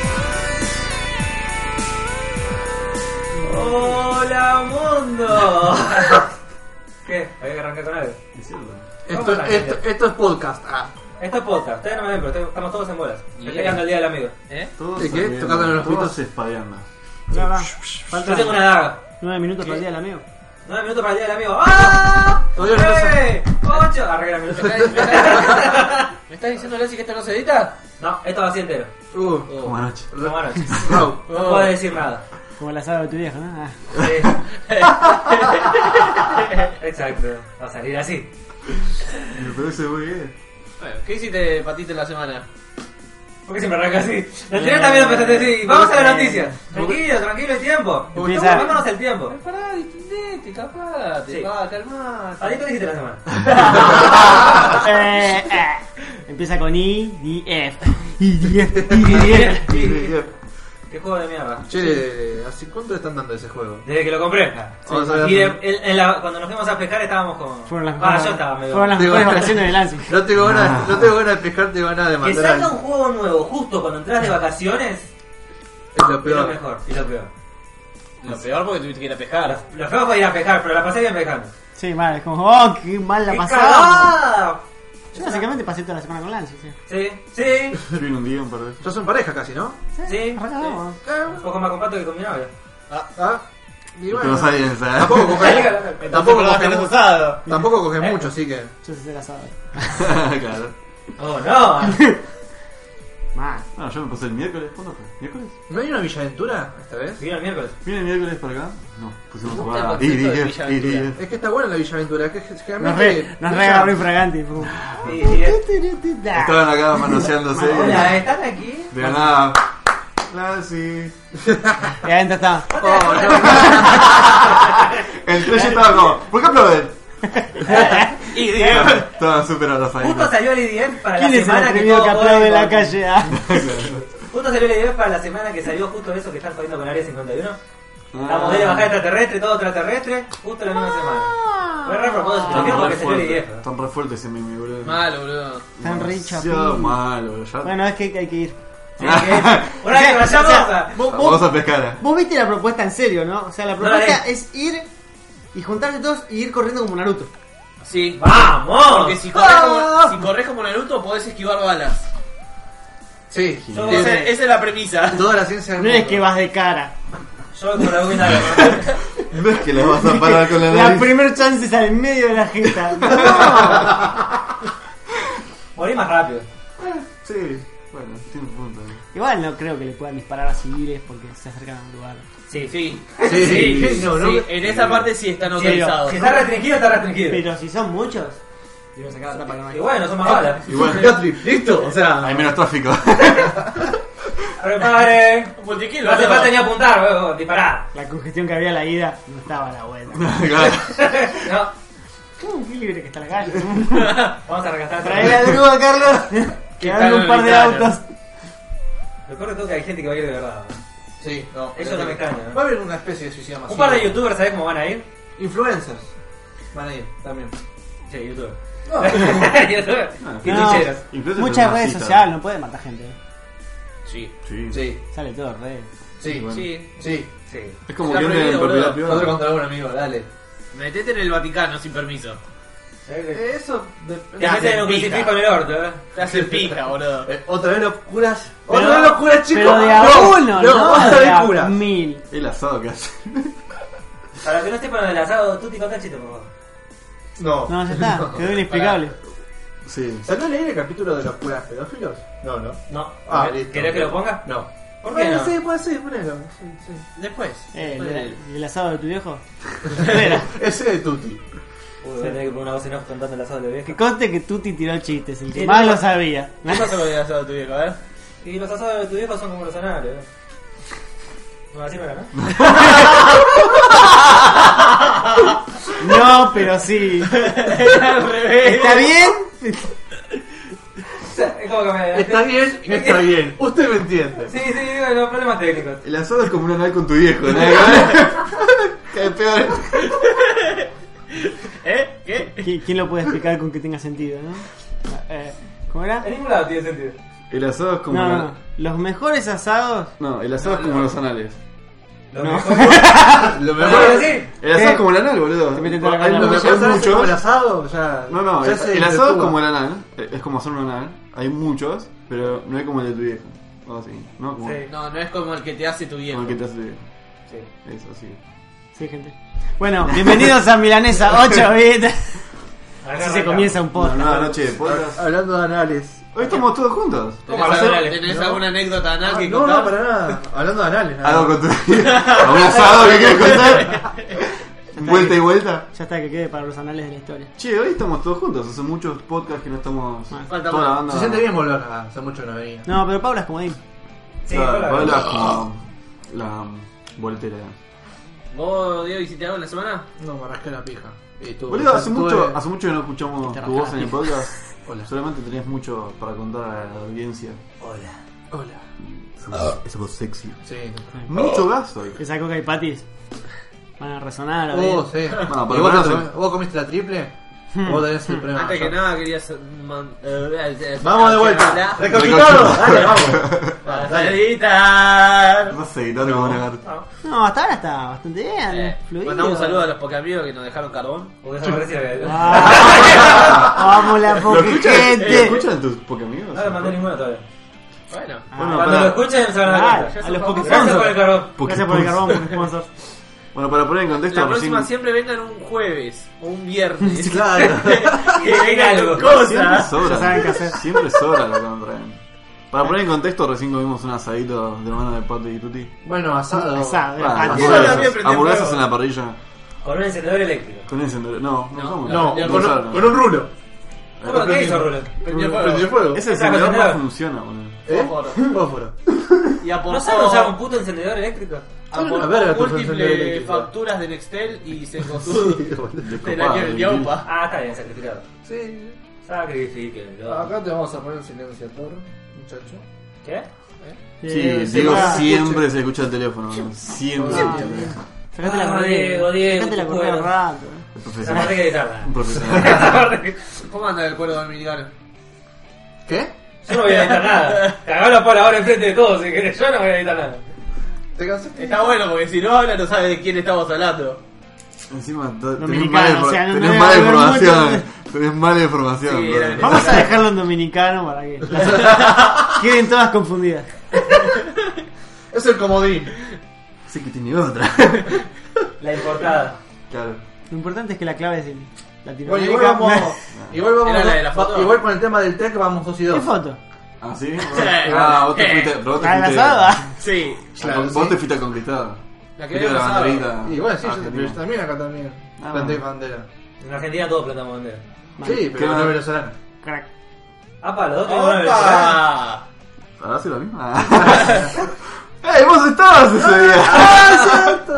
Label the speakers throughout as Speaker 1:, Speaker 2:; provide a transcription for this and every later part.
Speaker 1: mundo. ¿Qué? ¿Había que arrancar con algo?
Speaker 2: Esto,
Speaker 1: Vamos a
Speaker 2: esto,
Speaker 1: ver.
Speaker 2: esto es podcast. Ah,
Speaker 1: Esto es podcast, ustedes no me ven, pero estoy- estamos todos en bolas.
Speaker 3: Y
Speaker 1: Está
Speaker 3: ya.
Speaker 1: llegando el día del amigo.
Speaker 3: ¿Eh?
Speaker 4: Todos
Speaker 2: ¿Y qué?
Speaker 4: saliendo,
Speaker 2: ¿Tocándole los
Speaker 4: todos
Speaker 2: pitos?
Speaker 4: espadeando.
Speaker 5: Ya va.
Speaker 1: Yo tengo una
Speaker 5: Faltan
Speaker 1: daga.
Speaker 5: nueve minutos para el día del amigo.
Speaker 1: Nueve minutos para el día del amigo. ¡Ah!
Speaker 2: Todavía no
Speaker 1: ¡Nueve! ¡Ocho! Arregla el minuto.
Speaker 3: ¿Me estás diciendo, Lassi, que esto no se edita?
Speaker 1: No, esto va así entero.
Speaker 2: uh,
Speaker 4: Como anoche.
Speaker 1: Como anoche.
Speaker 2: Raw.
Speaker 3: Oh.
Speaker 1: No puedo decir nada.
Speaker 5: Como la sala de tu vieja, ¿no? Ah.
Speaker 1: Exacto. Va a salir así.
Speaker 4: Me parece muy bien.
Speaker 3: Bueno, ¿qué hiciste, Patito, en la semana?
Speaker 1: Porque siempre arranca así. La anterior también empezaste así. Vamos a la noticia. Tranquilo, tranquilo, el tiempo.
Speaker 5: Empieza.
Speaker 1: Vámonos el tiempo.
Speaker 3: Pará, distendete, tapate,
Speaker 1: Sí.
Speaker 3: va, calmate.
Speaker 1: ¿A ti Ah, qué dijiste la semana?
Speaker 5: Eh, eh. Empieza con I, D, F. I, D, F. I, D, F.
Speaker 1: Qué juego de mierda.
Speaker 2: Che, ¿hace cuánto le están dando ese juego?
Speaker 1: Desde que lo compré.
Speaker 2: Vamos a ver.
Speaker 1: Y de- en- en la- cuando nos fuimos a pescar estábamos como.
Speaker 5: Fueron las,
Speaker 1: ah, yo estaba medio.
Speaker 5: fueron las
Speaker 2: Digo,
Speaker 5: mejores vacaciones de Lansing.
Speaker 2: No tengo
Speaker 5: Ah.
Speaker 2: ganas, no tengo ganas de pescar, te van a
Speaker 1: Que
Speaker 2: demandar.
Speaker 1: salga un juego nuevo justo cuando entras de vacaciones
Speaker 2: Es lo
Speaker 1: es lo
Speaker 2: peor.
Speaker 1: mejor. Y lo peor.
Speaker 3: Lo peor porque tuviste que ir a pescar.
Speaker 1: Lo feo fue ir a pescar, pero la pasé bien pescando.
Speaker 5: Sí, mal, es como, oh, qué mal la
Speaker 1: ¡Qué
Speaker 5: pasada.
Speaker 1: cagada!
Speaker 5: Yo básicamente pasé toda la semana con Lansing, sí.
Speaker 1: Sí, sí,
Speaker 4: Yo vine un día, un par de veces.
Speaker 2: Ya son pareja casi, ¿no?
Speaker 1: sí.
Speaker 5: Arrancamos.
Speaker 1: Un poco más compacto que con mi novia.
Speaker 2: Ah, y
Speaker 4: Pero
Speaker 2: bueno.
Speaker 4: sabías, ¿eh?
Speaker 2: Tampoco coges, tampoco
Speaker 3: lo
Speaker 2: coges, mu-
Speaker 3: usado.
Speaker 2: tampoco coges mucho, así que.
Speaker 5: Yo sé ser asado.
Speaker 4: claro.
Speaker 1: Oh no.
Speaker 5: Mal.
Speaker 4: No, Ah, yo me pasé el miércoles. ¿Cuándo fue? ¿Miércoles?
Speaker 2: ¿No hay una Villaventura esta vez?
Speaker 1: Vino el miércoles.
Speaker 4: ¿Vine el miércoles para acá? No, pusimos a
Speaker 3: Me gusta el
Speaker 4: jugar a
Speaker 3: concepto de
Speaker 4: IDF,
Speaker 3: Villa Aventura.
Speaker 4: IDF.
Speaker 2: Es que está buena la Villaventura, que es-
Speaker 5: Nos
Speaker 2: generalmente.
Speaker 5: re, nos re agarró infraganti. fue como,
Speaker 1: Y, y Ah, es-
Speaker 4: Estaban acá
Speaker 5: Ah,
Speaker 4: manoseándose.
Speaker 2: eh.
Speaker 1: Hola, ¿están aquí?
Speaker 4: De la nada. Claro, sí.
Speaker 5: Y adentro estaba.
Speaker 2: Oh, no.
Speaker 4: El tres estaba como, ¿por qué aplauden?
Speaker 3: Y
Speaker 2: eh.
Speaker 4: Estaban súper
Speaker 1: Justo
Speaker 4: abrazaditos.
Speaker 1: salió el IDF para
Speaker 5: ¿Quién
Speaker 1: la
Speaker 5: es el
Speaker 1: semana que
Speaker 5: atrevido
Speaker 1: todo
Speaker 5: que
Speaker 1: jode
Speaker 5: aplaude en la
Speaker 1: con-
Speaker 5: calle? ah?
Speaker 1: Justo salió el IDF para la semana que salió justo eso que están jodiendo con Área 51. La
Speaker 4: Ah.
Speaker 1: modelo bajada extraterrestre, todo extraterrestre, justo la misma
Speaker 5: Ah.
Speaker 1: semana. Fue re a propósito,
Speaker 3: Ah,
Speaker 1: lo que porque salió el IDF.
Speaker 4: eh. Están re fuertes ese meme, boludo.
Speaker 3: Malo, boludo.
Speaker 5: Tan re
Speaker 4: Demasiado
Speaker 5: chapín.
Speaker 4: malo, boludo. Ya-
Speaker 5: Bueno, eh. es que hay que ir.
Speaker 1: Sí, que- Una vez que vayamos a...
Speaker 5: Vos- vos-
Speaker 4: Vamos a pescar.
Speaker 5: Vos viste la propuesta en serio, ¿no? O sea, la
Speaker 1: No la
Speaker 5: propuesta
Speaker 1: vi.
Speaker 5: es ir y juntarte todos y ir corriendo como Naruto.
Speaker 3: Sí. Porque
Speaker 1: ¡Vamos!
Speaker 3: si corres,
Speaker 5: Ah.
Speaker 3: como, si corres como Naruto podés esquivar balas.
Speaker 2: Sí,
Speaker 1: Yo-
Speaker 2: tiene
Speaker 3: Esa, esa es la premisa.
Speaker 2: toda la ciencia del
Speaker 5: No es
Speaker 2: mundo.
Speaker 5: que vas de cara.
Speaker 1: Yo por alguna vez.
Speaker 4: No es que la vas a parar con la
Speaker 5: La
Speaker 4: nariz.
Speaker 5: primer chance es al medio de la jeta. No.
Speaker 1: Morí más rápido.
Speaker 4: Sí, bueno, tiene un punto. ¿eh?
Speaker 5: Igual no creo que le puedan disparar a civiles porque se acercan a un lugar.
Speaker 1: Sí, sí.
Speaker 3: Sí.
Speaker 2: Sí,
Speaker 3: Sí,
Speaker 2: sí, no, no.
Speaker 3: sí, en esa parte sí están autorizados.
Speaker 1: Si está restringido, está restringido.
Speaker 5: Pero si son muchos.
Speaker 1: Y bueno, son más balas.
Speaker 4: Y bueno.
Speaker 2: Road trip, listo, o sea.
Speaker 4: Hay menos tráfico.
Speaker 1: Preparen.
Speaker 3: Multikill,
Speaker 1: No hace
Speaker 3: boludo.
Speaker 1: falta ni apuntar, huevo, disparar.
Speaker 5: La congestión que había a la ida no estaba a la vuelta.
Speaker 4: Claro.
Speaker 1: No,
Speaker 5: Uh, qué libre que está la calle.
Speaker 1: vamos a recastar.
Speaker 5: Trae la grúa, Carlos. Quedaron un par de
Speaker 3: Quitaron el
Speaker 5: autos.
Speaker 1: Lo peor de todo es que hay gente que va a ir de verdad.
Speaker 2: Sí, no.
Speaker 1: Eso no me extraña, ¿no?
Speaker 2: Va a haber una especie de suicidio masivo.
Speaker 1: Un par de youtubers, ¿sabés cómo van a ir?
Speaker 2: Influencers. Van a ir también.
Speaker 1: Sí, youtubers. youtubers. Y twitcheros.
Speaker 4: Incluso
Speaker 5: Muchas
Speaker 4: son
Speaker 5: redes
Speaker 4: racistas.
Speaker 5: sociales, no puede matar gente. eh.
Speaker 3: Sí.
Speaker 4: Sí.
Speaker 2: Sí,
Speaker 5: Sale todo redes.
Speaker 2: sí,
Speaker 4: Bueno.
Speaker 3: Sí.
Speaker 2: sí.
Speaker 1: Sí.
Speaker 4: Es como
Speaker 3: Está
Speaker 4: que
Speaker 3: prohibido,
Speaker 4: en propiedad
Speaker 3: boludo.
Speaker 2: Otro
Speaker 4: privada.
Speaker 2: contra un amigo, dale.
Speaker 3: Metete en el Vaticano sin permiso.
Speaker 2: Eh, Eso depende.
Speaker 1: Te meten en un
Speaker 3: pija.
Speaker 1: crucifijo en el orto, ¿eh?
Speaker 3: Te hacen pija, boludo.
Speaker 2: Eh, Otra vez los curas.
Speaker 5: Pero-
Speaker 2: otra vez los curas, chicos.
Speaker 5: Pero de a
Speaker 2: no,
Speaker 5: uno, no,
Speaker 2: no, otra
Speaker 5: de
Speaker 2: vez
Speaker 5: a
Speaker 2: curas.
Speaker 5: mil.
Speaker 4: El asado que hace.
Speaker 1: Para que no esté para el asado, tú te contás chiste, por favor.
Speaker 2: No.
Speaker 5: No, ya está, quedó inexplicable.
Speaker 4: Sí.
Speaker 2: ¿Salió a leer el capítulo de los curas pedófilos? No, no.
Speaker 1: No.
Speaker 2: Ah,
Speaker 1: ¿Querés
Speaker 2: listo.
Speaker 1: que lo ponga?
Speaker 2: No.
Speaker 1: ¿Por qué no?
Speaker 2: Sí, puede ser, ponelo. Sí, sí.
Speaker 3: Después.
Speaker 5: Eh,
Speaker 3: después del-
Speaker 5: el, el asado de tu viejo. Espera,
Speaker 2: Ese de Tuti.
Speaker 1: Uy, voy a tener que poner una voz en off contando el asado de los
Speaker 5: que
Speaker 1: viejos.
Speaker 5: conste que Tuti tiró chistes, el que
Speaker 2: Eh,
Speaker 1: Sí,
Speaker 5: más
Speaker 1: no.
Speaker 5: lo sabía.
Speaker 3: ¿Qué pasó con el asado de tu viejo, a ver?
Speaker 1: Y los asados de tus viejos son como los anales, ¿eh? No, así no era, ¿no?
Speaker 5: No, pero sí. ¿Está bien?
Speaker 1: O sea, es como que me...
Speaker 2: Está bien, no está bien. Usted me entiende.
Speaker 1: Sí, sí, bueno, problemas técnicos.
Speaker 4: El asado es como una nave con tu viejo, ¿no? Qué peor.
Speaker 3: ¿Eh? ¿Qué?
Speaker 5: ¿Qui- ¿Quién lo puede explicar con que tenga sentido, no? Eh, ¿Cómo era?
Speaker 1: En ningún lado tiene sentido.
Speaker 4: El asado es como.
Speaker 5: No, no,
Speaker 4: una-
Speaker 5: no. Los mejores asados.
Speaker 4: No, el asado es como los anales.
Speaker 1: Lo
Speaker 5: No.
Speaker 1: mejor.
Speaker 2: Lo
Speaker 1: Lo
Speaker 2: mejor
Speaker 1: mejor
Speaker 2: es...
Speaker 1: sí.
Speaker 4: El asado
Speaker 5: ¿Qué?
Speaker 4: es como el anal, boludo. Ah,
Speaker 5: Te meten con la
Speaker 2: Hay-
Speaker 5: cara.
Speaker 2: Lo
Speaker 4: Hay
Speaker 2: mejor es
Speaker 4: muchos.
Speaker 2: como el asado, ya...
Speaker 4: No, no,
Speaker 2: ya
Speaker 4: el,
Speaker 2: se
Speaker 4: el asado es
Speaker 2: desvirtúa.
Speaker 4: como el anal. Es como hacer un anal. Hay muchos, pero no es como el de tu viejo. O así, ¿no? Como,
Speaker 1: Sí.
Speaker 3: No, no es como el que te hace tu
Speaker 4: como
Speaker 3: viejo.
Speaker 4: el que te hace tu viejo.
Speaker 1: Sí.
Speaker 4: Eso, sí.
Speaker 5: Sí, gente. Bueno, bienvenidos a Milanesa 8 bit.
Speaker 1: Acá
Speaker 5: Así se
Speaker 1: arranca.
Speaker 5: comienza un
Speaker 4: Una
Speaker 5: podcast.
Speaker 4: nueva noche de podcast.
Speaker 2: Hablando de anales...
Speaker 4: Hoy estamos todos juntos.
Speaker 3: ¿Tenés,
Speaker 1: Para
Speaker 3: alguna,
Speaker 1: hacer-
Speaker 3: tenés
Speaker 2: ¿no?
Speaker 3: alguna anécdota anal
Speaker 2: Ah,
Speaker 3: que
Speaker 2: no,
Speaker 3: contar?
Speaker 2: no, para nada. Hablando de anales. nada
Speaker 4: Algo
Speaker 2: más.
Speaker 4: con tu A un asado que quieres contar. Vuelta y vuelta.
Speaker 5: Ya está, que quede para los anales de la historia.
Speaker 4: Che, hoy estamos todos juntos. Hace muchos podcasts que no estamos.
Speaker 5: Ah,
Speaker 3: falta
Speaker 4: toda la
Speaker 3: uno.
Speaker 4: banda.
Speaker 2: Se siente bien volver a... Hace mucho no venía.
Speaker 5: No, pero Paula es como ahí.
Speaker 1: Sí,
Speaker 4: Claro,
Speaker 1: hola.
Speaker 4: Paula es como la voltera.
Speaker 3: ¿Vos, Diego, hiciste algo en la semana?
Speaker 2: No, me rasqué la pija. Y tú,
Speaker 4: Boludo, hace
Speaker 2: tú-
Speaker 4: mucho,
Speaker 2: tú-
Speaker 4: hace mucho que no escuchamos
Speaker 5: Te
Speaker 4: tu voz en
Speaker 5: rajaste.
Speaker 4: el podcast.
Speaker 2: Hola.
Speaker 4: Solamente tenías mucho para contar a la audiencia.
Speaker 1: Hola.
Speaker 2: Hola.
Speaker 5: Ah.
Speaker 4: Esa voz sexy.
Speaker 5: Oh.
Speaker 2: Sí.
Speaker 4: Mucho gas hoy.
Speaker 5: Esa coca y patis van a resonar. a ver.
Speaker 2: Vos, sí.
Speaker 4: No,
Speaker 2: ¿Y
Speaker 4: pero
Speaker 2: vos,
Speaker 4: no
Speaker 2: te
Speaker 4: sé.
Speaker 2: tomás- vos comiste la triple? Vos tenés el premio.
Speaker 3: Antes que
Speaker 2: mayor.
Speaker 3: nada quería... hacer- man- eh, eh,
Speaker 2: Vamos de
Speaker 3: la-
Speaker 2: vuelta.
Speaker 4: Recapitulado.
Speaker 2: Recapitulado. Dale, vamos.
Speaker 3: Para editar.
Speaker 4: Vas a gritar como una garta.
Speaker 5: No, hasta ahora está bastante bien.
Speaker 3: Eh,
Speaker 5: fluido.
Speaker 3: Mandamos un saludo a los pokeamigos que nos dejaron carbón.
Speaker 1: Porque desapareció. No
Speaker 5: Ah, vamos la
Speaker 4: ¿Lo escuchan? Eh,
Speaker 5: gente.
Speaker 4: ¿Lo escuchan tus Pokémon?
Speaker 1: le mandé ninguno todavía.
Speaker 3: Bueno.
Speaker 4: Bueno,
Speaker 1: Cuando
Speaker 4: para-
Speaker 1: lo escuchen se van a dar
Speaker 5: Ah,
Speaker 1: cuenta.
Speaker 5: a los
Speaker 1: Gracias por el
Speaker 5: Pokésponsors.
Speaker 1: carbón.
Speaker 5: Gracias por el carbón, Pokésponsors.
Speaker 4: Bueno, para poner en contexto,
Speaker 3: La próxima
Speaker 4: recién-
Speaker 3: siempre vengan un jueves o un viernes.
Speaker 2: Claro.
Speaker 3: que vengan
Speaker 1: algo.
Speaker 4: siempre
Speaker 3: cosas.
Speaker 5: Ya saben qué
Speaker 4: sobra.
Speaker 5: hacer.
Speaker 4: Siempre sobra lo que nos traen. Para poner en contexto, recién comimos un asadito de hermano de Pato y Tuti.
Speaker 2: Bueno, asado.
Speaker 5: Asado.
Speaker 4: Bueno,
Speaker 5: Ah,
Speaker 3: yo también
Speaker 4: hamburguesas,
Speaker 3: prendí
Speaker 4: hamburguesas
Speaker 3: fuego.
Speaker 4: en la parrilla.
Speaker 1: Con un encendedor eléctrico.
Speaker 4: Con encendedor. No, no
Speaker 3: No,
Speaker 4: somos.
Speaker 2: No,
Speaker 4: no
Speaker 2: con,
Speaker 4: usaron.
Speaker 2: un- con un rulo.
Speaker 1: ¿Cómo qué hizo Rulo?
Speaker 3: Prendió fuego.
Speaker 2: Prendió fuego.
Speaker 4: Ese encendedor no
Speaker 1: Claro.
Speaker 4: funciona, boludo.
Speaker 2: ¿Eh?
Speaker 3: Fósforo.
Speaker 2: Fósforo.
Speaker 3: Y aportó,
Speaker 1: ¿No saben usar un puto encendedor eléctrico?
Speaker 3: aportó
Speaker 2: Una verga tu sensor
Speaker 3: múltiples
Speaker 2: eléctrico.
Speaker 3: facturas de Nextel y se costó de la que
Speaker 4: Copado,
Speaker 3: vendió
Speaker 4: ¿sí?
Speaker 3: UPA.
Speaker 1: Ah, está bien, sacrificado.
Speaker 2: Sí.
Speaker 1: Sacrificado.
Speaker 2: Ah, Acá te vamos a poner un silencio al toro, muchacho.
Speaker 1: ¿Qué?
Speaker 4: Sí,
Speaker 5: se
Speaker 4: Diego
Speaker 5: va.
Speaker 4: siempre se escucha el teléfono. boludo. Siempre se
Speaker 5: Ah,
Speaker 4: escucha el teléfono.
Speaker 5: Sacate la
Speaker 1: Ah,
Speaker 5: correa.
Speaker 1: Diego, Diego,
Speaker 5: Sacate la
Speaker 1: tu
Speaker 5: correa al
Speaker 1: cuero.
Speaker 5: rato.
Speaker 4: El
Speaker 1: Esa
Speaker 4: profesional.
Speaker 1: parte que editarla.
Speaker 4: Un profesional.
Speaker 1: Esa parte-
Speaker 3: ¿Cómo anda el cuero dominicano?
Speaker 2: ¿Qué?
Speaker 1: Yo no voy a editar nada. Cagalo por ahora enfrente de todos, si querés. Yo no voy a editar nada.
Speaker 2: ¿Te cansaste?
Speaker 3: Está bueno porque si no habla no sabe de quién estamos hablando.
Speaker 4: Encima, to- tenés
Speaker 5: Dominicano,
Speaker 4: mala, infor-
Speaker 5: o sea, no
Speaker 4: tenés
Speaker 5: me
Speaker 4: mala
Speaker 5: voy a ver
Speaker 4: información. Tenés mala información.
Speaker 3: Sí,
Speaker 4: boludo.
Speaker 3: era-
Speaker 5: Vamos a dejarlo en dominicano para que queden todas confundidas.
Speaker 2: Es el comodín.
Speaker 4: Sí que tiene otra.
Speaker 1: La importada.
Speaker 4: claro.
Speaker 5: Lo importante es que la clave es el
Speaker 2: Bueno,
Speaker 5: Latinoamérica.
Speaker 2: igual vamos. Igual vamos.
Speaker 3: Era la de la foto.
Speaker 2: Igual con el tema del tech vamos dos y
Speaker 5: ¿Qué
Speaker 2: dos.
Speaker 5: foto?
Speaker 4: ¿Ah, sí? ah, vos te fuiste. pero Vos te
Speaker 5: ¿La del
Speaker 4: fuiste,
Speaker 5: asado?
Speaker 4: ah,
Speaker 5: Ah,
Speaker 3: Sí.
Speaker 2: Claro,
Speaker 4: vos
Speaker 2: sí.
Speaker 4: te fuiste a conquistar.
Speaker 3: La que
Speaker 4: Fuiste
Speaker 3: había
Speaker 4: de la
Speaker 3: pasado.
Speaker 4: banderita. Ah,
Speaker 2: Y bueno, sí, yo
Speaker 4: argentina.
Speaker 2: yo también acá también.
Speaker 4: Ah.
Speaker 2: Planté bandera.
Speaker 1: En Argentina todos plantamos bandera.
Speaker 5: vale.
Speaker 2: Sí,
Speaker 4: ¿Qué
Speaker 2: pero no
Speaker 4: más?
Speaker 2: venezolana.
Speaker 5: Crack.
Speaker 1: Apa, los dos tenemos una venezolana.
Speaker 2: Ah,
Speaker 3: ¡Opa!
Speaker 4: ¿Ahora sí la misma? ¡Ey, vos estabas ese día!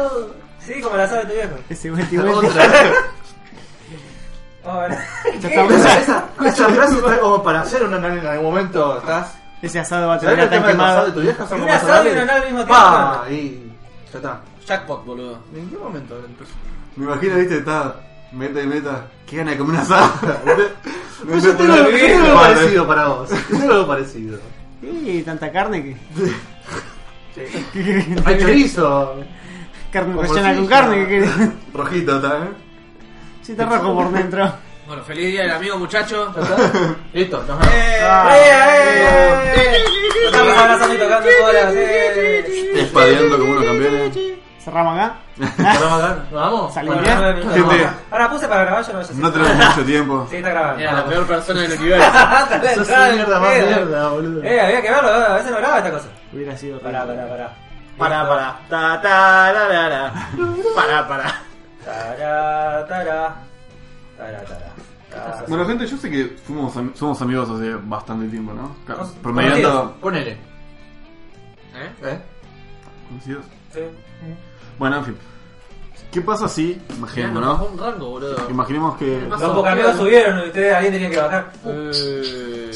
Speaker 1: Sí, como la sabe tu viejo.
Speaker 5: Ese vuelti vuelti.
Speaker 2: Otra.
Speaker 1: Vamos a ver.
Speaker 5: Ya está, bueno.
Speaker 2: Esa, esa, esa frase está como para hacer una nana en algún momento. ¿Estás?
Speaker 5: Ese asado va a
Speaker 2: ¿Sabes
Speaker 5: terminar
Speaker 2: el tema
Speaker 5: tan
Speaker 2: del pasado de
Speaker 5: quemado.
Speaker 2: tu vieja?
Speaker 1: Y una sal y una nada al mismo tiempo.
Speaker 2: Pa, y ya está.
Speaker 3: Jackpot, boludo.
Speaker 2: ¿En qué momento empezó?
Speaker 4: Me imagino, viste, está meta y meta. ¿Qué gana de comer Pues una asada? No
Speaker 2: Yo tengo
Speaker 4: puedo
Speaker 2: algo
Speaker 4: creer.
Speaker 2: parecido para vos. Yo tengo algo parecido.
Speaker 5: Sí, tanta carne que.
Speaker 2: Hay chorizo.
Speaker 5: carne
Speaker 2: Como
Speaker 5: rellena
Speaker 2: si-
Speaker 5: con carne que querés.
Speaker 4: Rojito, ¿está? eh?
Speaker 5: Sí, está rojo por dentro.
Speaker 3: Bueno, feliz día del amigo, muchacho.
Speaker 2: ¿Ya está? Listo, nos vamos.
Speaker 1: ¡Eh, eh, eh! Nos Estamos abrazando y tocando bolas. eh.
Speaker 4: Espadeando como unos campeones.
Speaker 5: Cerramos acá.
Speaker 2: ¿Nos vamos acá? ¿Nos vamos?
Speaker 5: Salimos
Speaker 1: Bueno,
Speaker 5: bien.
Speaker 1: nueve minutos.
Speaker 4: Gente.
Speaker 1: Ahora puse para grabar, yo no vaya a
Speaker 4: No tenemos mucho tiempo.
Speaker 1: Sí, está grabando.
Speaker 3: Era la peor persona del universo.
Speaker 1: Hasta la
Speaker 2: Sos
Speaker 1: entrada,
Speaker 2: mierda, más
Speaker 1: eh.
Speaker 2: mierda, boludo.
Speaker 1: Eh, había que verlo, eh, a veces no graba esta cosa.
Speaker 5: Hubiera sido
Speaker 1: Pará,
Speaker 5: horrible.
Speaker 1: pará, pará.
Speaker 3: Para, para. Ta, ta, la, la, la. Para, para.
Speaker 1: Tará, tará. Tará, tará. Tará.
Speaker 4: Bueno, gente, yo sé que fuimos, am- somos amigos hace bastante tiempo, ¿no? Ca-
Speaker 1: Nos-
Speaker 4: Promediando.
Speaker 2: Ponele.
Speaker 3: ¿Eh?
Speaker 2: ¿Eh?
Speaker 4: ¿Conocidos?
Speaker 1: Sí.
Speaker 4: Bueno, en fin. ¿Qué pasa si,
Speaker 3: Mirá,
Speaker 4: imaginemos,
Speaker 3: nos bajó
Speaker 4: ¿no?
Speaker 3: un rango, boludo.
Speaker 4: Imaginemos que.
Speaker 1: Los pocamigos subieron y ustedes alguien tenía que bajar.
Speaker 3: Eh,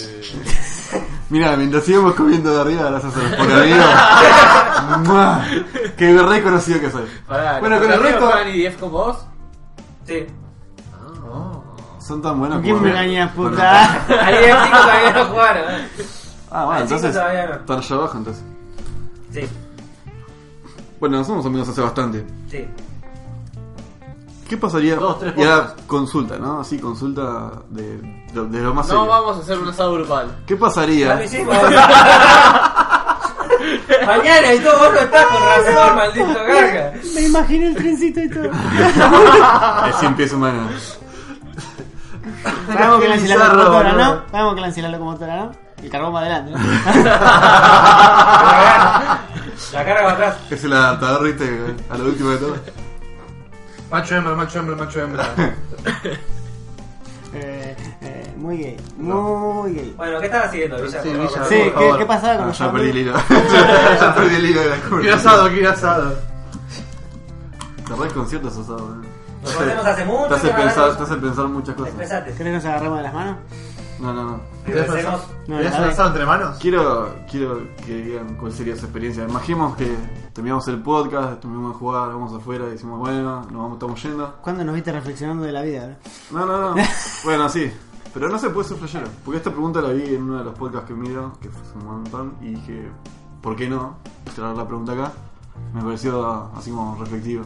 Speaker 4: Mira, mientras sigamos comiendo de arriba, gracias a los porcamigos. ¡Mua! ¡Qué re conocido que soy!
Speaker 3: Pará,
Speaker 4: Bueno, con el
Speaker 3: ¿amigos
Speaker 4: resto-
Speaker 3: juegan IDF con vos?
Speaker 1: Sí.
Speaker 4: Son tan buenos
Speaker 5: ¿Quién me
Speaker 4: como.
Speaker 5: engañas,
Speaker 4: Bueno.
Speaker 5: puta?
Speaker 1: Ahí el chico todavía no jugaron. eh.
Speaker 4: Ah, bueno,
Speaker 1: Al chico
Speaker 4: entonces.
Speaker 1: todavía no.
Speaker 4: Están allá abajo, entonces.
Speaker 1: Sí.
Speaker 4: Bueno, somos amigos hace bastante.
Speaker 1: Sí.
Speaker 4: ¿Qué pasaría?
Speaker 2: Dos, tres
Speaker 4: y ahora
Speaker 2: podcasts.
Speaker 4: consulta, ¿no? Así, consulta de, de- de lo más
Speaker 3: No
Speaker 4: serio.
Speaker 3: vamos a hacer un asado grupal.
Speaker 4: ¿Qué pasaría?
Speaker 1: Mañana y todo vos no estás con razón, maldito gaga.
Speaker 5: Me imaginé el trencito y todo.
Speaker 4: De 100 pies humanos.
Speaker 5: Sabemos que la Nancy la
Speaker 2: Bizarro,
Speaker 5: locomotora,
Speaker 2: boludo.
Speaker 5: ¿no? Sabemos que la Nancy la locomotora, ¿no? El carbón va adelante, ¿no?
Speaker 1: La carga va atrás.
Speaker 4: Es el adaptador, viste, a lo último de todo.
Speaker 2: Macho hembra, macho hembra, macho hembra.
Speaker 5: Eh, eh, muy gay, muy gay.
Speaker 1: Bueno, ¿qué estás haciendo, Villa?
Speaker 2: Sí, Villa.
Speaker 5: Sí,
Speaker 2: por
Speaker 5: ¿qué,
Speaker 2: favor.
Speaker 5: ¿qué pasaba con
Speaker 4: Ah,
Speaker 5: los
Speaker 4: ya perdí el
Speaker 5: shampoos?
Speaker 4: hilo. ya perdí el hilo de la
Speaker 2: Quiero
Speaker 4: curva.
Speaker 2: asado, quiero asado.
Speaker 4: Cerrás conciertos asado, ¿eh?
Speaker 1: Nos conocemos hace mucho.
Speaker 4: Te hace
Speaker 1: y ahora
Speaker 4: pensar,
Speaker 1: nos-
Speaker 4: te hace pensar muchas cosas.
Speaker 1: Expresate.
Speaker 5: ¿Crees que nos agarramos de las manos?
Speaker 4: No, no, no.
Speaker 2: ¿Querés un
Speaker 1: Pensemos.
Speaker 2: asado?
Speaker 5: No,
Speaker 2: ¿Querés
Speaker 5: la
Speaker 2: un
Speaker 5: vez.
Speaker 2: asado entre manos?
Speaker 4: Quiero, quiero que digan cuál sería su experiencia. Imaginemos que terminamos el podcast, estuvimos a jugar, vamos afuera, y decimos, bueno, nos vamos, estamos yendo.
Speaker 5: ¿Cuándo nos viste reflexionando de la vida?
Speaker 4: No, no, no. bueno, sí. Pero no se puede ser flashero. Porque esta pregunta la vi en uno de los podcasts que miro, que fue hace un montón, y dije, ¿por qué no? Traer la pregunta acá. Me pareció así como reflectivo.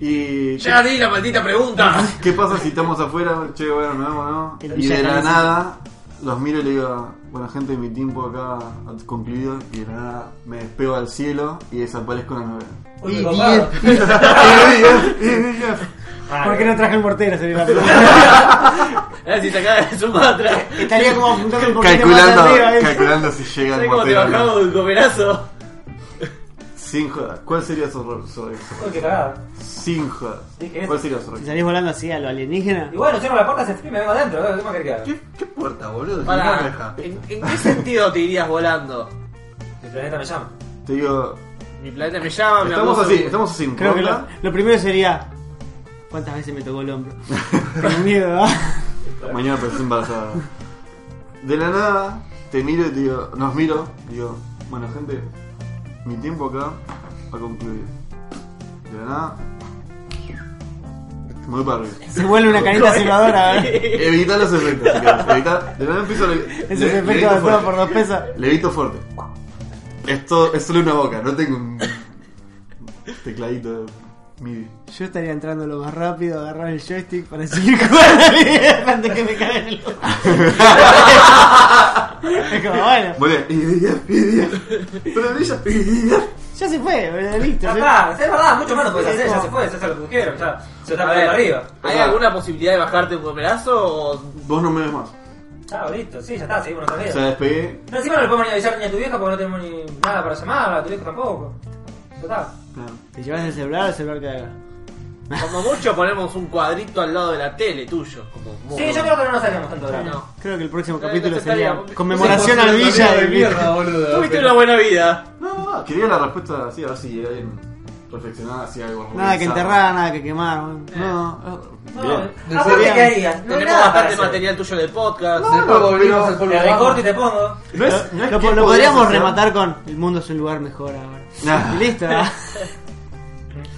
Speaker 4: Y.
Speaker 3: Ya di la maldita pregunta.
Speaker 4: ¿Qué pasa si estamos afuera? Che, bueno, nos vemos, ¿no?
Speaker 5: El
Speaker 4: Y de
Speaker 5: villano,
Speaker 4: la
Speaker 5: sí.
Speaker 4: nada los miro y le digo, bueno, gente, mi tiempo acá ha concluido. Y de la nada me despego al cielo y desaparezco en la nube.
Speaker 1: Uy, me copado.
Speaker 4: Eh, eh, eh, eh.
Speaker 5: ¿no? ¿Por qué no traje el mortero? Sería la pregunta.
Speaker 3: A ver si sacás de Sumatra.
Speaker 5: Estaría como apuntando un poquito más
Speaker 4: calculando,
Speaker 5: arriba. ¿eh?
Speaker 4: calculando si llega el
Speaker 3: ¿Sabes cómo te
Speaker 4: mortero. o no.
Speaker 3: bajamos del coperazo?
Speaker 4: Sin jodas. ¿Cuál sería su error? Sobre eso?
Speaker 1: Uy, qué cagada.
Speaker 4: Sin jodas.
Speaker 1: Dije eso.
Speaker 4: ¿Cuál sería su
Speaker 5: Si
Speaker 4: error?
Speaker 5: salís volando así a lo alienígena.
Speaker 1: Y bueno, cierro la puerta, se frío y me vengo adentro. ¿eh? ¿Qué más querés que haga?
Speaker 2: ¿Qué, qué puerta, boludo? ¿Qué
Speaker 3: Pará,
Speaker 2: oreja?
Speaker 3: ¿en, en qué sentido te irías volando?
Speaker 1: Mi planeta me llama.
Speaker 4: Te digo,
Speaker 3: Mi planeta me
Speaker 5: Ah,
Speaker 3: llama, me
Speaker 4: estamos así, estamos así. en
Speaker 5: Creo que lo,
Speaker 4: ronda.
Speaker 5: lo primero sería. ¿Cuántas veces me tocó el hombro? Tengo miedo, ¿ah? ¿verdad?
Speaker 4: Mañana aparecí embarazada. De la nada, te miro y te digo, nos miro, digo, bueno gente, mi tiempo acá va a concluir. De la nada, me voy para arriba.
Speaker 5: Se vuelve una ¿eh? carita silbadora, ¿verdad?
Speaker 4: Evita los efectos, si querés, evita- de la nada empiezo a le,
Speaker 5: Esos
Speaker 4: le-
Speaker 5: efectos
Speaker 4: levito
Speaker 5: de todo
Speaker 4: fuerte.
Speaker 5: por dos pesos.
Speaker 4: Levito fuerte. Esto es solo una boca, no tengo un tecladito MIDI.
Speaker 5: Yo estaría entrando lo más rápido, agarrar el joystick para seguir jugando antes que me caigan el otro. Es como, bueno,
Speaker 4: Muy bien, idiot, idiot. Pero ella, idiot.
Speaker 5: ya se fue, boludo, listo.
Speaker 1: Ya
Speaker 5: ¿sí?
Speaker 1: está, es verdad, mucho menos puedes hacer, ya se fue, se hace lo que quiero, ya se está
Speaker 3: A
Speaker 1: para
Speaker 3: ver,
Speaker 1: arriba.
Speaker 3: ¿Hay alguna posibilidad de bajarte un coperazo o
Speaker 4: Vos no me ves más.
Speaker 1: Chao, listo, sí, ya está, seguimos nuestra
Speaker 4: O
Speaker 1: vida.
Speaker 4: sea, despegué,
Speaker 1: Pero encima no le podemos ni avisar ni a tu vieja porque no tenemos ni nada para llamar, a tu viejo tampoco. Ya está.
Speaker 4: Claro.
Speaker 5: Te llevas el celular, el celular queda.
Speaker 3: como mucho ponemos un cuadrito al lado de la tele tuyo? Como modo.
Speaker 1: Sí, yo creo que no nos haríamos tanto drama.
Speaker 3: No.
Speaker 5: Creo que el próximo
Speaker 3: No,
Speaker 5: capítulo
Speaker 3: no
Speaker 5: sería
Speaker 3: estaría-
Speaker 5: conmemoración
Speaker 2: Sí,
Speaker 5: al Villa
Speaker 2: de
Speaker 5: del
Speaker 2: mierda, boludo.
Speaker 3: Tuviste una buena vida.
Speaker 4: No, no, no, quería la respuesta así, a ver si alguien reflexionaba hacía algo.
Speaker 5: Nada que enterrar, nada que quemar. boludo.
Speaker 4: No, no,
Speaker 1: No,
Speaker 4: bien.
Speaker 1: eh, aparte, ¿qué harías? No hay
Speaker 3: Tenemos
Speaker 1: nada para
Speaker 3: bastante
Speaker 1: hacer.
Speaker 3: material tuyo de podcast.
Speaker 4: No,
Speaker 2: Después
Speaker 4: no,
Speaker 2: volvimos al
Speaker 4: pero-
Speaker 2: polvo.
Speaker 1: Te recorto y te pongo.
Speaker 4: No es- no es
Speaker 5: Lo,
Speaker 4: que
Speaker 5: po-
Speaker 4: podrías
Speaker 5: lo podríamos
Speaker 4: hacer-
Speaker 5: rematar con El mundo es un lugar mejor ahora.
Speaker 4: Nah.
Speaker 5: Y listo, ¿verdad?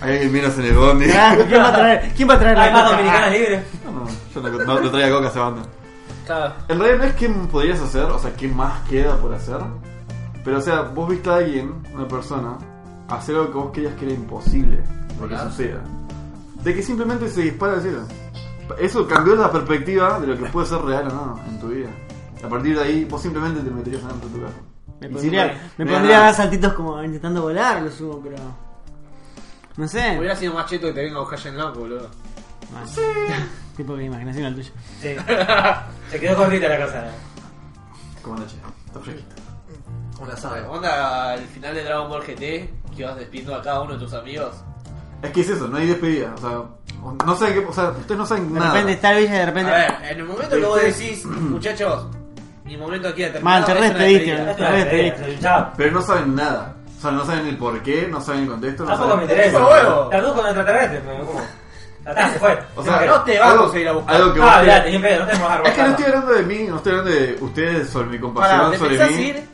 Speaker 4: Hay alguien menos en el bondi.
Speaker 5: Ah, ¿Quién va a traer, quién va a traer la
Speaker 1: Hay más
Speaker 5: coca?
Speaker 1: dominicanas libres.
Speaker 4: No, no, yo no, no, no traía coca a esa banda.
Speaker 3: Claro.
Speaker 4: En realidad no es qué podrías hacer, o sea, qué más queda por hacer. Pero, o sea, vos viste a alguien, una persona, hacer algo que vos creías que era imposible de que
Speaker 3: Hola.
Speaker 4: suceda. De que simplemente se dispara el cielo. Eso cambió la perspectiva de lo que puede ser real o no en tu vida. A partir de ahí, vos simplemente te meterías adentro de tu casa.
Speaker 5: Me
Speaker 4: Y
Speaker 5: pondría,
Speaker 4: siempre-
Speaker 5: me
Speaker 4: de
Speaker 5: pondría a
Speaker 4: nada.
Speaker 5: dar saltitos como intentando volar, lo subo, pero. No sé.
Speaker 3: Hubiera sido más cheto que te venga a buscar en loco, boludo.
Speaker 5: Bueno, tipo de imaginación al tuyo.
Speaker 1: Sí. Se quedó cortita la cosa.
Speaker 4: Como noche. Está fresquito.
Speaker 2: Un asado.
Speaker 3: Onda al final de Dragon Ball GT que vas despidiendo a cada uno de tus amigos.
Speaker 4: Es que es eso, no hay despedida. O sea, no saben qué. O sea, ustedes no saben
Speaker 5: De
Speaker 4: nada.
Speaker 5: repente está el Villa y de
Speaker 3: A
Speaker 5: repente.
Speaker 3: ver, en el momento que vos
Speaker 4: Este,
Speaker 3: decís, muchachos, mi momento aquí ha terminado.
Speaker 5: Man, te
Speaker 3: es
Speaker 5: re
Speaker 3: una
Speaker 5: despediste,
Speaker 3: despedida.
Speaker 5: ¿verdad?
Speaker 1: Esto es una despedida, sí, Chao.
Speaker 4: Pero no saben nada. O sea, no saben el porqué, no saben el contexto. No
Speaker 1: Tampoco me
Speaker 4: saben...
Speaker 1: interesa.
Speaker 3: Por huevo.
Speaker 1: La luz con extraterrestre, me como. Ya está, se fue.
Speaker 4: O sea,
Speaker 3: No te vamos
Speaker 4: algo-
Speaker 3: a ir a buscar.
Speaker 4: Algo que vos
Speaker 1: Ah,
Speaker 4: creas-
Speaker 1: mirate, ni en pedo, no tenemos árbol.
Speaker 4: Es que no estoy hablando de mí, no estoy hablando de ustedes sobre mi compasión
Speaker 3: Pará, ¿te
Speaker 4: sobre
Speaker 3: pensás
Speaker 4: mí.
Speaker 3: ir?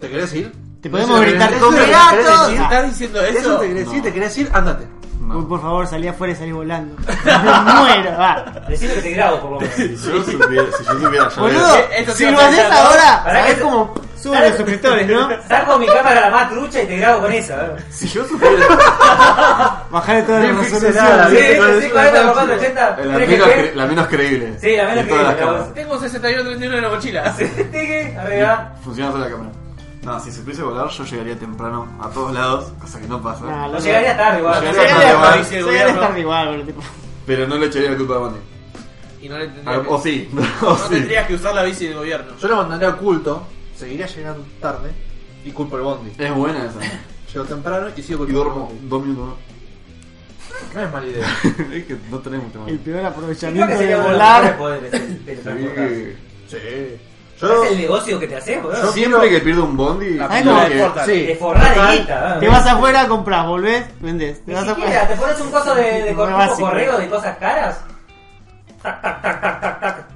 Speaker 2: ¿Te querés ir?
Speaker 5: Te podemos gritar
Speaker 2: Eso
Speaker 5: todo.
Speaker 2: te-
Speaker 3: ¡Gato!
Speaker 2: ¿Te
Speaker 3: ¿Estás diciendo
Speaker 2: ¿Eso
Speaker 3: eso?
Speaker 2: te querés ir?
Speaker 4: No.
Speaker 2: ¿Te querés ir? Ándate.
Speaker 4: No.
Speaker 5: Uy, por favor, salí afuera y salí volando. Me muero, va.
Speaker 1: Decime que te grabo por lo menos.
Speaker 4: Si yo supiera, si yo supiera, ya
Speaker 5: Boludo,
Speaker 4: ves.
Speaker 3: Esto te
Speaker 5: si
Speaker 3: iba
Speaker 5: lo
Speaker 3: a
Speaker 5: haces
Speaker 3: pensar, ¿no?
Speaker 5: ahora,
Speaker 1: Pará
Speaker 5: sabés
Speaker 1: que-
Speaker 5: cómo Suban los suscriptores, ¿no?
Speaker 1: Saco mi cámara la más trucha y te grabo con esa. ¿eh?
Speaker 4: Si yo supiera.
Speaker 5: Bajaré todas
Speaker 4: Bien
Speaker 5: las
Speaker 4: pixelada,
Speaker 5: resoluciones.
Speaker 1: Sí,
Speaker 4: bien,
Speaker 1: sí,
Speaker 4: con
Speaker 1: sí,
Speaker 4: el
Speaker 1: 40,
Speaker 4: celular,
Speaker 1: 40,
Speaker 4: chico.
Speaker 1: 80,
Speaker 4: La
Speaker 1: tiene que
Speaker 4: menos,
Speaker 1: ser.
Speaker 4: cre- la menos creíble.
Speaker 1: Sí, la menos
Speaker 4: de todas las
Speaker 1: creíble,
Speaker 4: cámaras.
Speaker 3: Tengo 61-31 en la mochila.
Speaker 1: Tigre, arriba.
Speaker 4: Funciona sola la cámara. No, si se pudiese volar, yo llegaría temprano a todos lados, cosa que no pasa.
Speaker 5: Nah,
Speaker 1: No llegaría tarde igual.
Speaker 4: No
Speaker 5: Se
Speaker 4: llegaría
Speaker 5: gana
Speaker 4: tarde,
Speaker 5: tarde,
Speaker 4: igual.
Speaker 5: se gana tarde igual, boludo, tipo.
Speaker 4: Pero no le echaría la culpa a Mati.
Speaker 3: Y no le tendría
Speaker 4: Ah,
Speaker 3: que-
Speaker 4: O sí, o
Speaker 3: no
Speaker 4: sí.
Speaker 3: tendrías que usar la bici del gobierno.
Speaker 2: Yo lo mandaría oculto, seguiría llegando tarde y culpo el bondi.
Speaker 4: Es buena esa.
Speaker 2: Llego temprano y sigo
Speaker 4: Y
Speaker 2: culpando el
Speaker 4: duermo
Speaker 2: bondi.
Speaker 4: dos minutos
Speaker 2: No es mala idea.
Speaker 4: más. es que no tenés mucho más.
Speaker 5: El peor
Speaker 1: Creo que
Speaker 5: aprovechamiento de
Speaker 1: sería uno de los mejores
Speaker 5: volar.
Speaker 1: poderes. el teletransportarse.
Speaker 4: Sí.
Speaker 2: sí. Yo,
Speaker 1: Es el negocio que te haces, boludo.
Speaker 4: Siempre que pierdo un bondi,
Speaker 3: La
Speaker 5: Ay,
Speaker 4: tengo
Speaker 5: no,
Speaker 4: que-
Speaker 3: importa.
Speaker 2: sí.
Speaker 1: Te forrás de guita. ¿eh?
Speaker 5: Te vas afuera, compras, volvés, vendés. Te
Speaker 1: Ni
Speaker 5: vas
Speaker 1: siquiera,
Speaker 5: afuera.
Speaker 1: te pones un coso de, de
Speaker 5: Muy
Speaker 1: cor- tipo
Speaker 5: básico.
Speaker 1: correo de cosas caras. Tac, tac, tac, tac, tac, tac.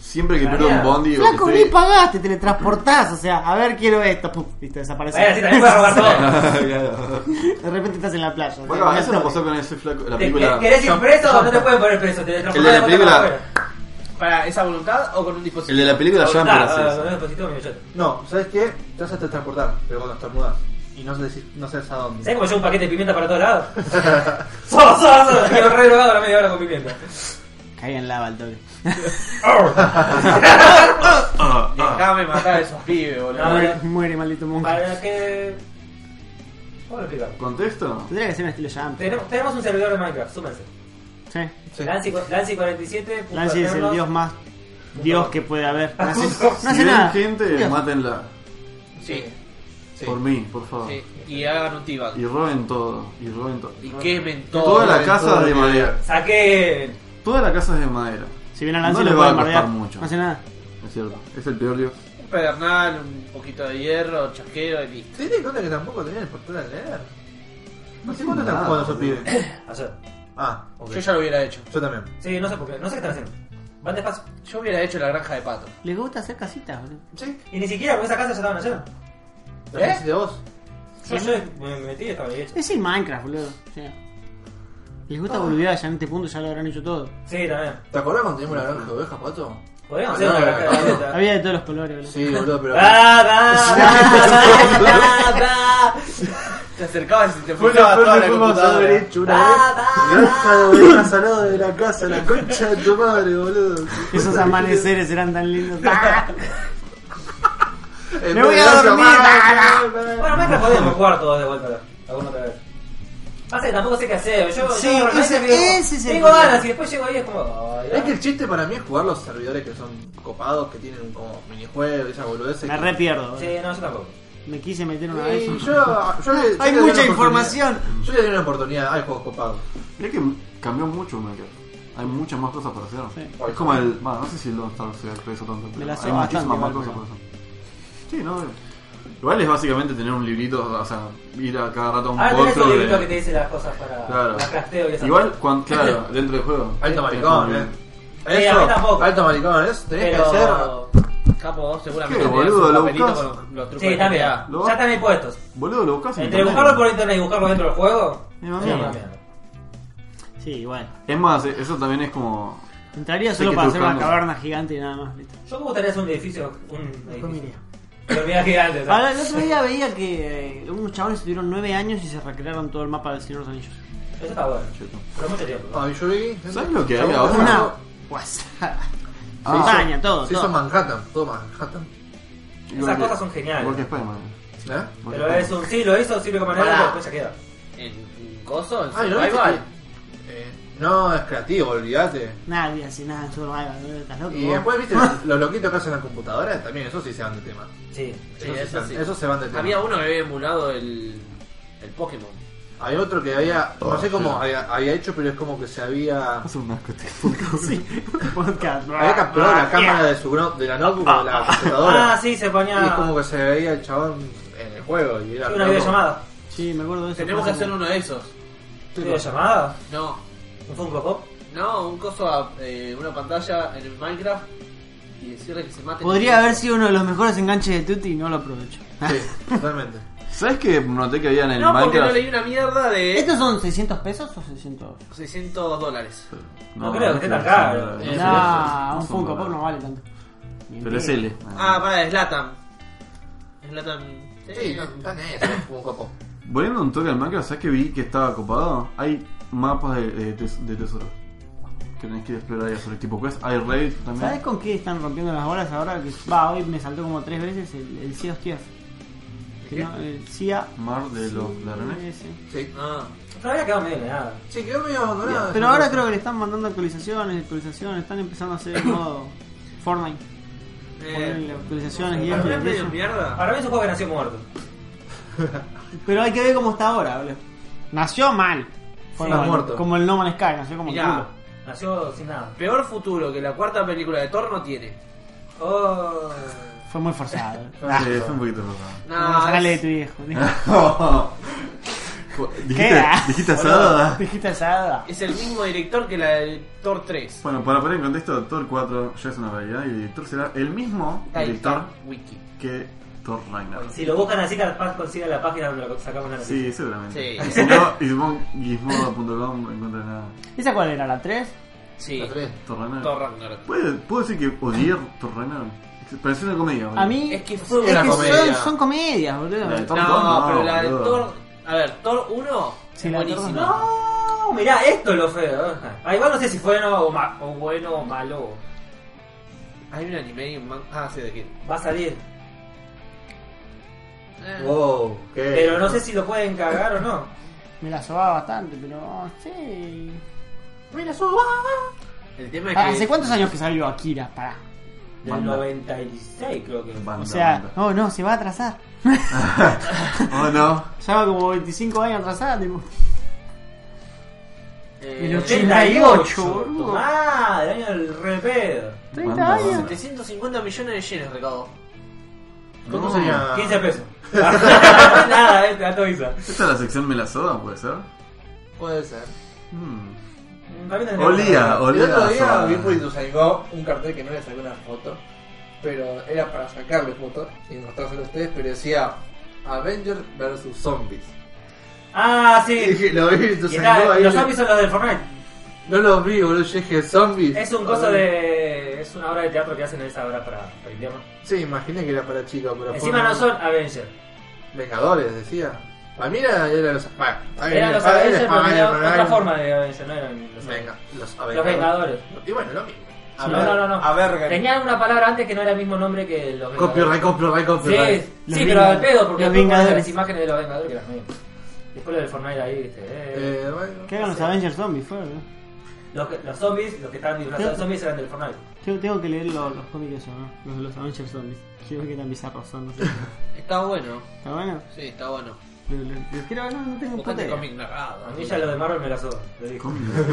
Speaker 4: siempre que pierdo un bondi, este, o que
Speaker 5: Flaco, ni
Speaker 4: estoy-
Speaker 5: pagaste, te teletransportás, o sea, a ver, quiero esto, pum,
Speaker 1: Bueno, así
Speaker 5: listo, desaparece.
Speaker 1: también Eh, puedes robar todo.
Speaker 4: Claro.
Speaker 5: De repente estás en la playa.
Speaker 4: Bueno,
Speaker 5: Te-
Speaker 4: eso nos pasó con ese flaco. La
Speaker 1: Te-
Speaker 4: película.
Speaker 1: ¿Querés ir preso o no te pueden poner preso? Te
Speaker 4: El de la película.
Speaker 3: ¿Para esa voluntad o con un
Speaker 4: El
Speaker 3: dispositivo?
Speaker 4: de la película
Speaker 1: Ah,
Speaker 4: Jumper hace eso.
Speaker 1: pues ¿Sabes
Speaker 2: no, ¿sabes qué? Te vas a transportar, pero cuando estornudas y no sabes, no sabes a dónde.
Speaker 1: cómo yo un paquete de pimienta para todos lados? ¡Solo, solo, solo! Me re drogado la media hora con pimienta.
Speaker 5: Caí en lava al toque.
Speaker 4: Ah, ah.
Speaker 3: Déjame Eh, matar a esos pibes, boludo.
Speaker 1: No,
Speaker 5: Muere,
Speaker 1: no.
Speaker 5: muere, maldito monje.
Speaker 1: Para que... ¿Cómo lo explicamos?
Speaker 4: ¿Contexto?
Speaker 5: Tendría que ser un estilo jump.
Speaker 1: Tenemos, tenemos un servidor de Minecraft, súmense.
Speaker 5: Sí.
Speaker 2: Sí.
Speaker 1: Lancy, Lancy 47.
Speaker 5: Nancy es el dios más dios que puede haber. No hace,
Speaker 4: Si
Speaker 5: no hace
Speaker 4: ven
Speaker 5: nada.
Speaker 4: gente,
Speaker 5: Dios.
Speaker 4: mátenla.
Speaker 3: Sí, sí.
Speaker 4: Por mí, por favor.
Speaker 3: sí. Eh, Y hagan un tibac.
Speaker 4: Y roben todo. Y roben todo.
Speaker 3: Y quemen todo.
Speaker 4: Toda la
Speaker 2: roben
Speaker 4: casa
Speaker 2: todo.
Speaker 4: de madera.
Speaker 1: Saqué.
Speaker 4: Toda la casa es de madera.
Speaker 5: Si viene a Nancy,
Speaker 4: no
Speaker 5: lo
Speaker 4: les va a
Speaker 5: pueden
Speaker 4: costar
Speaker 5: bardear.
Speaker 4: mucho.
Speaker 5: No hace nada.
Speaker 4: Es cierto. Es el peor dios.
Speaker 3: Un pedernal, un poquito de hierro, chasquero y listo.
Speaker 2: ¿Te diste cuenta que tampoco tenían el portal de leer? No sé
Speaker 4: tienen
Speaker 2: cuánto están
Speaker 4: nada,
Speaker 2: jugando esos
Speaker 4: boludo.
Speaker 2: pibes.
Speaker 1: Ayer.
Speaker 2: Ah, ok.
Speaker 3: Yo ya lo hubiera hecho.
Speaker 2: Yo también.
Speaker 1: Sí, no sé por qué. No sé qué están haciendo. Van despacio.
Speaker 3: Yo hubiera hecho la granja de pato.
Speaker 5: Les gusta hacer casitas, boludo.
Speaker 2: Sí. ¿Eh?
Speaker 1: Y ni siquiera con esa casa ya estaban ayer.
Speaker 2: ¿Lo ¿Eh? hiciste vos?
Speaker 1: Yo, yo me metí y estaba bien hecho.
Speaker 5: Es el Minecraft, boludo. O sea, les gusta boludear, ya en este punto ya lo habrán hecho todo.
Speaker 1: Sí, también.
Speaker 2: ¿Te acordás cuando teníamos la granja de ovejas, pato?
Speaker 1: Podríamos
Speaker 2: Ah,
Speaker 1: hacer una
Speaker 2: no,
Speaker 1: granja
Speaker 2: no,
Speaker 1: de
Speaker 2: no.
Speaker 1: vuelta.
Speaker 5: Había de todos los colores, boludo.
Speaker 2: Sí, boludo, pero.
Speaker 1: Da, da, da, da, da,
Speaker 3: Te acercabas y te
Speaker 2: Fue
Speaker 3: funcionaba
Speaker 2: peor
Speaker 3: toda
Speaker 2: que
Speaker 3: la
Speaker 2: fuimos a
Speaker 3: computadora.
Speaker 2: haber hecho una vez.
Speaker 1: da, da.
Speaker 2: Granja de ovejas al lado de la casa, la concha de tu madre, boludo.
Speaker 5: Esos amaneceres eran tan lindos.
Speaker 2: Eh,
Speaker 5: Me voy a
Speaker 2: gracias,
Speaker 5: dormir.
Speaker 2: madre.
Speaker 1: Bueno, Minecraft podíamos jugar todos de vuelta. Alguna otra vez. Pasa que tampoco sé qué hacer. Yo,
Speaker 5: Sí,
Speaker 1: yo realmente
Speaker 5: ese-
Speaker 1: me digo,
Speaker 5: ese es el
Speaker 1: tengo
Speaker 5: problema.
Speaker 1: ganas y después llego ahí y es como. ay,
Speaker 2: Es que el chiste para mí es jugar los servidores que son copados, que tienen como minijuegos y esas boludeces.
Speaker 5: Me
Speaker 2: que-
Speaker 5: re pierdo, boludo.
Speaker 1: Sí, no, yo tampoco.
Speaker 5: Me quise meter una vez.
Speaker 2: Y yo, yo le- yo le
Speaker 5: Hay
Speaker 2: di una
Speaker 5: mucha
Speaker 2: oportunidad.
Speaker 5: información.
Speaker 2: Yo le di una oportunidad, hay juegos copados.
Speaker 4: Mirá que cambió mucho Minecraft. Hay muchas más cosas para hacer.
Speaker 5: Sí.
Speaker 4: Es como el. Bueno, no sé si el Don't Star sea preso tanto, pero
Speaker 5: la
Speaker 4: hay
Speaker 5: sé
Speaker 4: muchísimas más
Speaker 5: bastante,
Speaker 4: cosas para
Speaker 5: Minecraft.
Speaker 4: hacer. Sí, no. eh. Igual es básicamente tener un librito, o sea, ir a cada rato a un
Speaker 1: Ahora Ah, tenés
Speaker 4: potro
Speaker 1: un
Speaker 4: de-
Speaker 1: librito que te dice las cosas para
Speaker 4: Claro.
Speaker 1: para crafteo y esas
Speaker 4: Igual, cuan- claro, dentro del juego.
Speaker 5: Este
Speaker 2: Alto maricón, eh.
Speaker 1: Sí, a mí tampoco.
Speaker 2: alto maricón, eso tenés que hacer.
Speaker 1: Pero...
Speaker 3: Capo, vos seguramente
Speaker 4: Qué
Speaker 3: tenías
Speaker 4: boludo,
Speaker 3: un
Speaker 4: lo
Speaker 3: papelito
Speaker 4: buscás.
Speaker 3: con los, los trucos
Speaker 1: Sí,
Speaker 3: de
Speaker 1: está bien.
Speaker 3: GTA.
Speaker 4: ¿Lo
Speaker 1: Ya
Speaker 4: vas?
Speaker 1: están bien puestos.
Speaker 4: Boludo, lo buscas en
Speaker 1: Entre
Speaker 4: internet.
Speaker 1: buscarlo por internet y buscarlo dentro del juego.
Speaker 4: Me va
Speaker 1: sí,
Speaker 4: mierda.
Speaker 1: me va mierda.
Speaker 5: Sí, igual.
Speaker 4: Es más, eh, eso también es como.
Speaker 5: Entraría
Speaker 4: Sí,
Speaker 5: solo
Speaker 4: que
Speaker 5: para
Speaker 4: estoy
Speaker 5: hacer una
Speaker 4: buscando.
Speaker 5: caverna gigante y nada más. listo.
Speaker 1: Yo me gustaría hacer un edificio. Un edificio.
Speaker 5: mira.
Speaker 1: Pero mira gigante. o sea.
Speaker 5: Ahora, Ah, el otro día veía que eh, unos chavales tuvieron nueve años y se recrearon todo el mapa del Señor de los Anillos.
Speaker 1: Eso está bueno. Pero mucho tiempo.
Speaker 2: Ah, y yo vi-
Speaker 4: ¿Sabes lo que hay
Speaker 2: Chabón,
Speaker 4: ahora?
Speaker 2: ¿no?
Speaker 5: Una guasada.
Speaker 4: Ah.
Speaker 5: Montaña, todo.
Speaker 2: Se hizo
Speaker 5: todo.
Speaker 2: Manhattan, todo Manhattan.
Speaker 1: Esas cosas son geniales.
Speaker 4: Porque Spider-Man.
Speaker 2: ¿Eh?
Speaker 4: Igual
Speaker 1: Pero
Speaker 4: que
Speaker 1: es un sí, lo hizo, sirve como manera,
Speaker 3: Pará.
Speaker 1: pero después ya queda.
Speaker 3: En en coso, en
Speaker 2: Ah, y no
Speaker 3: survival.
Speaker 2: viste. Eh, no, es creativo, olvídate.
Speaker 5: Nadie hace nada en Survival, boludo, estás loco.
Speaker 2: Y
Speaker 5: vos?
Speaker 2: después, viste, los, los loquitos que hacen las computadoras, también, eso sí se van de tema.
Speaker 1: Sí.
Speaker 3: Sí,
Speaker 2: Eso
Speaker 3: eso
Speaker 2: se-
Speaker 3: sí.
Speaker 2: eso se van de tema.
Speaker 3: Había uno que había emulado el, el Pokémon.
Speaker 2: Hay otro que había, no sé cómo
Speaker 4: sí.
Speaker 2: había, había hecho, pero es como que se había.
Speaker 4: Es un asco este podcast.
Speaker 5: Sí, podcast.
Speaker 2: Había capturado la cámara de su gro- de la notebook o de la computadora.
Speaker 1: Ah, Ah, sí, se
Speaker 2: Y es
Speaker 1: ponía
Speaker 2: como que se veía el chabón en el juego. Y era
Speaker 1: una
Speaker 2: loco.
Speaker 1: videollamada.
Speaker 5: Sí, me acuerdo de eso.
Speaker 3: Tenemos que hacer uno de esos.
Speaker 1: ¿Videollamada?
Speaker 3: No,
Speaker 1: ¿Un Funko Pop?
Speaker 3: no, un coso a eh, una pantalla en el Minecraft y decirle que se mate.
Speaker 5: Podría haber sido uno de los mejores enganches de Tutti y no lo aprovecho.
Speaker 4: Eh.
Speaker 2: Sí, totalmente.
Speaker 4: ¿Sabes que noté que había en el
Speaker 3: No, porque no
Speaker 4: Minecraft?
Speaker 3: leí una mierda de
Speaker 5: ¿Estos son 600 pesos o 600?
Speaker 3: 600 dólares.
Speaker 1: No creo que esté tan caro.
Speaker 4: no
Speaker 1: Eh,
Speaker 4: sé,
Speaker 5: Nah,
Speaker 4: no
Speaker 5: un
Speaker 4: sé,
Speaker 5: Funko Pop
Speaker 4: no.
Speaker 5: no vale tanto.
Speaker 4: Pero es L.
Speaker 3: Ah, para Slatan. Zlatan.
Speaker 2: Sí,
Speaker 3: no.
Speaker 2: está en eso, fue un copo.
Speaker 4: Volviendo un toque al Minecraft, ¿sabes que vi que estaba copado? Hay mapas de, de, tes- de tesoros que tenés que ir a explorar y hacer tipo quest. Hay raids
Speaker 5: ¿Sabes
Speaker 4: también.
Speaker 5: con qué están rompiendo las bolas ahora? Que, va, hoy me saltó como tres veces el, el Sea of Kiev. Que
Speaker 2: ¿Qué?
Speaker 5: no, el Sea.
Speaker 4: Mar de los ladrones.
Speaker 5: ese.
Speaker 2: Sí.
Speaker 3: Ah,
Speaker 1: Todavía quedó medio nada.
Speaker 2: Sí, quedó medio abandonado.
Speaker 5: Pero ahora creo que le están mandando actualizaciones, actualizaciones, están empezando a hacer el modo Fortnite. Ponerle
Speaker 3: eh.
Speaker 5: actualizaciones y
Speaker 3: Para
Speaker 5: eso,
Speaker 3: mí es
Speaker 5: y
Speaker 3: medio
Speaker 5: eso.
Speaker 3: mierda.
Speaker 1: Para mí es un juego que nació muerto.
Speaker 5: Pero hay que ver cómo está ahora, boludo. Nació mal.
Speaker 2: Sí,
Speaker 5: como,
Speaker 2: muerto.
Speaker 5: como el No Man's Sky, nació como el
Speaker 3: Mirá,
Speaker 5: culo.
Speaker 1: Nació sin nada.
Speaker 3: peor futuro que la cuarta película de Thor no tiene.
Speaker 1: Oh.
Speaker 5: Fue muy forzado. boludo.
Speaker 4: Sí, fue un poquito
Speaker 5: Como
Speaker 3: No,
Speaker 5: sacale de
Speaker 3: es- Ah.
Speaker 5: tu viejo.
Speaker 4: raro. dijiste,
Speaker 5: da?
Speaker 4: dijiste asada.
Speaker 5: Dijiste asada.
Speaker 3: es el mismo director que la de Thor 3.
Speaker 4: Bueno, para poner en contexto, Thor 4 ya es una realidad y el director será el mismo director
Speaker 3: Taika Wiki.
Speaker 4: que Thor Ragnarok.
Speaker 1: Si lo buscan así, capaz consigan la página donde lo sacamos la noticia.
Speaker 4: Sí, seguramente.
Speaker 3: Sí.
Speaker 4: Y si no, gizmo- gizmodo.com encuentra nada.
Speaker 5: ¿Esa cuál era? ¿La 3?
Speaker 3: Sí,
Speaker 2: La tres.
Speaker 4: Thor
Speaker 3: Thor
Speaker 4: Ragnarok.
Speaker 3: Ragnarok.
Speaker 4: ¿Puedo, puedo decir que odié Thor Ragnarok? Pareció una comedia. boludo.
Speaker 5: A mí.
Speaker 3: Es que fue
Speaker 5: es
Speaker 3: una
Speaker 5: que
Speaker 2: comedia.
Speaker 5: Son, son comedias, boludo.
Speaker 4: La de Thor
Speaker 3: No,
Speaker 4: dos, no,
Speaker 3: pero la de
Speaker 4: boludo.
Speaker 3: Thor. A ver, Thor 1
Speaker 5: Sí,
Speaker 3: es
Speaker 5: la de Thor
Speaker 3: buenísima.
Speaker 5: no.
Speaker 1: No, mirá, esto es lo feo. Ah, igual no sé si fue bueno o, ma- o bueno o malo.
Speaker 3: Hay un anime y un manga. Ah, sí, de quién.
Speaker 1: Va a salir.
Speaker 3: Eh,
Speaker 2: Wow, qué.
Speaker 1: Pero no sé si lo pueden cagar o no.
Speaker 5: Me la sobaba bastante, pero. Sí. Me la sobaba. Ah,
Speaker 3: El tema es que.
Speaker 5: ¿Hace cuántos años que salió Akira? Pará.
Speaker 1: Del
Speaker 4: Banda.
Speaker 1: 96 creo que.
Speaker 4: Banda,
Speaker 5: O sea,
Speaker 4: banda.
Speaker 5: no, no, se va a atrasar.
Speaker 4: Oh, no.
Speaker 5: Ya va como 25 años atrasada, tipo.
Speaker 3: eh,
Speaker 5: el 88,
Speaker 1: 88,
Speaker 5: boludo.
Speaker 1: Ah, el año del repedo.
Speaker 5: 30
Speaker 4: Banda,
Speaker 5: años.
Speaker 4: banda.
Speaker 3: 750 millones de yenes recaudó.
Speaker 2: ¿Cuánto
Speaker 4: No.
Speaker 2: sería?
Speaker 1: 15 pesos. Nada, este dato Isa.
Speaker 4: ¿Esta es la sección me la soda, puede ser?
Speaker 2: Puede ser.
Speaker 4: Mm.
Speaker 1: También tendría que
Speaker 4: Olía,
Speaker 1: saber.
Speaker 4: olía.
Speaker 2: el otro
Speaker 4: a
Speaker 2: día
Speaker 4: soda.
Speaker 2: vi por Ituzaingó un cartel que no le sacó una foto, pero era para sacarle foto y mostrárselo a ustedes, pero decía Avengers vs Zombies.
Speaker 1: Ah,
Speaker 2: Y
Speaker 1: sí.
Speaker 2: dije, lo vi en
Speaker 1: Y está,
Speaker 2: Ituzaingó ahí.
Speaker 1: los zombies son los del Fortnite.
Speaker 2: No los vi, boludo, yo dije zombies.
Speaker 1: Es un coso de. Es una obra de teatro que hacen en esa hora para, para invierno.
Speaker 2: Sí, imaginé que era para chicos, pero
Speaker 1: Encima
Speaker 2: fueron
Speaker 1: no son Avengers.
Speaker 2: Vengadores, decía. Para mí era, era los... Bueno, está bien,
Speaker 1: Eran los
Speaker 2: era
Speaker 1: Avengers, pero
Speaker 2: Spider-Man,
Speaker 1: era otra
Speaker 2: Iron-
Speaker 1: forma de Avengers, no eran los
Speaker 2: Venga, los
Speaker 1: Los Vengadores.
Speaker 2: Y bueno, lo mismo.
Speaker 1: No, no, no, no.
Speaker 2: A ver,
Speaker 1: Tenían una palabra antes que no era el mismo nombre que los
Speaker 2: Copyright,
Speaker 1: Vengadores.
Speaker 2: copyright, copyright.
Speaker 1: Sí,
Speaker 5: Los
Speaker 1: sí, pero al
Speaker 5: Vengadores.
Speaker 1: pedo, porque
Speaker 5: Los
Speaker 1: después ponen
Speaker 5: Vengadores.
Speaker 1: las imágenes de los Vengadores que las mías. Después lo del Fortnite ahí, viste. eh.
Speaker 2: Eh, bueno.
Speaker 5: ¿Qué hagan los
Speaker 1: Sí.
Speaker 5: Avengers Zombies? Fue, ¿no?
Speaker 1: Los, que- los zombies, los que estaban disfrazados de zombies eran del Fortnite.
Speaker 5: Tengo, tengo que leer los, los cómics esos, ¿no? Los de los Avengers Zombies. Quiero ver qué tan bizarros son. No sé.
Speaker 3: Está bueno.
Speaker 5: ¿Está bueno?
Speaker 3: Sí, está bueno.
Speaker 5: Lo- lo- Los quiero ver, no, no tengo puta
Speaker 3: Buscate
Speaker 5: idea.
Speaker 3: cómic narrado.
Speaker 1: A mí ya lo de Marvel me la soba. lo dije.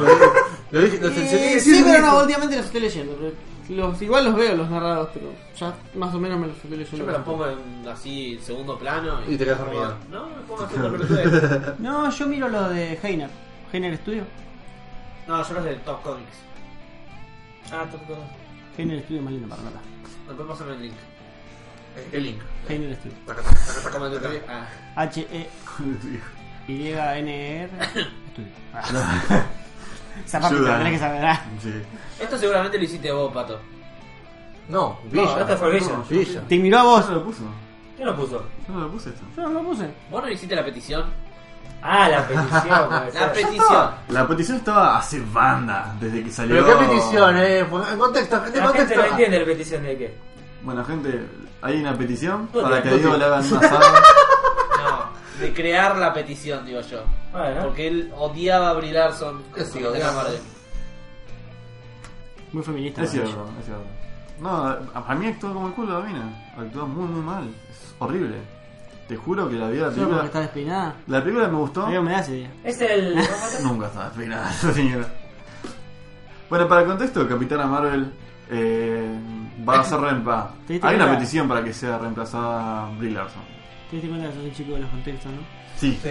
Speaker 2: Lo dije, lo sentí
Speaker 5: Eh,
Speaker 2: que
Speaker 5: sí,
Speaker 2: lo
Speaker 5: pero
Speaker 2: dije.
Speaker 5: no, últimamente los estoy leyendo. pero los, igual los veo los narrados, pero ya más o menos me los estoy
Speaker 3: Yo
Speaker 5: leyendo.
Speaker 3: me lo pongo en así en segundo plano y,
Speaker 2: Y te quedas dormido.
Speaker 3: No, me pongo haciendo pelotudez.
Speaker 5: No, yo miro los de Heiner. Heiner Studio.
Speaker 3: No, yo los de Top Comics.
Speaker 1: Ah, tú, tú.
Speaker 5: Heiner Studio es más lindo para nada.
Speaker 3: Después pásame el link.
Speaker 2: Eh, El link.
Speaker 5: Heiner Studio. E
Speaker 3: Como el de- Ah,
Speaker 5: H-E-Y-N-R Studio. Ah. Esa parte te
Speaker 4: Ayuda.
Speaker 5: la tenés que saber. ah.
Speaker 4: Sí.
Speaker 3: Esto seguramente lo hiciste vos, Pato.
Speaker 2: No,
Speaker 1: No, este
Speaker 2: Villa.
Speaker 1: fue Villa.
Speaker 2: Villa.
Speaker 5: Te miró a
Speaker 4: Yo
Speaker 5: vos.
Speaker 4: no lo puso.
Speaker 1: ¿Quién lo puso?
Speaker 4: Yo no lo puse esto.
Speaker 5: Yo no lo puse.
Speaker 3: ¿Vos no hiciste la petición?
Speaker 1: Ah, la petición. puede
Speaker 3: La
Speaker 1: ser.
Speaker 3: petición.
Speaker 4: La petición estaba hace banda desde que salió.
Speaker 2: Pero qué petición, eh. Pues, En contexto, gente, en
Speaker 1: La gente
Speaker 2: contexto.
Speaker 1: no entiende la petición de qué.
Speaker 4: Bueno, gente, hay una petición
Speaker 1: Puta,
Speaker 4: para que a
Speaker 1: puta.
Speaker 4: Diego le hagan una asada.
Speaker 3: No, de crear la petición, digo yo.
Speaker 1: Bueno,
Speaker 3: Porque él odiaba a Brie Larson.
Speaker 2: ¿Qué sí,
Speaker 3: Capitana
Speaker 2: odiaba?
Speaker 3: Marvel.
Speaker 5: Muy feminista.
Speaker 4: es
Speaker 5: ¿no?
Speaker 4: cierto, es cierto. No, a, a mí actúa como el culo la mina. Actúa muy, muy mal. Es horrible. Te juro que la vida de la
Speaker 5: Solo porque está
Speaker 4: película.
Speaker 5: despeinada.
Speaker 4: La película me gustó.
Speaker 5: A mí no me da ese día.
Speaker 1: es el.
Speaker 4: Nunca estaba despeinada esa señora. Bueno, para el contexto, Capitana Marvel eh, va a ser reemplazada.
Speaker 5: ¿Te diste
Speaker 4: Hay una
Speaker 5: cuenta?
Speaker 4: petición para que sea reemplazada Brie Larson.
Speaker 5: Te diste cuenta que sos un chico de los contextos, ¿no?
Speaker 4: Sí,
Speaker 2: Sí.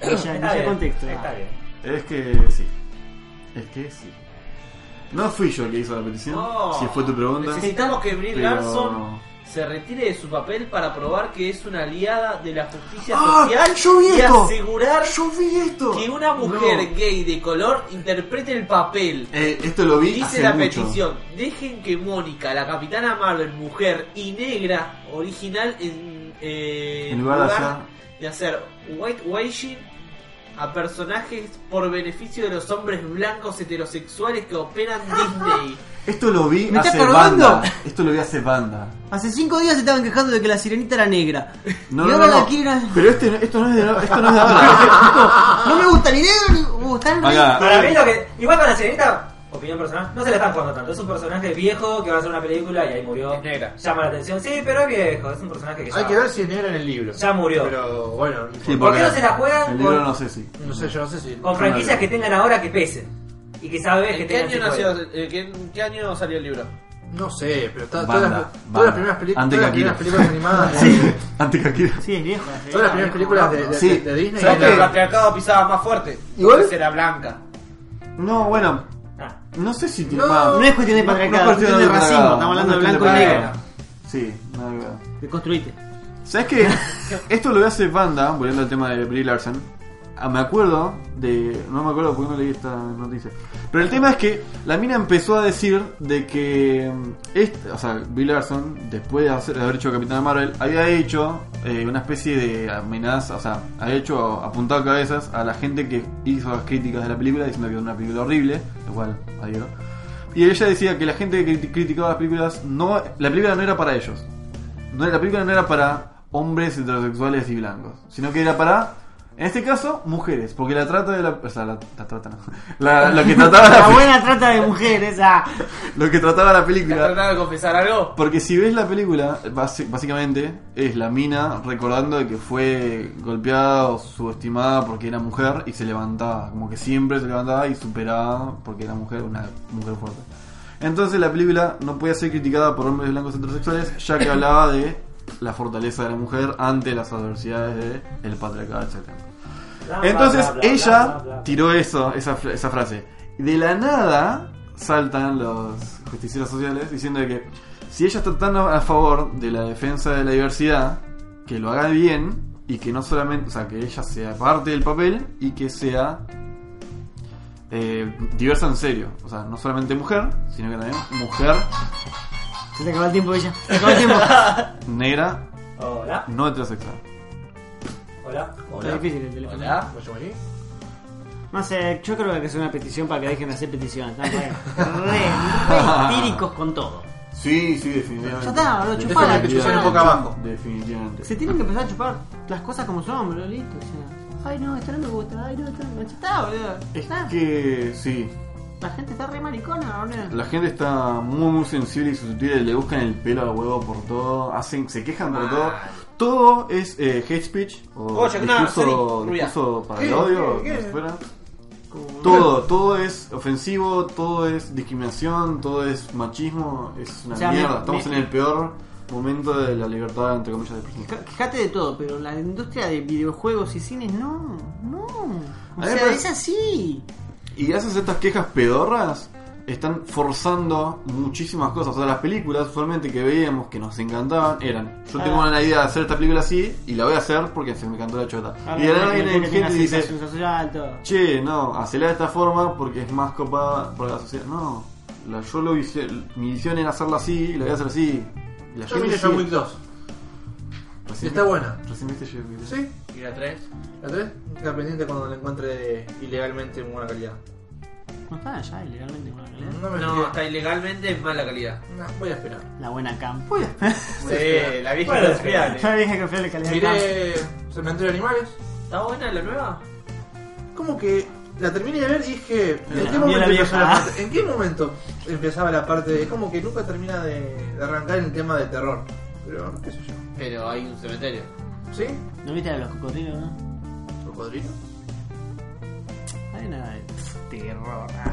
Speaker 5: Ella, en
Speaker 1: Está
Speaker 5: ese
Speaker 1: bien,
Speaker 5: contexto.
Speaker 1: Está bien.
Speaker 4: es que sí. Es que sí. No fui yo el que hizo la petición,
Speaker 3: No.
Speaker 4: si fue tu pregunta.
Speaker 3: Necesitamos que Oh. Brie
Speaker 4: pero-
Speaker 3: Larson se retire de su papel para probar que es una aliada de la justicia
Speaker 4: ¡Ah!
Speaker 3: social
Speaker 4: ¡Yo vi
Speaker 3: y
Speaker 4: esto!
Speaker 3: asegurar
Speaker 4: ¡Ah, ¡Yo vi esto!
Speaker 3: que una mujer gay de color interprete el papel.
Speaker 4: No. Eh, esto lo vi
Speaker 3: Dice
Speaker 4: hace
Speaker 3: la
Speaker 4: mucho.
Speaker 3: petición, dejen que Mónica, la capitana Marvel, mujer y negra original en eh,
Speaker 4: En lugar de
Speaker 3: de hacer white washing a personajes por beneficio de los hombres blancos heterosexuales que operan Disney.
Speaker 4: Esto lo vi
Speaker 5: ¿Me estás
Speaker 4: hace
Speaker 5: probando?
Speaker 4: banda. Esto lo vi hace banda.
Speaker 5: Hace cinco días se estaban quejando de que la sirenita era negra.
Speaker 4: No,
Speaker 5: y
Speaker 4: no,
Speaker 5: ahora
Speaker 4: no,
Speaker 5: la
Speaker 4: no.
Speaker 5: quieren a-
Speaker 4: Pero este, no- esto no es de esto no es de ahora.
Speaker 5: No me gusta ni negro ni. Uh, están re-
Speaker 4: Acá.
Speaker 1: Para mí lo que. Igual con la sirenita, opinión personal, no se la están jugando tanto. Es un personaje viejo que va a hacer una película y ahí murió.
Speaker 3: Es negra.
Speaker 1: Llama la atención, sí, pero es viejo. Es un personaje que ya.
Speaker 2: Hay que ver si es negra en el libro.
Speaker 1: Ya murió.
Speaker 2: Pero bueno, no
Speaker 4: Sí,
Speaker 1: ¿Por
Speaker 2: importa.
Speaker 1: qué
Speaker 4: porque
Speaker 1: no se la juegan
Speaker 4: El libro
Speaker 1: con-
Speaker 4: no sé si.
Speaker 2: no sé, yo no sé si.
Speaker 1: Con franquicias que tengan ahora que pesen. Y que sabes que
Speaker 3: ¿En qué
Speaker 1: tengan.
Speaker 3: año
Speaker 1: secuela.
Speaker 3: nació? eh, ¿qué- en qué año salió el libro?
Speaker 2: No sé, pero está-
Speaker 4: Banda,
Speaker 2: todas, las, todas
Speaker 4: banda.
Speaker 2: las primeras películas.
Speaker 4: Ante
Speaker 2: Todas las primeras
Speaker 4: Kakira.
Speaker 2: películas
Speaker 5: Ah,
Speaker 2: animadas.
Speaker 4: Sí, ante Kakira.
Speaker 5: Sí, es vieja.
Speaker 2: Todas las primeras películas de, de-
Speaker 4: Sí.
Speaker 2: de- de Disney.
Speaker 3: ¿Sabes que el
Speaker 2: eran-
Speaker 3: patriarcado pisaba más fuerte?
Speaker 2: Igual-
Speaker 3: Antes Era blanca.
Speaker 4: No, bueno,
Speaker 1: Ah.
Speaker 4: no sé si tiene
Speaker 2: No,
Speaker 4: más.
Speaker 5: No es cuestión de patriarcado, es cuestión de racismo. Estamos hablando de blanco y negro.
Speaker 4: Sí, no hay duda.
Speaker 5: Te construiste.
Speaker 4: ¿Sabes qué? Esto lo hace Banda, volviendo al tema de Brie Larson. Ah, me acuerdo de. No me acuerdo porque no leí esta noticia. Pero el tema es que la mina empezó a decir de que. mm, est- o sea, Brie Larson, después de, hacer- de haber hecho Capitana Marvel, había hecho eh, una especie de amenaza. O sea, había hecho apuntado cabezas a la gente que hizo las críticas de la película diciendo que era una película horrible. Lo cual, adiós. Y ella decía que la gente que criti- criticaba las películas. no La película no era para ellos. No, la película no era para hombres heterosexuales y blancos, sino que era para, en este caso, mujeres, porque la trata de la. O sea, la, la trata no. La- lo, que trataba la,
Speaker 5: La
Speaker 4: pe-
Speaker 5: buena trata de mujeres, ah.
Speaker 4: lo que trataba la
Speaker 3: ¿Te
Speaker 4: película.
Speaker 3: trataba de confesar algo?
Speaker 4: Porque si ves la película, basi- básicamente es la mina recordando de que fue golpeada o subestimada porque era mujer y se levantaba, como que siempre se levantaba y superaba porque era mujer, una mujer fuerte. Entonces la película no podía ser criticada por hombres blancos heterosexuales ya que hablaba de la fortaleza de la mujer ante las adversidades del el patriarcado, etcétera.
Speaker 1: Bla, bla,
Speaker 4: Entonces
Speaker 1: bla, bla,
Speaker 4: ella
Speaker 1: bla, bla, bla.
Speaker 4: tiró eso, esa, fra- esa frase. De la nada saltan los justicieros sociales diciendo de que si ella está tan a a favor de la defensa de la diversidad, que lo haga bien y que no solamente, o sea, que ella sea parte del papel y que sea eh, diversa en serio. O sea, no solamente mujer, sino que también mujer
Speaker 5: Se te acabó el tiempo, Bella. Se te acabó el tiempo.
Speaker 4: negra
Speaker 1: Hola,
Speaker 4: no heterosexual.
Speaker 1: hola.
Speaker 5: Está difícil el teléfono.
Speaker 3: Hola.
Speaker 2: ¿Vos llamás ahí?
Speaker 5: No sé, yo creo que es una petición para que dejen de hacer peticiones. Están re, re histíricos con todo.
Speaker 4: Sí, sí, definitivamente.
Speaker 5: Ya está, boludo,
Speaker 2: Es como
Speaker 5: chupala.
Speaker 2: el que chupan
Speaker 5: chupala.
Speaker 2: un poco abajo.
Speaker 4: Definitivamente.
Speaker 5: Se tienen que empezar a chupar las cosas como son, boludo, listo. O sea, ay no, esto no me gusta, ay no, esto no me gusta. Ya está, boludo. ya
Speaker 4: Es
Speaker 5: está.
Speaker 4: que sí,
Speaker 5: La gente está re maricona, boludo.
Speaker 4: La gente está muy muy sensible y susceptible, le buscan el pelo al huevo por todo, hacen, se quejan por todo. Todo es eh, hate speech o
Speaker 3: Oye, nada,
Speaker 4: discurso,
Speaker 3: sorry, rubia.
Speaker 4: discurso para
Speaker 2: ¿Qué?
Speaker 4: el odio,
Speaker 2: ¿Qué?
Speaker 4: como
Speaker 2: ¿Qué?
Speaker 4: si fuera.
Speaker 5: Como-
Speaker 4: Todo, todo es ofensivo, todo es discriminación, todo es machismo, es una
Speaker 5: O sea, me-
Speaker 4: mierda. Estamos
Speaker 5: me-
Speaker 4: en el peor momento de la libertad entre comillas de expresión.
Speaker 5: Queja- Quejate de todo, pero la industria de videojuegos y cines no, no. O
Speaker 4: A
Speaker 5: sea,
Speaker 4: ver, pero-
Speaker 5: es así.
Speaker 4: Y gracias a estas quejas pedorras, están forzando muchísimas cosas. O sea, las películas usualmente que veíamos que nos encantaban eran: Yo tengo
Speaker 5: Ah.
Speaker 4: una idea de hacer esta película así y la voy a hacer porque se me encantó la chota.
Speaker 5: Ahora,
Speaker 4: y de la
Speaker 5: Ah, la
Speaker 4: nada viene
Speaker 5: gente que
Speaker 4: gente y
Speaker 5: tenga
Speaker 4: dice:
Speaker 5: sensación social, todo.
Speaker 4: Che, no, hacela de esta forma porque es más copada para la sociedad. No, la, yo lo hice, mi visión era hacerla así y la voy a hacer así. Y la
Speaker 2: Yo miré John Wick 2.
Speaker 4: Recién-
Speaker 2: Está buena.
Speaker 4: Recién viste John Wick.
Speaker 2: ¿Sí?
Speaker 3: ¿Y la 3?
Speaker 2: ¿La tres? Está pendiente cuando la encuentre ilegalmente en buena calidad.
Speaker 5: No está allá ilegalmente con la calidad.
Speaker 2: No me
Speaker 3: No,
Speaker 2: fijé.
Speaker 3: está ilegalmente en mala calidad.
Speaker 2: No, voy a esperar.
Speaker 5: La buena camp.
Speaker 3: Sí, la vieja
Speaker 1: Bueno,
Speaker 3: de los reales.
Speaker 5: Ya dije que fue la calidad camp.
Speaker 2: Miré Cementerio de Animales.
Speaker 3: ¿Está buena la nueva?
Speaker 2: Como que la terminé de ver y dije, ¿en qué,
Speaker 5: Mira, mira la
Speaker 2: momento empezó la
Speaker 5: vieja.
Speaker 2: parte, ¿en qué momento empezaba la parte de.? Es como que nunca termina de, de arrancar el tema de terror. Pero, qué sé yo.
Speaker 3: Pero hay un cementerio.
Speaker 2: ¿Sí?
Speaker 5: ¿No viste a los cocodrilos, no?
Speaker 2: ¿Cocodrilo?
Speaker 5: Hay nada de pff, terror. ah.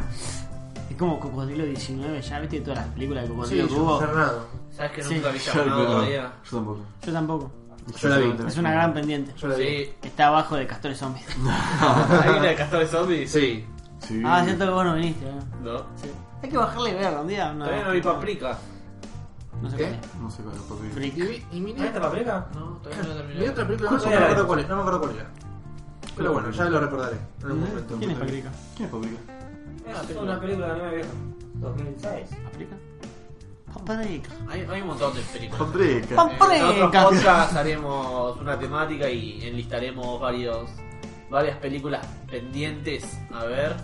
Speaker 5: Es como Cocodrilo 19, ya viste todas las películas de
Speaker 2: Sí,
Speaker 5: Cocodrilo que hubo.
Speaker 2: Cernado.
Speaker 3: ¿Sabes que
Speaker 5: Sí.
Speaker 3: nunca vi
Speaker 4: Yo,
Speaker 3: llamado
Speaker 4: no,
Speaker 3: todavía?
Speaker 4: yo tampoco.
Speaker 5: Yo tampoco.
Speaker 2: Yo la vi.
Speaker 5: Es una gran pendiente.
Speaker 2: Yo la vi.
Speaker 3: Sí.
Speaker 5: Está abajo de Castores Zombies.
Speaker 3: ¿Hay una de Castores Zombies?
Speaker 2: Sí.
Speaker 4: Sí.
Speaker 5: Ah, cierto que vos no viniste, ¿no?
Speaker 3: No.
Speaker 5: Sí. Hay que bajarle y verla un día. No,
Speaker 3: Todavía no vi Paprika.
Speaker 5: No sé
Speaker 2: ¿Qué?
Speaker 5: cuál es.
Speaker 4: No sé cuál es, papi.
Speaker 5: Freak.
Speaker 2: Y, vi- y
Speaker 1: ¿No
Speaker 2: miré,
Speaker 1: esta papeleta?
Speaker 3: No, todavía no terminé.
Speaker 2: miré otra película,
Speaker 1: ¿Cuál
Speaker 2: no Ah. me
Speaker 1: era
Speaker 2: acuerdo
Speaker 1: esa?
Speaker 2: cuál es, no me acuerdo cuál era. Pero bueno, ya lo recordaré en algún momento.
Speaker 5: ¿Quién es Paprika?
Speaker 4: ¿Quién es Paprika?
Speaker 1: Es una película de anime vieja. 2006.
Speaker 5: ¿Paprika? Pamparica.
Speaker 3: Hay, hay un montón de películas.
Speaker 2: Oh.
Speaker 3: Eh,
Speaker 4: Paprika.
Speaker 5: Pamparica.
Speaker 3: En otros podcasts haremos una temática y enlistaremos varios, varias películas pendientes. A ver.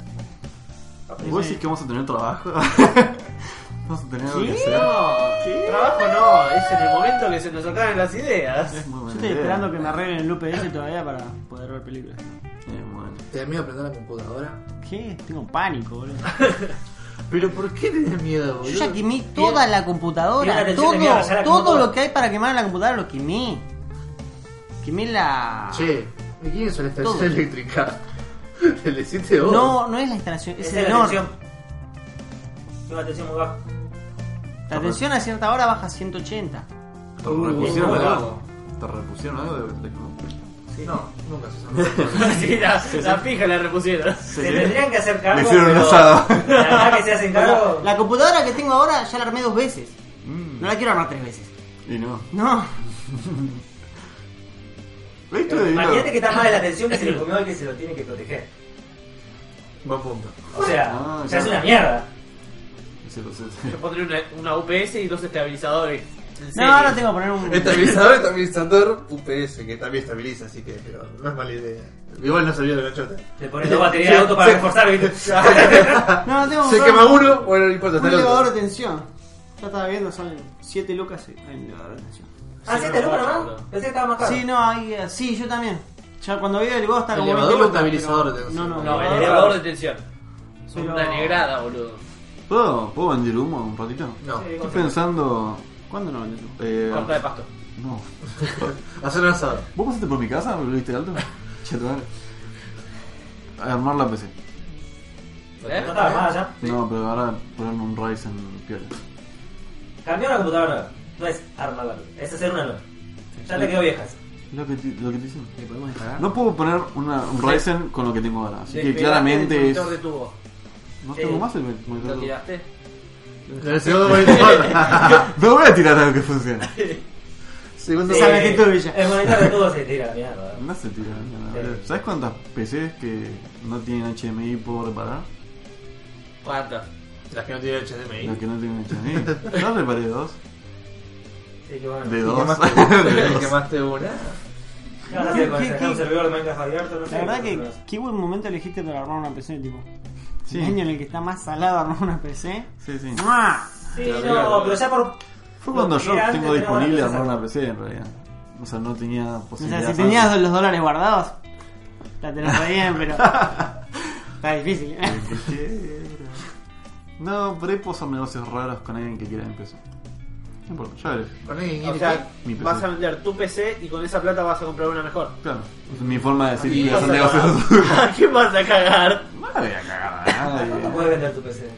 Speaker 4: ¿Vos decís que vamos a tener trabajo? vamos a tener algo que
Speaker 5: ¿Sí?
Speaker 4: hacer.
Speaker 3: No, trabajo no, es en el momento que se nos acaben las ideas.
Speaker 4: Es muy
Speaker 5: Yo
Speaker 4: buena
Speaker 5: estoy
Speaker 4: idea.
Speaker 5: esperando que me arreglen el loop ese todavía para poder ver películas.
Speaker 4: Eh, bueno.
Speaker 2: ¿Te da miedo aprender la computadora?
Speaker 5: ¿Qué? Tengo pánico, boludo.
Speaker 2: ¿Pero por qué tenés miedo,
Speaker 5: Yo
Speaker 2: boludo?
Speaker 5: ya quemé toda la
Speaker 1: Bien,
Speaker 5: computadora,
Speaker 1: atención,
Speaker 5: todo,
Speaker 1: mira, ya la quemó
Speaker 5: todo
Speaker 1: toda.
Speaker 5: lo que hay para quemar en la computadora lo quemé. Quemé la.
Speaker 2: Che, ¿y quién hizo la instalación
Speaker 5: Todo.
Speaker 2: eléctrica? ¿Te le hiciste vos?
Speaker 5: No, no es la instalación, es
Speaker 1: Esa
Speaker 5: el
Speaker 1: es la
Speaker 5: menor.
Speaker 1: tensión. Tengo la tensión muy baja.
Speaker 5: La tensión a cierta hora baja a 180.
Speaker 4: ¿Te
Speaker 2: Uh,
Speaker 4: repusieron
Speaker 2: uh,
Speaker 4: algo? ¿Te repusieron algo de, de-
Speaker 2: No, nunca se usó.
Speaker 3: Sí, la, la fija la repusieron.
Speaker 4: Sí.
Speaker 1: Se tendrían que hacer cargo.
Speaker 4: Me hicieron un
Speaker 1: pero
Speaker 4: asado.
Speaker 1: La verdad que se hacen cargo.
Speaker 5: La computadora que tengo ahora ya la armé dos veces.
Speaker 4: Mm,
Speaker 5: No la quiero armar tres veces.
Speaker 4: Y no.
Speaker 5: No.
Speaker 4: ¿Veis? Estuve
Speaker 2: Eh,
Speaker 4: viendo-
Speaker 1: Imagínate que está mal de la tensión que se le comió al que se lo tiene que proteger.
Speaker 2: Buen punto.
Speaker 1: O sea,
Speaker 4: Ah,
Speaker 1: ya
Speaker 4: claro.
Speaker 1: es una mierda.
Speaker 4: Sí, lo sé.
Speaker 3: Yo pondré una, una UPS y dos estabilizadores. En
Speaker 5: No,
Speaker 3: serio.
Speaker 5: ahora tengo que poner un.
Speaker 2: Estabilizador, estabilizador, UPS, que también estabiliza, así que pero no es mala idea. Igual no salió de la chota.
Speaker 1: Le pones dos baterías de auto para
Speaker 2: Sí.
Speaker 1: reforzar, ¿viste?
Speaker 5: No, tengo que
Speaker 2: Se
Speaker 5: comprar
Speaker 2: quema uno, bueno, no importa,
Speaker 5: un
Speaker 2: está el
Speaker 5: elevador
Speaker 2: otro.
Speaker 5: de tensión. Yo estaba viendo, son 7 lucas y hay un elevador de tensión.
Speaker 1: Ah, sí, te lo nomás.
Speaker 3: boludo.
Speaker 1: Pensé que estaba más caro.
Speaker 5: Sí, no, hay. eh, Sí, yo también. Ya cuando veo el elevador está como.
Speaker 2: ¿Elevador
Speaker 5: 20
Speaker 2: o
Speaker 5: lucas,
Speaker 2: estabilizador
Speaker 5: pero-
Speaker 2: de
Speaker 5: No,
Speaker 2: tensión?
Speaker 5: no,
Speaker 3: No, el
Speaker 5: elevador.
Speaker 3: elevador de tensión. Es
Speaker 5: Pero-
Speaker 3: una negrada, boludo.
Speaker 4: ¿Puedo, ¿Puedo vender humo un ratito?
Speaker 2: No,
Speaker 1: Sí,
Speaker 4: Estoy pensando.
Speaker 5: ¿Cuándo no vendes tú?
Speaker 4: Eh,
Speaker 3: Corta de pasto.
Speaker 4: no.
Speaker 2: hacer un asado.
Speaker 4: ¿Vos pasaste por mi casa? ¿Me lo viste alto? Che, tu madre. Armar la PC.
Speaker 3: ¿Eh?
Speaker 1: No estaba más allá.
Speaker 4: No, pero ahora ponerme un Ryzen piola.
Speaker 1: Cambiar una computadora nueva. No es armarla. Es hacer una nueva. Ya te quedó viejas.
Speaker 4: Lo que, te- lo que te dicen.
Speaker 5: ¿Le podemos instalar?
Speaker 4: No puedo poner una, un Ryzen con lo que tengo ahora. Así que
Speaker 3: Despegaste el
Speaker 4: claramente es.
Speaker 3: conector de tubo.
Speaker 4: No
Speaker 1: Sí.
Speaker 4: tengo más el monitor.
Speaker 3: ¿Lo tiraste?
Speaker 2: En el segundo monitor.
Speaker 4: No voy a tirar algo que funcione.
Speaker 2: Segundo monitor.
Speaker 5: Sí. sabes que tú, Villa.
Speaker 1: El monitor de todo se tira, mierda.
Speaker 4: No se tira. mira,
Speaker 1: Sí.
Speaker 4: boludo. ¿Sabes cuántas PCs que no tienen HDMI puedo reparar?
Speaker 3: ¿Cuántas?
Speaker 2: Las que no tienen
Speaker 4: Las
Speaker 2: HDMI.
Speaker 4: que no tienen HDMI. Yo reparé dos.
Speaker 1: Sí, qué bueno.
Speaker 4: De
Speaker 1: ¿Qué
Speaker 4: dos. De
Speaker 2: ¿Qué
Speaker 4: dos.
Speaker 2: quemaste una?
Speaker 1: vas a hacer con eso?
Speaker 5: ¿Qué- qué-
Speaker 1: ¿Dejar un servidor de Minecraft abierto? No sé.
Speaker 5: La verdad que qué buen momento elegiste para armar una PC, tipo.
Speaker 4: Sí.
Speaker 5: El año en el que está más salado armar una PC.
Speaker 4: Sí, sí.
Speaker 5: ¡Mua!
Speaker 1: Sí, no, pero ya por...
Speaker 4: Fue cuando
Speaker 1: Lo
Speaker 4: yo
Speaker 1: que antes
Speaker 4: tengo
Speaker 1: era
Speaker 4: disponible
Speaker 1: barato,
Speaker 4: armar una PC en realidad. O sea, no tenía
Speaker 5: O sea,
Speaker 4: posibilidad.
Speaker 5: si tenías los dólares guardados, la tenés re bien, pero. Está difícil, ¿eh?
Speaker 4: No, por ahí puedo hacer negocios raros con alguien que quiera empezar. No importa, ya veré.
Speaker 2: Con alguien
Speaker 3: O
Speaker 2: que-
Speaker 3: sea,
Speaker 4: Mi PC.
Speaker 3: vas a vender tu PC y con esa plata vas a comprar una mejor.
Speaker 4: Claro, es mi forma de decir
Speaker 3: ¿Y
Speaker 4: que
Speaker 3: vas
Speaker 4: hacer
Speaker 3: a
Speaker 4: negocios.
Speaker 3: cagar? ¿A quién vas a cagar?
Speaker 4: No le voy a cagar a
Speaker 1: ¿Cuánto
Speaker 4: nadie.
Speaker 1: puedes vender tu PC?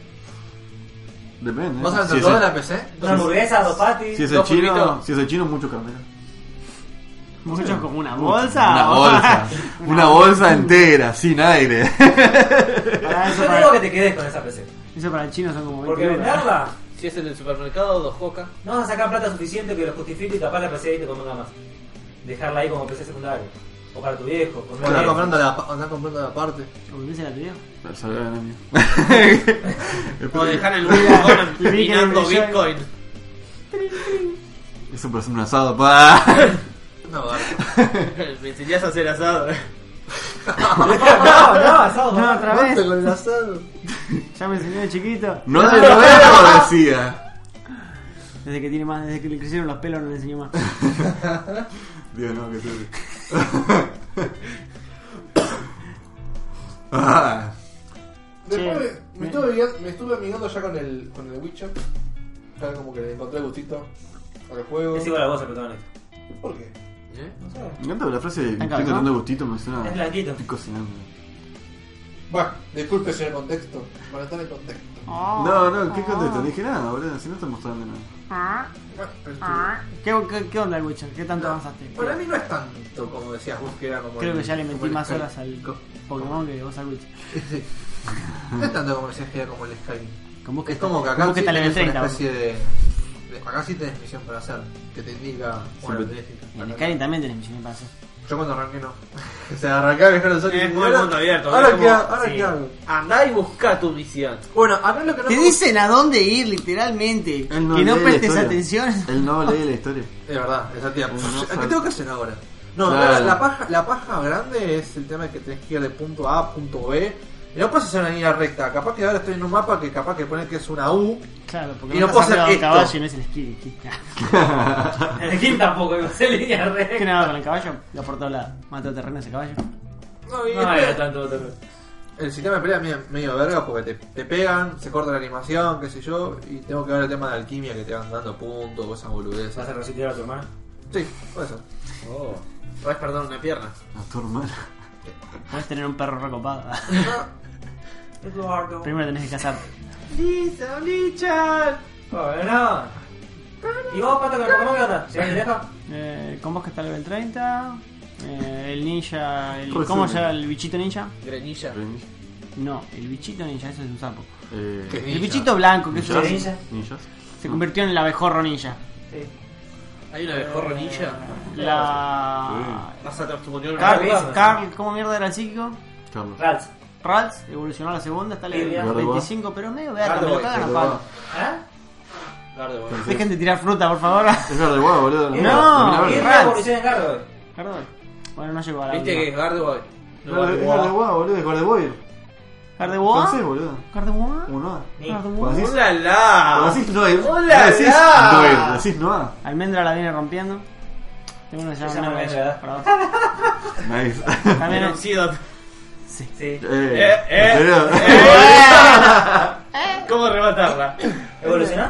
Speaker 4: Depende.
Speaker 2: ¿Vas
Speaker 4: si
Speaker 2: a vender
Speaker 4: es,
Speaker 2: toda
Speaker 4: el-
Speaker 2: la PC?
Speaker 1: ¿Una hamburguesa? ¿Dos patis?
Speaker 4: si es el
Speaker 3: Dos
Speaker 4: chino,
Speaker 3: poquitos.
Speaker 4: si es el chino, mucho cambio.
Speaker 5: Muchos como una
Speaker 4: Mucho.
Speaker 5: bolsa.
Speaker 4: Una
Speaker 5: o-
Speaker 4: bolsa. Una bolsa entera, sin aire.
Speaker 5: Pará, eso,
Speaker 1: Yo creo que
Speaker 5: para,
Speaker 1: te quedes con esa PC.
Speaker 5: eso para el chino son como 20
Speaker 1: Porque
Speaker 5: lucas.
Speaker 1: venderla,
Speaker 3: Si es el del supermercado, dos coca.
Speaker 1: no vas a sacar plata suficiente que lo justifique y capaz la PC ahí te convenga más. Dejarla ahí como PC secundario. O para tu viejo. con
Speaker 2: Andás
Speaker 1: un-
Speaker 2: comprando la pa- andás comprando la parte.
Speaker 5: ¿Volvés a la teoría?
Speaker 4: Salve al año.
Speaker 3: O dejar el Bitcoin
Speaker 5: Mira,
Speaker 3: minando
Speaker 5: mira,
Speaker 3: Bitcoin.
Speaker 4: Eso parece un asado, pa.
Speaker 2: No, vale.
Speaker 3: Me enseñás a hacer asado. eh.
Speaker 1: No, no, asado.
Speaker 5: No, otra vez.
Speaker 2: con el asado.
Speaker 5: Ya me enseñó de chiquito.
Speaker 4: No de nuevo, decía.
Speaker 5: Desde que tiene más, desde que le crecieron los pelos no le enseñó más.
Speaker 4: Dios, no, que tuve. Ah,
Speaker 2: Después
Speaker 5: Sí.
Speaker 2: me, estuve, amigando- me estuve amigando ya con el, con el Witcher. Ya como que le encontré gustito al juego.
Speaker 1: Es igual a vos el protagonista.
Speaker 2: ¿Por qué?
Speaker 1: No sé.
Speaker 4: me encanta la frase de
Speaker 5: ¿Está
Speaker 4: estoy
Speaker 5: cabrón?
Speaker 4: tratando gustito, me
Speaker 5: Ah.
Speaker 1: Es
Speaker 4: suena.
Speaker 1: blanquito.
Speaker 4: Estoy cocinando.
Speaker 2: Va, disculpe señor contexto. Para estar en contexto.
Speaker 5: Oh.
Speaker 4: No, no, ¿qué contexto? No dije nada, boludo, si no estás mostrando nada.
Speaker 2: Bueno, pero estuve-
Speaker 5: ¿Qué, qué, qué onda el Witcher? ¿Qué tanto avanzaste?
Speaker 2: Para mí no es tanto como decías vos que era como.
Speaker 5: Creo
Speaker 2: el-
Speaker 5: que ya le
Speaker 2: como
Speaker 5: metí
Speaker 2: el
Speaker 5: más
Speaker 2: Skyrim.
Speaker 5: horas al
Speaker 2: Co-
Speaker 5: Pokémon que vos al Witcher.
Speaker 2: Sí. No es tanto como decías que era como el Skyrim.
Speaker 5: Como que
Speaker 2: Es como que acá
Speaker 5: como que
Speaker 2: sí
Speaker 5: te
Speaker 2: tenés
Speaker 5: level 30.
Speaker 2: una
Speaker 5: vos.
Speaker 2: especie de, de- Acá sí tenés misión para hacer. Que te indica. Bueno,
Speaker 4: Siempre-
Speaker 2: tenés que-
Speaker 5: En el Skyrim también tenés misiones para hacer.
Speaker 2: Yo cuando arranqué no. o sea, arrancaba viajando al sol y
Speaker 3: Es
Speaker 2: dije,
Speaker 3: muy
Speaker 2: "Ahora-
Speaker 3: mundo abierto,
Speaker 2: Ahora
Speaker 3: es
Speaker 2: qué
Speaker 3: como-
Speaker 2: hago, ahora
Speaker 1: sí.
Speaker 2: qué hago.
Speaker 3: Andá y buscá tu misión.
Speaker 2: Bueno, acá lo que no
Speaker 5: Te
Speaker 2: me
Speaker 5: dicen a dónde ir, literalmente.
Speaker 4: Él
Speaker 5: que no
Speaker 4: lee la
Speaker 5: prestes
Speaker 4: historia.
Speaker 5: atención.
Speaker 4: Él no lee la historia.
Speaker 2: Es verdad, esa tía.
Speaker 4: No,
Speaker 2: "Pff, ¿Qué
Speaker 4: sabe.
Speaker 2: tengo que hacer ahora? No,
Speaker 4: Claro.
Speaker 2: la, la paja, la paja grande es el tema de que tenés que ir de punto A a punto B. Y no puedes hacer una línea recta. Capaz que ahora estoy en un mapa que capaz que pone que es una U.
Speaker 5: Claro, porque
Speaker 2: Y
Speaker 5: no
Speaker 2: no
Speaker 5: estás
Speaker 2: puedo hacer
Speaker 5: arriba de un
Speaker 2: esto.
Speaker 5: caballo y no es el skin.
Speaker 1: El Kim tampoco, iba a ser línea
Speaker 5: Es que
Speaker 1: recta.
Speaker 5: nada, con el caballo, la por todos lados. Mata terreno ese caballo.
Speaker 2: No, y
Speaker 1: No
Speaker 2: después-
Speaker 1: era tanto otro.
Speaker 2: El sistema de pelea es medio- medio verga porque te, te pegan, se corta la animación, qué sé yo, y tengo que ver el tema de alquimia que te van dando puntos, cosas
Speaker 1: ¿Vas a
Speaker 2: boludeces.
Speaker 1: resetear a tu hermana?
Speaker 2: Sí, por eso.
Speaker 3: Oh. Podés perder una pierna.
Speaker 4: A Ah, tu hermana.
Speaker 5: Puedes tener un perro recopado.
Speaker 1: Eduardo.
Speaker 5: Primero tenés que cazar.
Speaker 3: Lisa, Lichan.
Speaker 1: Bueno. Ah, ¿Y vos, pato, con el Pokémon qué onda? ¿Llegaste lejos?
Speaker 5: Eh, con vos que está level 30. Eh, el ninja. El,
Speaker 4: Resumen.
Speaker 5: ¿Cómo se llama el bichito ninja?
Speaker 3: Grenilla.
Speaker 5: No, el bichito ninja, eso es un sapo.
Speaker 4: Eh,
Speaker 2: ¿Qué?
Speaker 5: El
Speaker 2: Ninja.
Speaker 5: bichito blanco, que
Speaker 1: Ninja.
Speaker 5: se,
Speaker 1: Ninja.
Speaker 4: ¿Ninjas?
Speaker 5: se convirtió en el abejorro ninja.
Speaker 1: Sí.
Speaker 3: Hay una mejor renilla.
Speaker 5: La.
Speaker 3: Vas a transformar una
Speaker 5: Carl,
Speaker 1: Carl,
Speaker 5: es-
Speaker 1: ¿no?
Speaker 5: Carl, ¿cómo mierda era el psíquico?
Speaker 4: Ah, Carlos.
Speaker 1: Ralts.
Speaker 5: Ralts evolucionó a la segunda, está level
Speaker 1: Gardevoir.
Speaker 5: 25, pero medio verga, me lo
Speaker 2: Gardevoir,
Speaker 5: cagan a
Speaker 4: Gardevoir.
Speaker 5: palo.
Speaker 1: ¿Ah?
Speaker 3: Gardevoir.
Speaker 5: Dejen de tirar fruta, por favor.
Speaker 4: Es verde guau, boludo.
Speaker 5: No,
Speaker 4: mira,
Speaker 1: ¿Qué
Speaker 4: mira,
Speaker 1: es
Speaker 4: verde.
Speaker 1: la evolución de Gardo?
Speaker 5: Perdón. Bueno, no llegó a la
Speaker 3: ¿Viste que es
Speaker 5: última.
Speaker 3: Gardevoir?
Speaker 4: Es verde- es verde guau, boludo. Es verde boy. Francés,
Speaker 5: ¿Gardevoir?
Speaker 4: boludo.
Speaker 5: ¿Gardevoir?
Speaker 4: Uno A.
Speaker 5: ¿Gardevoir?
Speaker 4: Así-
Speaker 3: ¡Hola,
Speaker 4: Cuando
Speaker 3: la!
Speaker 4: Ah, decís no es.
Speaker 3: Hola,
Speaker 4: no decís
Speaker 3: la.
Speaker 4: no es, decís no A.
Speaker 5: Almendra la viene rompiendo. Tengo una
Speaker 1: Esa
Speaker 5: llamada.
Speaker 1: almendra, ¿eh?
Speaker 4: Nice.
Speaker 5: También es. Sí.
Speaker 1: Sí.
Speaker 4: Eh,
Speaker 3: Eh, eh,
Speaker 4: ¿en serio?
Speaker 3: ¿Cómo rematarla?
Speaker 1: ¿Evolucionó?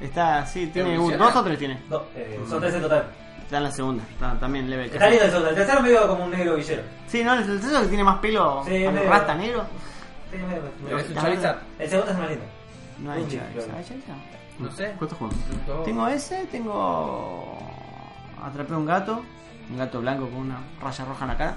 Speaker 5: Está, sí, tiene un,
Speaker 2: Evoluciona.
Speaker 5: dos o tres tiene.
Speaker 1: No, eh, son tres en total.
Speaker 5: Está en la segunda, está también level
Speaker 1: Está lindo
Speaker 5: 3.
Speaker 1: el segundo. El tercero medio como un negro villero.
Speaker 5: Sí, no, el tercero que tiene más pelo
Speaker 1: Sí,
Speaker 5: a lo
Speaker 1: medio.
Speaker 5: rasta negro.
Speaker 1: Sí, medio- medio-
Speaker 3: ¿Tenés un Charizard?
Speaker 1: El segundo es más lindo.
Speaker 5: No hay
Speaker 1: Un
Speaker 5: Charizard.
Speaker 1: chico.
Speaker 5: ¿Hay Charizard?
Speaker 3: No sé.
Speaker 4: ¿Cuántos juegos?
Speaker 5: Tengo ese, tengo. Atrapé a un gato. Un gato blanco con una raya roja en la cara.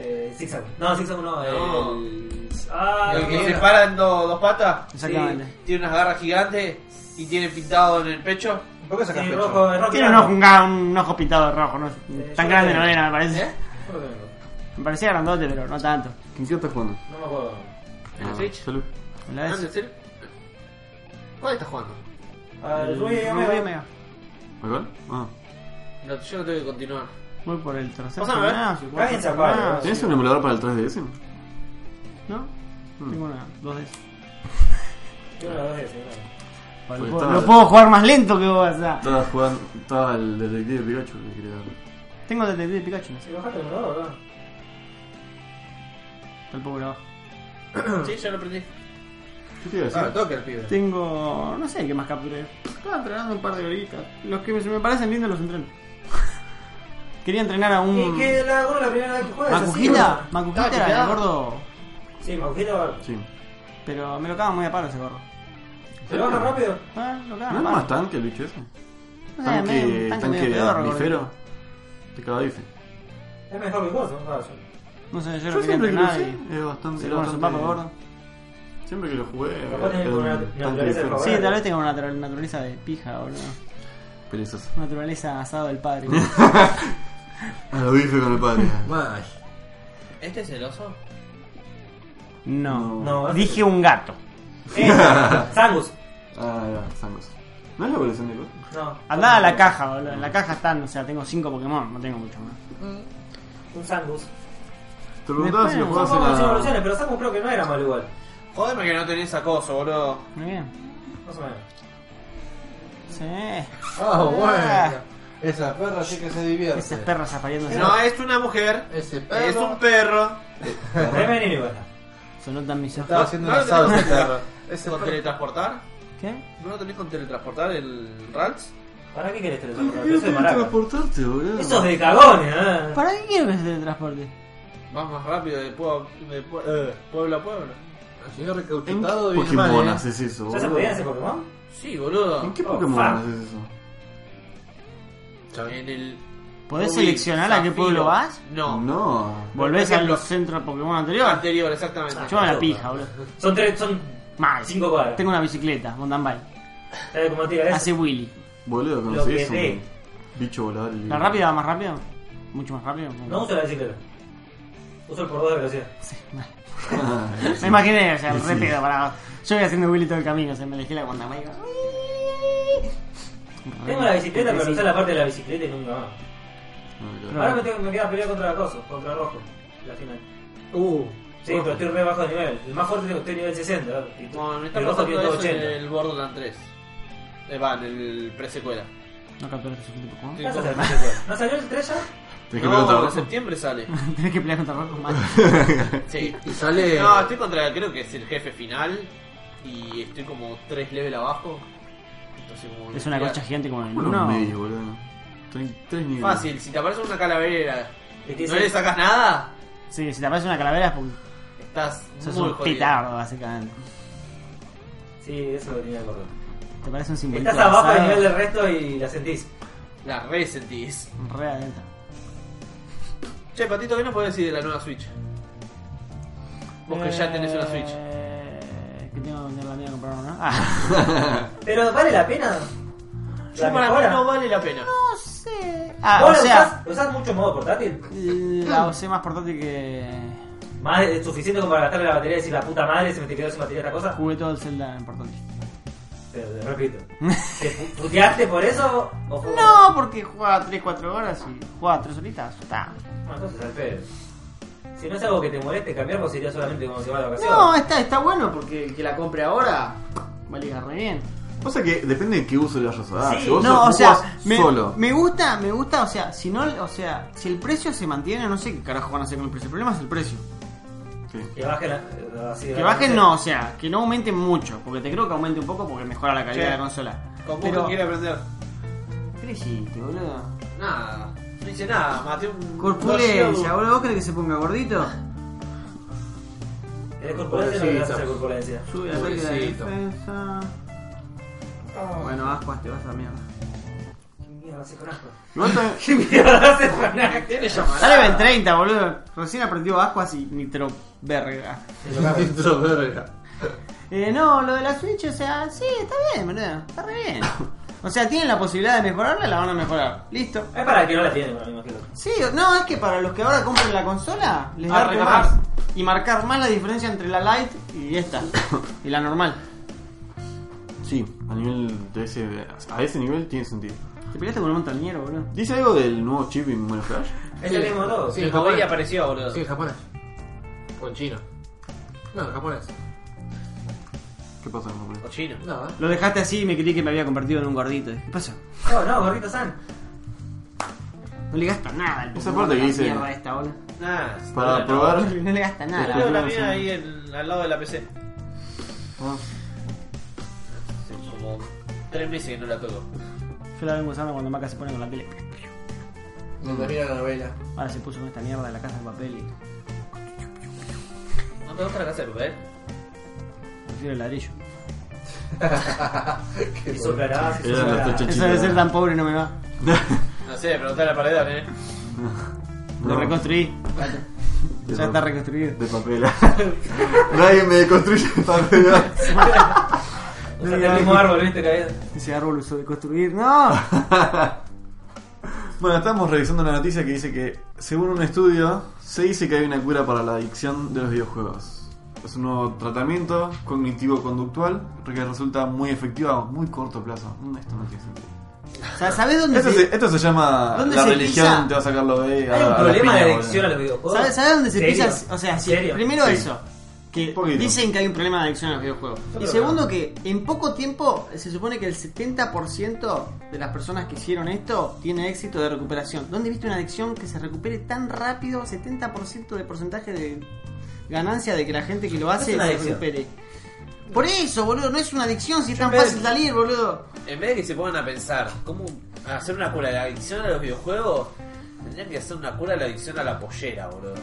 Speaker 1: Eh, Zigzag. No, Zigzag no.
Speaker 3: No.
Speaker 1: El... Ah,
Speaker 3: El que
Speaker 1: no.
Speaker 3: se para en do- dos patas.
Speaker 5: Exactamente.
Speaker 3: sí, Tiene unas garras gigantes y tiene pintado en el pecho.
Speaker 2: ¿Por qué sacas
Speaker 1: Sí,
Speaker 2: pecho?
Speaker 1: rojo, es rojo.
Speaker 5: Tiene un
Speaker 1: claro.
Speaker 5: ojo, un, ga- un ojo pintado de rojo, ¿no?
Speaker 1: Eh,
Speaker 5: Tan
Speaker 1: yo
Speaker 5: grande
Speaker 1: creo.
Speaker 5: no era, me parece.
Speaker 3: ¿Eh?
Speaker 1: Creo que no.
Speaker 5: Me parecía grandote, pero no tanto.
Speaker 4: ¿En qué estás jugando?
Speaker 1: No me acuerdo.
Speaker 3: ¿En el
Speaker 4: Ah,
Speaker 3: Switch?
Speaker 4: Salud.
Speaker 5: La
Speaker 3: ¿Dónde
Speaker 5: vez.
Speaker 3: es él? ¿Cuál estás jugando?
Speaker 1: Al Rubio y
Speaker 5: Rubio
Speaker 1: Omega.
Speaker 5: Omega.
Speaker 4: ¿Me cuál? Ah.
Speaker 3: No, yo no tengo que continuar.
Speaker 5: Voy por el tercer
Speaker 3: Pásame, a ver.
Speaker 5: gimnasio. cuarto
Speaker 1: Cállense, Pablo.
Speaker 5: gimnasio.
Speaker 4: ¿Tenés un emulador para el 3DS?
Speaker 5: Ah, ¿No?
Speaker 4: Hmm.
Speaker 5: Tengo una, dos de
Speaker 1: Yo no lo veo, sí,
Speaker 5: Lo,
Speaker 4: Pues
Speaker 5: puedo,
Speaker 4: está-
Speaker 5: lo puedo jugar más lento que vos, o sea.
Speaker 4: Estaba jugando. Estaba el detective Pikachu que quería dar.
Speaker 5: Tengo el detective Pikachu, no sé.
Speaker 1: no. Bajate el emulador, ¿verdad?
Speaker 5: Tampoco lo bajo.
Speaker 3: sí, ya lo aprendí.
Speaker 4: ¿Qué te iba a decir?
Speaker 2: Ah, toque el pibe.
Speaker 5: Tengo. no sé qué más capturé. Estaba entrenando un par de horitas. Los que me- me parecen lindos los entreno. Quería entrenar a
Speaker 1: ¿Y
Speaker 5: un.
Speaker 1: que la gorra la primera vez que juegas?
Speaker 5: Macujita,
Speaker 1: así,
Speaker 5: Macujita
Speaker 3: Ah,
Speaker 5: Mm. era
Speaker 3: mirá.
Speaker 5: el gordo.
Speaker 1: ¿no? Sí, Macujita va.
Speaker 4: Sí.
Speaker 5: Pero me lo cagan muy a palo ese gorro.
Speaker 1: ¿Se baja rápido?
Speaker 5: Ah, lo cagan
Speaker 4: ¿No
Speaker 5: a
Speaker 4: es
Speaker 5: palo.
Speaker 4: más tanque el bicho ese?
Speaker 5: No sé, medio-
Speaker 4: Tanque.
Speaker 5: un
Speaker 4: Tanque
Speaker 5: medio pedorro,
Speaker 4: mamífero.
Speaker 5: gordito.
Speaker 4: Te cada dice.
Speaker 1: Es mejor que vos, ¿no? Ah, yo-
Speaker 5: No sé, yo lo
Speaker 4: Yo
Speaker 5: quería
Speaker 4: siempre que lo
Speaker 5: entrenar
Speaker 4: usé,
Speaker 5: y.
Speaker 4: es bastante.
Speaker 5: Se
Speaker 4: era
Speaker 5: come su
Speaker 4: bastante-
Speaker 5: papo gordo.
Speaker 4: Siempre que lo jugué,
Speaker 1: Capaz tenés
Speaker 4: era
Speaker 1: una-
Speaker 4: un
Speaker 1: una
Speaker 4: tanque
Speaker 1: naturaleza
Speaker 4: ligero.
Speaker 1: de
Speaker 5: Sí,
Speaker 1: Ahora-
Speaker 5: tal vez tenga una natu- naturaleza de pija, boludo.
Speaker 4: Perezas.
Speaker 5: Naturaleza asado del padre.
Speaker 4: A Ah, lo bife con el padre.
Speaker 2: Mal.
Speaker 3: ¿Este es el oso?
Speaker 5: No.
Speaker 1: No, ese-
Speaker 5: Dije un gato.
Speaker 1: Eh, Sangus.
Speaker 4: Ah, ya, Zangos. ¿No es la evolución de cosas?
Speaker 1: No.
Speaker 5: Andaba a la caja, boludo. En la caja están, o sea, tengo 5 Pokémon, no tengo mucho más.
Speaker 1: Un Sangus.
Speaker 4: Te preguntaba si lo
Speaker 5: Después,
Speaker 4: jugabas
Speaker 1: Tampoco hacía
Speaker 4: en
Speaker 1: evoluciones,
Speaker 4: la...
Speaker 1: pero Sangus creo que no era malo igual.
Speaker 3: Jodeme que no tenés acoso, boludo.
Speaker 5: Muy bien.
Speaker 1: Más o menos.
Speaker 5: Sí.
Speaker 2: Ah,
Speaker 5: Ah.
Speaker 2: bueno. Esa perra sí que se divierte.
Speaker 5: Esas perras apareciendo.
Speaker 3: No, es una mujer.
Speaker 2: Ese perro.
Speaker 3: Es un perro.
Speaker 1: Femenino igual.
Speaker 5: Sonó tan misógino.
Speaker 2: Estaba haciendo
Speaker 3: No,
Speaker 2: un
Speaker 3: no,
Speaker 2: asado
Speaker 3: no,
Speaker 2: ese
Speaker 3: no.
Speaker 2: perro. Ese
Speaker 3: ¿Con
Speaker 2: perro.
Speaker 3: teletransportar?
Speaker 5: ¿Qué?
Speaker 3: ¿No lo tenés con teletransportar el Ralts?
Speaker 1: ¿Para qué querés teletransportar? Yo
Speaker 4: Quiero
Speaker 1: soy maraca.
Speaker 4: teletransportarte, boludo.
Speaker 1: Esos de cagones, ¿eh?
Speaker 5: ¿Para qué quiero que se teletransporte?
Speaker 3: Vas más rápido de, pueblo, de pue- eh, pueblo a pueblo.
Speaker 2: El señor
Speaker 4: ¿En qué
Speaker 2: recauchutado viene mal,
Speaker 4: Pokémon
Speaker 2: eh.
Speaker 4: haces eso,
Speaker 1: ¿Ya se
Speaker 4: boludo?
Speaker 1: podían hacer Pokémon?
Speaker 3: Sí, boludo.
Speaker 4: ¿En qué
Speaker 1: Oh,
Speaker 4: Pokémon
Speaker 1: fuck.
Speaker 4: haces eso?
Speaker 2: Chao.
Speaker 3: En el.
Speaker 5: ¿Podés
Speaker 3: Rubí,
Speaker 5: seleccionar a qué
Speaker 3: Zafiro.
Speaker 5: pueblo vas?
Speaker 3: No.
Speaker 4: No.
Speaker 5: ¿Volvés
Speaker 3: Por
Speaker 5: al
Speaker 3: ejemplo,
Speaker 5: centro Pokémon anterior?
Speaker 3: Anterior, exactamente.
Speaker 5: Ah, Yo a la pija, boludo.
Speaker 1: Son tres, son
Speaker 5: Mal.
Speaker 1: cinco cuadras.
Speaker 5: Tengo una bicicleta, mountain bike.
Speaker 1: ¿Sabes cómo te diga ¿eh? eso?
Speaker 5: Hace Willy.
Speaker 4: Boludo,
Speaker 1: Lo que
Speaker 4: conseguís
Speaker 1: dé.
Speaker 4: un bicho volador y...
Speaker 5: ¿La rápida va más rápido? mucho más rápido.
Speaker 1: No uso la bicicleta. Uso el por dos de velocidad.
Speaker 5: Sí, vale.
Speaker 4: Ah,
Speaker 5: Me imaginé, o sea, re pedo para. Yo voy haciendo Willy todo el camino, o sea, me elegí la cuanta mágica.
Speaker 1: Tengo la bicicleta, pero no sé la parte de la bicicleta y nunca más. Ahora me, tengo, me queda pelear contra Coso, contra Rojo, la final.
Speaker 3: Uh,
Speaker 1: Sí, pero estoy re bajo de nivel. El más fuerte tengo estoy nivel 60. ¿verdad? Y tú-
Speaker 3: Bueno, me está
Speaker 1: el Rojo tiene
Speaker 3: pasando eso en
Speaker 1: 80.
Speaker 3: el Borderlands 3. Eh, va, en el pre-secuela.
Speaker 5: No capturaste suficiente Pokémon.
Speaker 1: Ya se acercó, se fue. ¿No salió el 3 ya?
Speaker 4: Tenés que
Speaker 3: No, en
Speaker 4: preguntar.
Speaker 3: septiembre sale.
Speaker 5: Tenés que pelear contra Rocco más.
Speaker 3: Sí.
Speaker 2: Y sale.
Speaker 3: No, estoy contra, creo que es el jefe final. Y estoy como 3 level abajo. Entonces, como
Speaker 5: Es una
Speaker 3: mira,
Speaker 5: concha gigante como en el
Speaker 4: Uno
Speaker 5: uno.
Speaker 4: medio, boludo. 33 niveles.
Speaker 3: Fácil, si te aparece una calavera,
Speaker 1: ¿Y qué
Speaker 3: no
Speaker 1: dice?
Speaker 3: le sacas nada,
Speaker 5: Sí, si te aparece una calavera es porque
Speaker 3: estás
Speaker 5: sos
Speaker 3: muy
Speaker 5: un
Speaker 3: jodido.
Speaker 5: petardo, básicamente.
Speaker 1: Sí, eso lo tenía que acordar.
Speaker 5: Te parece un simbolito.
Speaker 1: Estás abajo del
Speaker 5: avanzado,
Speaker 1: nivel del resto y la sentís.
Speaker 3: La resentís.
Speaker 5: Re adentro.
Speaker 3: Che, Patito, ¿qué nos podés decir de la nueva Switch? Vos que ya tenés una Switch.
Speaker 5: Eh, Que tengo que vender la mía a comprar una. Ah,
Speaker 1: Pero ¿vale la pena?
Speaker 3: Yo para mí
Speaker 1: mejora?
Speaker 3: no vale la pena.
Speaker 5: no sé. Ah, o
Speaker 1: ¿Vos la
Speaker 5: sea,
Speaker 1: usás, usás mucho en modo portátil?
Speaker 5: la usé más portátil que.
Speaker 1: Más es suficiente como para gastarle la batería y decir la puta madre se me te quedó sin batería esta cosa.
Speaker 5: Jugué todo el Zelda en portátil.
Speaker 1: Pero te repito. ¿Te pu- puteaste por eso? O
Speaker 3: Oh.
Speaker 1: fue-
Speaker 5: No, porque jugaba 3-4 horas y jugaba 3 horitas. Está.
Speaker 1: Bueno, entonces al pedo. Si no es algo que te moleste cambiar, pues sería solamente como se va de vacaciones.
Speaker 5: No, está, está bueno porque el que la compre ahora va a ligar re bien.
Speaker 4: Pasa que depende de qué uso le vayas a dar.
Speaker 1: Sí,
Speaker 4: Ah, si vos
Speaker 5: No, o
Speaker 4: jugás
Speaker 5: sea, me,
Speaker 4: solo.
Speaker 5: me gusta, me gusta, o sea, si no, o sea, si el precio se mantiene, no sé qué carajo van a hacer con el precio. El problema es el precio.
Speaker 4: Sí.
Speaker 1: Que bajen la- así de
Speaker 5: Que
Speaker 1: la-
Speaker 5: bajen no, o sea, que no aumente mucho, porque te creo que aumente un poco porque mejora la calidad
Speaker 3: Sí.
Speaker 5: de la consola.
Speaker 3: ¿Con vos
Speaker 5: Pero,
Speaker 3: que quiere aprender?
Speaker 5: ¿qué le hiciste, boludo?
Speaker 3: Nada. No hice nada, maté un. dos
Speaker 5: Corpulencia,
Speaker 3: Geodude.
Speaker 5: boludo, ¿vos crees que se ponga gordito?
Speaker 1: ¿Tenés corpulencia o no le das a hacer corpulencia?
Speaker 5: Sube ataque de la
Speaker 2: Pobrecito.
Speaker 5: defensa. Bueno, ascuas, te vas a la mierda.
Speaker 1: ¿Qué mierda hace con asco?
Speaker 4: Igual también-
Speaker 1: ¿Qué mierda hace con asco?
Speaker 3: ¿Qué le llamará?
Speaker 5: Dale Ben 30, boludo. Recién aprendió ascuas y nitro verga.
Speaker 2: Dentro de verga.
Speaker 5: Eh, no, lo de la Switch, o sea, sí, está bien, boludo. Está re bien. O sea, tienen la posibilidad de mejorarla, la van a mejorar. Listo.
Speaker 1: Es para el que no la tiene, para mí, imagino.
Speaker 5: Sí, no, es que para los que ahora compren la consola, les
Speaker 3: Ah,
Speaker 5: da re
Speaker 3: recargar.
Speaker 5: más. Y marcar más la diferencia entre la Lite y esta. y la normal.
Speaker 4: Sí, a nivel de ese, a ese nivel tiene sentido.
Speaker 5: Te peleaste con un montañero, boludo.
Speaker 4: ¿Dice algo del nuevo chip en Mono Flash?
Speaker 1: Es el mismo todo.
Speaker 2: Sí,
Speaker 3: El
Speaker 2: en japonés.
Speaker 3: Huawei apareció, boludo.
Speaker 2: Sí, en japonés. O en chino. No, en japonés.
Speaker 4: ¿Qué pasa con
Speaker 3: O chino.
Speaker 2: No, eh.
Speaker 5: Lo dejaste así y me creí que me había convertido en un gordito. ¿Qué pasó?
Speaker 1: No, Oh, no, gorrito san.
Speaker 5: No le gasta nada al
Speaker 4: Esa
Speaker 5: Pokémon,
Speaker 4: parte que
Speaker 5: la
Speaker 4: dice-
Speaker 5: mierda esta, boludo.
Speaker 3: Nada.
Speaker 4: Para
Speaker 3: no,
Speaker 4: probar.
Speaker 5: No, le gasta
Speaker 3: No,
Speaker 5: nada.
Speaker 3: Yo
Speaker 5: la
Speaker 3: tengo la
Speaker 5: verdad, o
Speaker 3: mía
Speaker 5: sea.
Speaker 3: ahí en- al lado de la PC.
Speaker 4: Ah,
Speaker 3: Hace como tres meses que no la toco.
Speaker 5: Yo la vengo usando cuando Maca se pone con la tele.
Speaker 3: Mm.
Speaker 2: Donde mira la novela.
Speaker 5: Ahora se puso con esta mierda de la casa de papel y
Speaker 3: ¿No te gusta la casa de papel?
Speaker 5: prefiero el ladrillo.
Speaker 2: Qué
Speaker 1: Y soplarás, y
Speaker 4: Era la
Speaker 1: soplarás.
Speaker 4: tocha.
Speaker 5: Eso de ser tan pobre no me va.
Speaker 3: No sé, preguntale a la paredón, eh.
Speaker 5: Lo
Speaker 4: no,
Speaker 5: reconstruí.
Speaker 4: de
Speaker 5: Ya
Speaker 4: pa-
Speaker 5: está reconstruido.
Speaker 4: De papel. Nadie me deconstruye el papel.
Speaker 1: O sea, el mismo árbol, viste, caído.
Speaker 5: Ese árbol usó de construir. ¡No!
Speaker 4: Bueno, estamos revisando una noticia que dice que, según un estudio, se dice que hay una cura para la adicción de los videojuegos. Es un nuevo tratamiento cognitivo-conductual que resulta muy efectivo a muy corto plazo. Mm, Esto no tiene sentido.
Speaker 5: O sea, ¿sabés dónde
Speaker 4: Esto
Speaker 5: se-
Speaker 4: se, esto se llama
Speaker 5: ¿Dónde
Speaker 4: la
Speaker 5: se
Speaker 4: religión,
Speaker 5: pisa?
Speaker 4: te va a sacarlo de. a-
Speaker 1: Hay
Speaker 4: a
Speaker 1: un
Speaker 4: las
Speaker 1: problema de
Speaker 4: piñas,
Speaker 1: adicción a
Speaker 4: boludo.
Speaker 1: los videojuegos.
Speaker 5: ¿Sabes, ¿sabes dónde se
Speaker 1: ¿Serio?
Speaker 5: pisa? O sea, si-
Speaker 1: ¿Serio?
Speaker 5: primero
Speaker 4: Sí.
Speaker 5: eso. Que
Speaker 4: Un poquito.
Speaker 5: dicen que hay un problema de adicción a los videojuegos. Y
Speaker 1: creo
Speaker 5: segundo que en poco tiempo se supone que el 70% de las personas que hicieron esto tiene éxito de recuperación. ¿Dónde viste una adicción que se recupere tan rápido? 70% de porcentaje de ganancia de que la gente que lo hace
Speaker 1: es una
Speaker 5: se
Speaker 1: adicción.
Speaker 5: recupere. Por eso, boludo, no es una adicción si es tan
Speaker 3: en vez
Speaker 5: fácil
Speaker 3: de-
Speaker 5: salir, boludo.
Speaker 3: En vez de que se pongan a pensar cómo hacer una cura de la adicción a los videojuegos, tendrían que hacer una cura de la adicción a la pollera, boludo.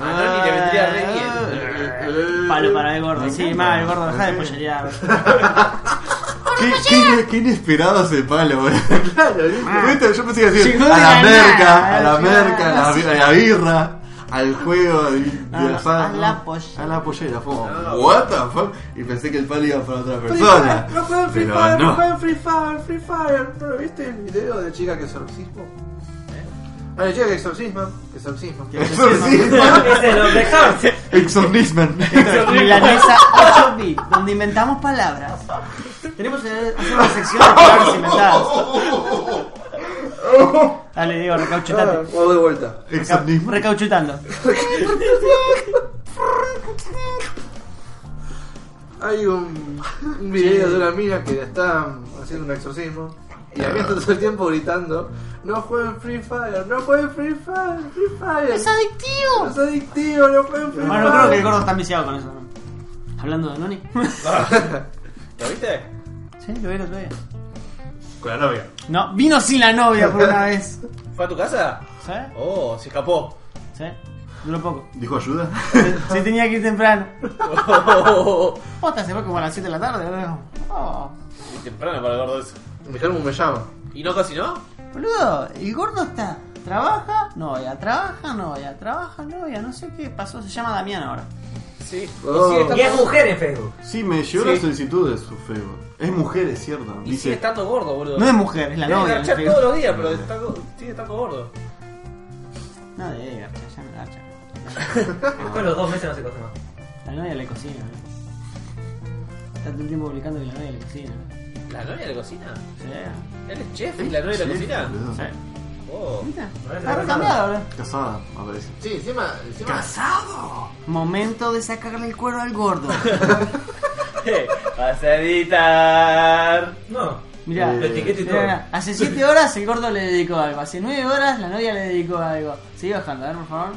Speaker 3: A Nani le vendría re
Speaker 4: Ah.
Speaker 3: bien.
Speaker 5: Palo para el gordo,
Speaker 4: Eh, Me
Speaker 5: sí,
Speaker 4: encanta.
Speaker 5: mal, el gordo, Pues deja de
Speaker 4: Ok.
Speaker 5: pollerear.
Speaker 4: ¿Qué, qué, qué inesperado ese palo, boludo. Claro, ¿viste? yo pensé que decir
Speaker 5: Llegó
Speaker 4: a
Speaker 5: de
Speaker 4: la
Speaker 5: la
Speaker 4: merca,
Speaker 5: nada,
Speaker 4: a la
Speaker 5: llegó de
Speaker 4: merca,
Speaker 5: la
Speaker 4: a la bi- a la birra, al juego de, de
Speaker 5: No, no,
Speaker 4: asado,
Speaker 5: a
Speaker 4: ¿no?
Speaker 5: la pollera.
Speaker 4: Ah, A la pollera, fue como,
Speaker 3: No.
Speaker 4: what the fuck? Y pensé que el palo iba para otra persona.
Speaker 2: No juega Free
Speaker 4: Pero
Speaker 2: Fire, no
Speaker 4: no.
Speaker 3: ¿Eh?
Speaker 2: juega Free Fire, Free Fire. ¿No lo viste el video de chica que se lo cispo? Bueno, llega Exorcisman. Exorcismo.
Speaker 4: Exorcismo.
Speaker 1: Ese es el hombre Hans.
Speaker 4: Exorcismo.
Speaker 5: Milanesa 8 bit donde inventamos palabras. Tenemos que hacer una sección de palabras inventadas. Dale, Diego,
Speaker 2: Ah,
Speaker 5: recauchutate.
Speaker 2: o de vuelta.
Speaker 4: Exorcismo.
Speaker 5: Recauchutando.
Speaker 2: Hay un, un video de una mina que le está haciendo un exorcismo. Y la mina está todo el tiempo gritando: No jueguen Free Fire, no jueguen Free Fire, Free Fire.
Speaker 5: ¡Es adictivo!
Speaker 2: Es adictivo, no jueguen Free
Speaker 5: Bueno, creo que
Speaker 2: Fire.
Speaker 5: el gordo está viciado con eso. ¿no? Hablando de Noni.
Speaker 3: ¿Lo viste?
Speaker 5: sí, lo veo, lo veo.
Speaker 4: Con la novia.
Speaker 5: No, vino sin la novia por una vez.
Speaker 3: ¿Fue a tu casa?
Speaker 5: ¿Sí?
Speaker 3: Oh, se escapó.
Speaker 5: ¿Sí? Duró poco.
Speaker 4: ¿Dijo ayuda?
Speaker 5: Sí, tenía que ir temprano.
Speaker 3: Oh,
Speaker 5: Posta, se fue como a las 7 de la tarde, boludo. Oh.
Speaker 3: muy temprano para el gordo eso.
Speaker 2: Mi germo me llama.
Speaker 3: ¿Y no cocinó?
Speaker 5: Boludo, el gordo está. Trabaja, novia, trabaja, novia, trabaja, novia, no sé qué pasó. Se llama Damián ahora.
Speaker 3: Sí.
Speaker 2: Oh.
Speaker 3: Y sigue
Speaker 1: Y es
Speaker 3: estando,
Speaker 1: mujer en Facebook.
Speaker 4: Sí, me llegó
Speaker 3: Sí.
Speaker 4: la solicitud de su Facebook. Es mujer, es cierto.
Speaker 3: y sigue
Speaker 4: Dice,
Speaker 3: estando gordo, boludo.
Speaker 5: No es mujer, es la
Speaker 3: Debe
Speaker 5: novia.
Speaker 3: garchar
Speaker 5: no sé.
Speaker 3: todos los días, pero está go- sigue estando gordo.
Speaker 5: No, de garcha, ya no garcha.
Speaker 1: Después de los dos meses no se coge más.
Speaker 5: La novia le cocina. ¿no? Está todo el tiempo publicando que la novia le cocina. ¿no?
Speaker 3: ¿La novia le cocina?
Speaker 5: Sí.
Speaker 3: ¿Él es chef y la novia
Speaker 4: Sí,
Speaker 3: le cocina?
Speaker 4: boludo.
Speaker 5: Sí.
Speaker 3: Oh.
Speaker 5: ¿Viste?
Speaker 1: Ahora
Speaker 5: Está
Speaker 1: se
Speaker 5: re cambiado, boludo.
Speaker 4: Casada, me parece.
Speaker 2: Sí, encima. encima
Speaker 5: Momento de sacarle el cuero al gordo.
Speaker 3: Vas a editar.
Speaker 1: No.
Speaker 5: Mirá,
Speaker 1: Lo etiqueto y
Speaker 5: mirá, mirá.
Speaker 1: todo.
Speaker 5: hace 7 horas el gordo le dedicó algo, hace 9 horas la novia le dedicó algo. Sigue bajando, a ver por favor.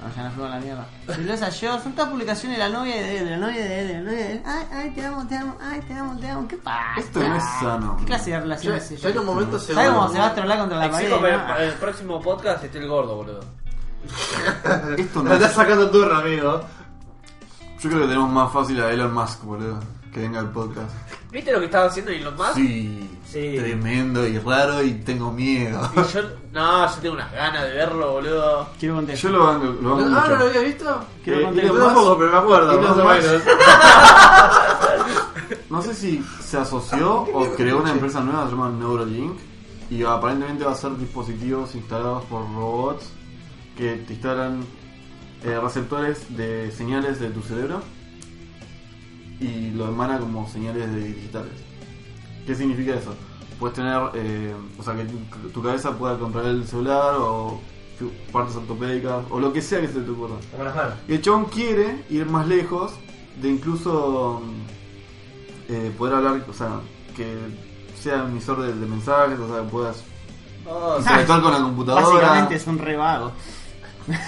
Speaker 5: No, ya no fue con la mierda. Celosa yo, son todas publicaciones de la novia y de él, de la novia y de él, de la novia y de él. Ay, ay, te amo, te amo, ay, te amo, te amo. ¿Qué pasa?
Speaker 4: Esto no es sano.
Speaker 5: ¿Qué clase de relación
Speaker 2: yo,
Speaker 5: es
Speaker 2: yo en
Speaker 5: esa?
Speaker 2: un momento se
Speaker 5: ¿Sabes cómo se va a trolar contra la pared?
Speaker 3: Exijo para, para
Speaker 5: No.
Speaker 3: el próximo podcast esté el gordo, boludo.
Speaker 4: Esto
Speaker 2: Me
Speaker 4: no
Speaker 2: estás
Speaker 4: es...
Speaker 2: sacando turno, amigo.
Speaker 4: Yo creo que tenemos más fácil a Elon Musk, boludo. Que venga al podcast.
Speaker 3: ¿Viste lo que estaba haciendo Elon Musk?
Speaker 4: Sí,
Speaker 1: Sí.
Speaker 4: Tremendo y raro y tengo miedo.
Speaker 3: Y yo, no, yo tengo unas ganas de verlo, boludo.
Speaker 5: Quiero contestar.
Speaker 4: Yo lo banco, lo banco
Speaker 2: Ah,
Speaker 4: mucho.
Speaker 2: ¿no lo había visto?
Speaker 5: Quiero
Speaker 4: Eh,
Speaker 5: contar
Speaker 2: Yo
Speaker 5: algo más.
Speaker 2: tampoco, pero me acuerdo,
Speaker 4: Y los
Speaker 2: más o
Speaker 4: más.
Speaker 2: menos.
Speaker 4: No sé si se asoció o creó una empresa nueva se llama Neuralink y aparentemente va a ser dispositivos instalados por robots que te instalan eh, receptores de señales de tu cerebro y lo emana como señales de digitales. ¿Qué significa eso? Puedes tener, eh, o sea, que tu, tu cabeza pueda controlar el celular o tu- partes ortopédicas o lo que sea que se te ocurra.
Speaker 1: Como las manos.
Speaker 4: Y el chabón quiere ir más lejos de incluso mm, eh, poder hablar, o sea, que sea emisor de, de mensajes, o sea, que puedas
Speaker 3: Oh,
Speaker 4: interactuar con la computadora.
Speaker 5: Básicamente es un revago.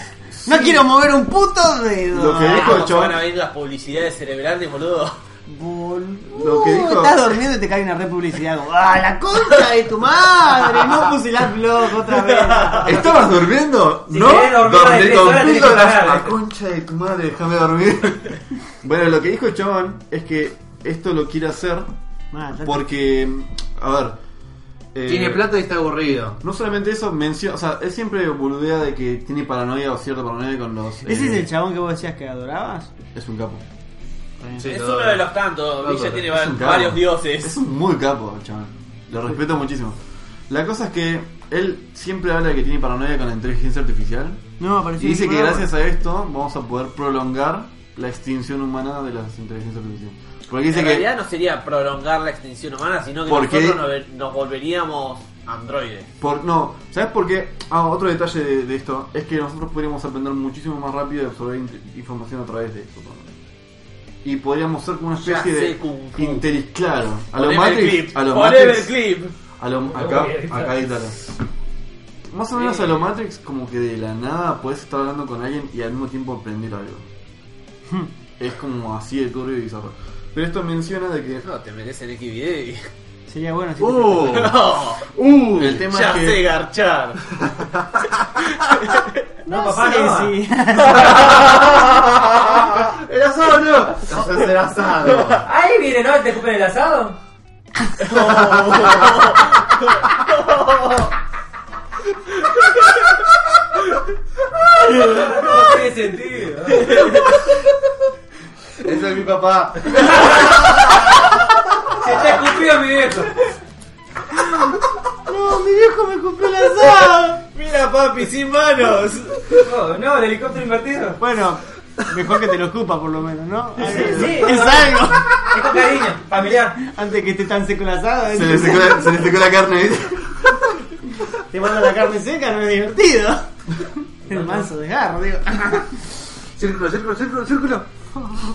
Speaker 5: No quiero mover un puto dedo.
Speaker 4: Lo que dijo
Speaker 3: ¿cómo
Speaker 4: el
Speaker 3: se
Speaker 4: chabón?
Speaker 3: van a ver las publicidades cerebrales, boludo.
Speaker 5: Boludo,
Speaker 4: Lo que dijo-
Speaker 5: Uh, estás durmiendo y te cae una red publicidad. como, ¡Ah, la concha de tu madre! No fusilás blog otra vez.
Speaker 4: ¿Estabas durmiendo?
Speaker 1: Si
Speaker 4: no,
Speaker 1: querés dormir las
Speaker 4: Dormí
Speaker 1: tres
Speaker 4: con
Speaker 1: horas, tenés
Speaker 4: píldoras.
Speaker 1: que parar.
Speaker 4: La concha de tu madre, déjame dormir. bueno, lo que dijo el chabón es que esto lo quiere hacer
Speaker 5: Ah, ya te-
Speaker 4: porque, a ver. eh,
Speaker 2: Tiene plata y está aburrido.
Speaker 4: No solamente eso, menciona, o sea, él siempre boludea de que tiene paranoia o cierta paranoia con los.
Speaker 5: ¿Ese es
Speaker 4: eh,
Speaker 5: el chabón que vos decías que adorabas?
Speaker 4: Es un capo.
Speaker 2: Sí,
Speaker 3: es
Speaker 2: todo.
Speaker 3: uno de los tantos.
Speaker 2: Todo,
Speaker 3: Villa
Speaker 2: todo.
Speaker 3: tiene
Speaker 4: Es
Speaker 3: va-
Speaker 4: un capo.
Speaker 3: varios dioses.
Speaker 4: Es un muy capo, chaval. Lo respeto muchísimo. La cosa es que él siempre habla de que tiene paranoia con la inteligencia artificial.
Speaker 5: No,
Speaker 4: Y
Speaker 5: parecía.
Speaker 4: dice que gracias a esto vamos a poder prolongar la extinción humana de las inteligencias artificiales. Porque dice
Speaker 3: en
Speaker 4: que.
Speaker 3: realidad no sería prolongar la extinción humana, sino que
Speaker 4: ¿Por
Speaker 3: nosotros
Speaker 4: qué?
Speaker 3: nos ve- nos volveríamos androides.
Speaker 4: Por, no, ¿sabes por qué? Ah, otro detalle de, de esto es que nosotros podríamos aprender muchísimo más rápido y absorber int- información a través de esto. Y podríamos ser como una
Speaker 3: Ya
Speaker 4: especie
Speaker 3: sé, Kung Fu.
Speaker 4: de inteligente, claro, a lo
Speaker 3: Poneme el
Speaker 4: Matrix,
Speaker 3: clip.
Speaker 4: a lo
Speaker 3: Poneme
Speaker 4: Matrix,
Speaker 3: el clip.
Speaker 4: A lo, acá,
Speaker 1: Uy, edítalo.
Speaker 4: acá edítalo. Más o menos
Speaker 3: Sí.
Speaker 4: a lo Matrix, como que de la nada puedes estar hablando con alguien y al mismo tiempo aprender algo. Hmm. es como así de turbio y bizarro. Pero esto menciona de que.
Speaker 3: No, te mereces el Xvideo.
Speaker 5: Sería bueno si.
Speaker 4: ¡Oh!
Speaker 3: No,
Speaker 4: ¡Uh! El tema
Speaker 3: ya
Speaker 4: es
Speaker 3: sé
Speaker 4: que.
Speaker 3: garchar.
Speaker 1: No, papá,
Speaker 5: sé
Speaker 1: no.
Speaker 5: si-
Speaker 2: ¡El asado no! ¡Haces el asado!
Speaker 1: Ahí viene, ¿no? ¿Te escupen el asado? No tiene sentido.
Speaker 2: Ese es mi papá.
Speaker 1: Se está escupido mi viejo.
Speaker 5: No, mi mi viejo me compró el asado.
Speaker 3: Mira, papi, sin manos.
Speaker 1: Oh, no, el helicóptero invertido.
Speaker 5: Bueno, mejor que te lo escupa por lo menos, ¿no?
Speaker 1: sí.
Speaker 5: es algo.
Speaker 1: Es con cariño, familiar.
Speaker 5: Antes que esté tan seco el asado, ¿eh?
Speaker 4: Se le secó la, se le secó la carne, ¿viste?
Speaker 5: te mandan la carne seca, no es divertido. El manso de garro, digo.
Speaker 2: Círculo, círculo, círculo, círculo.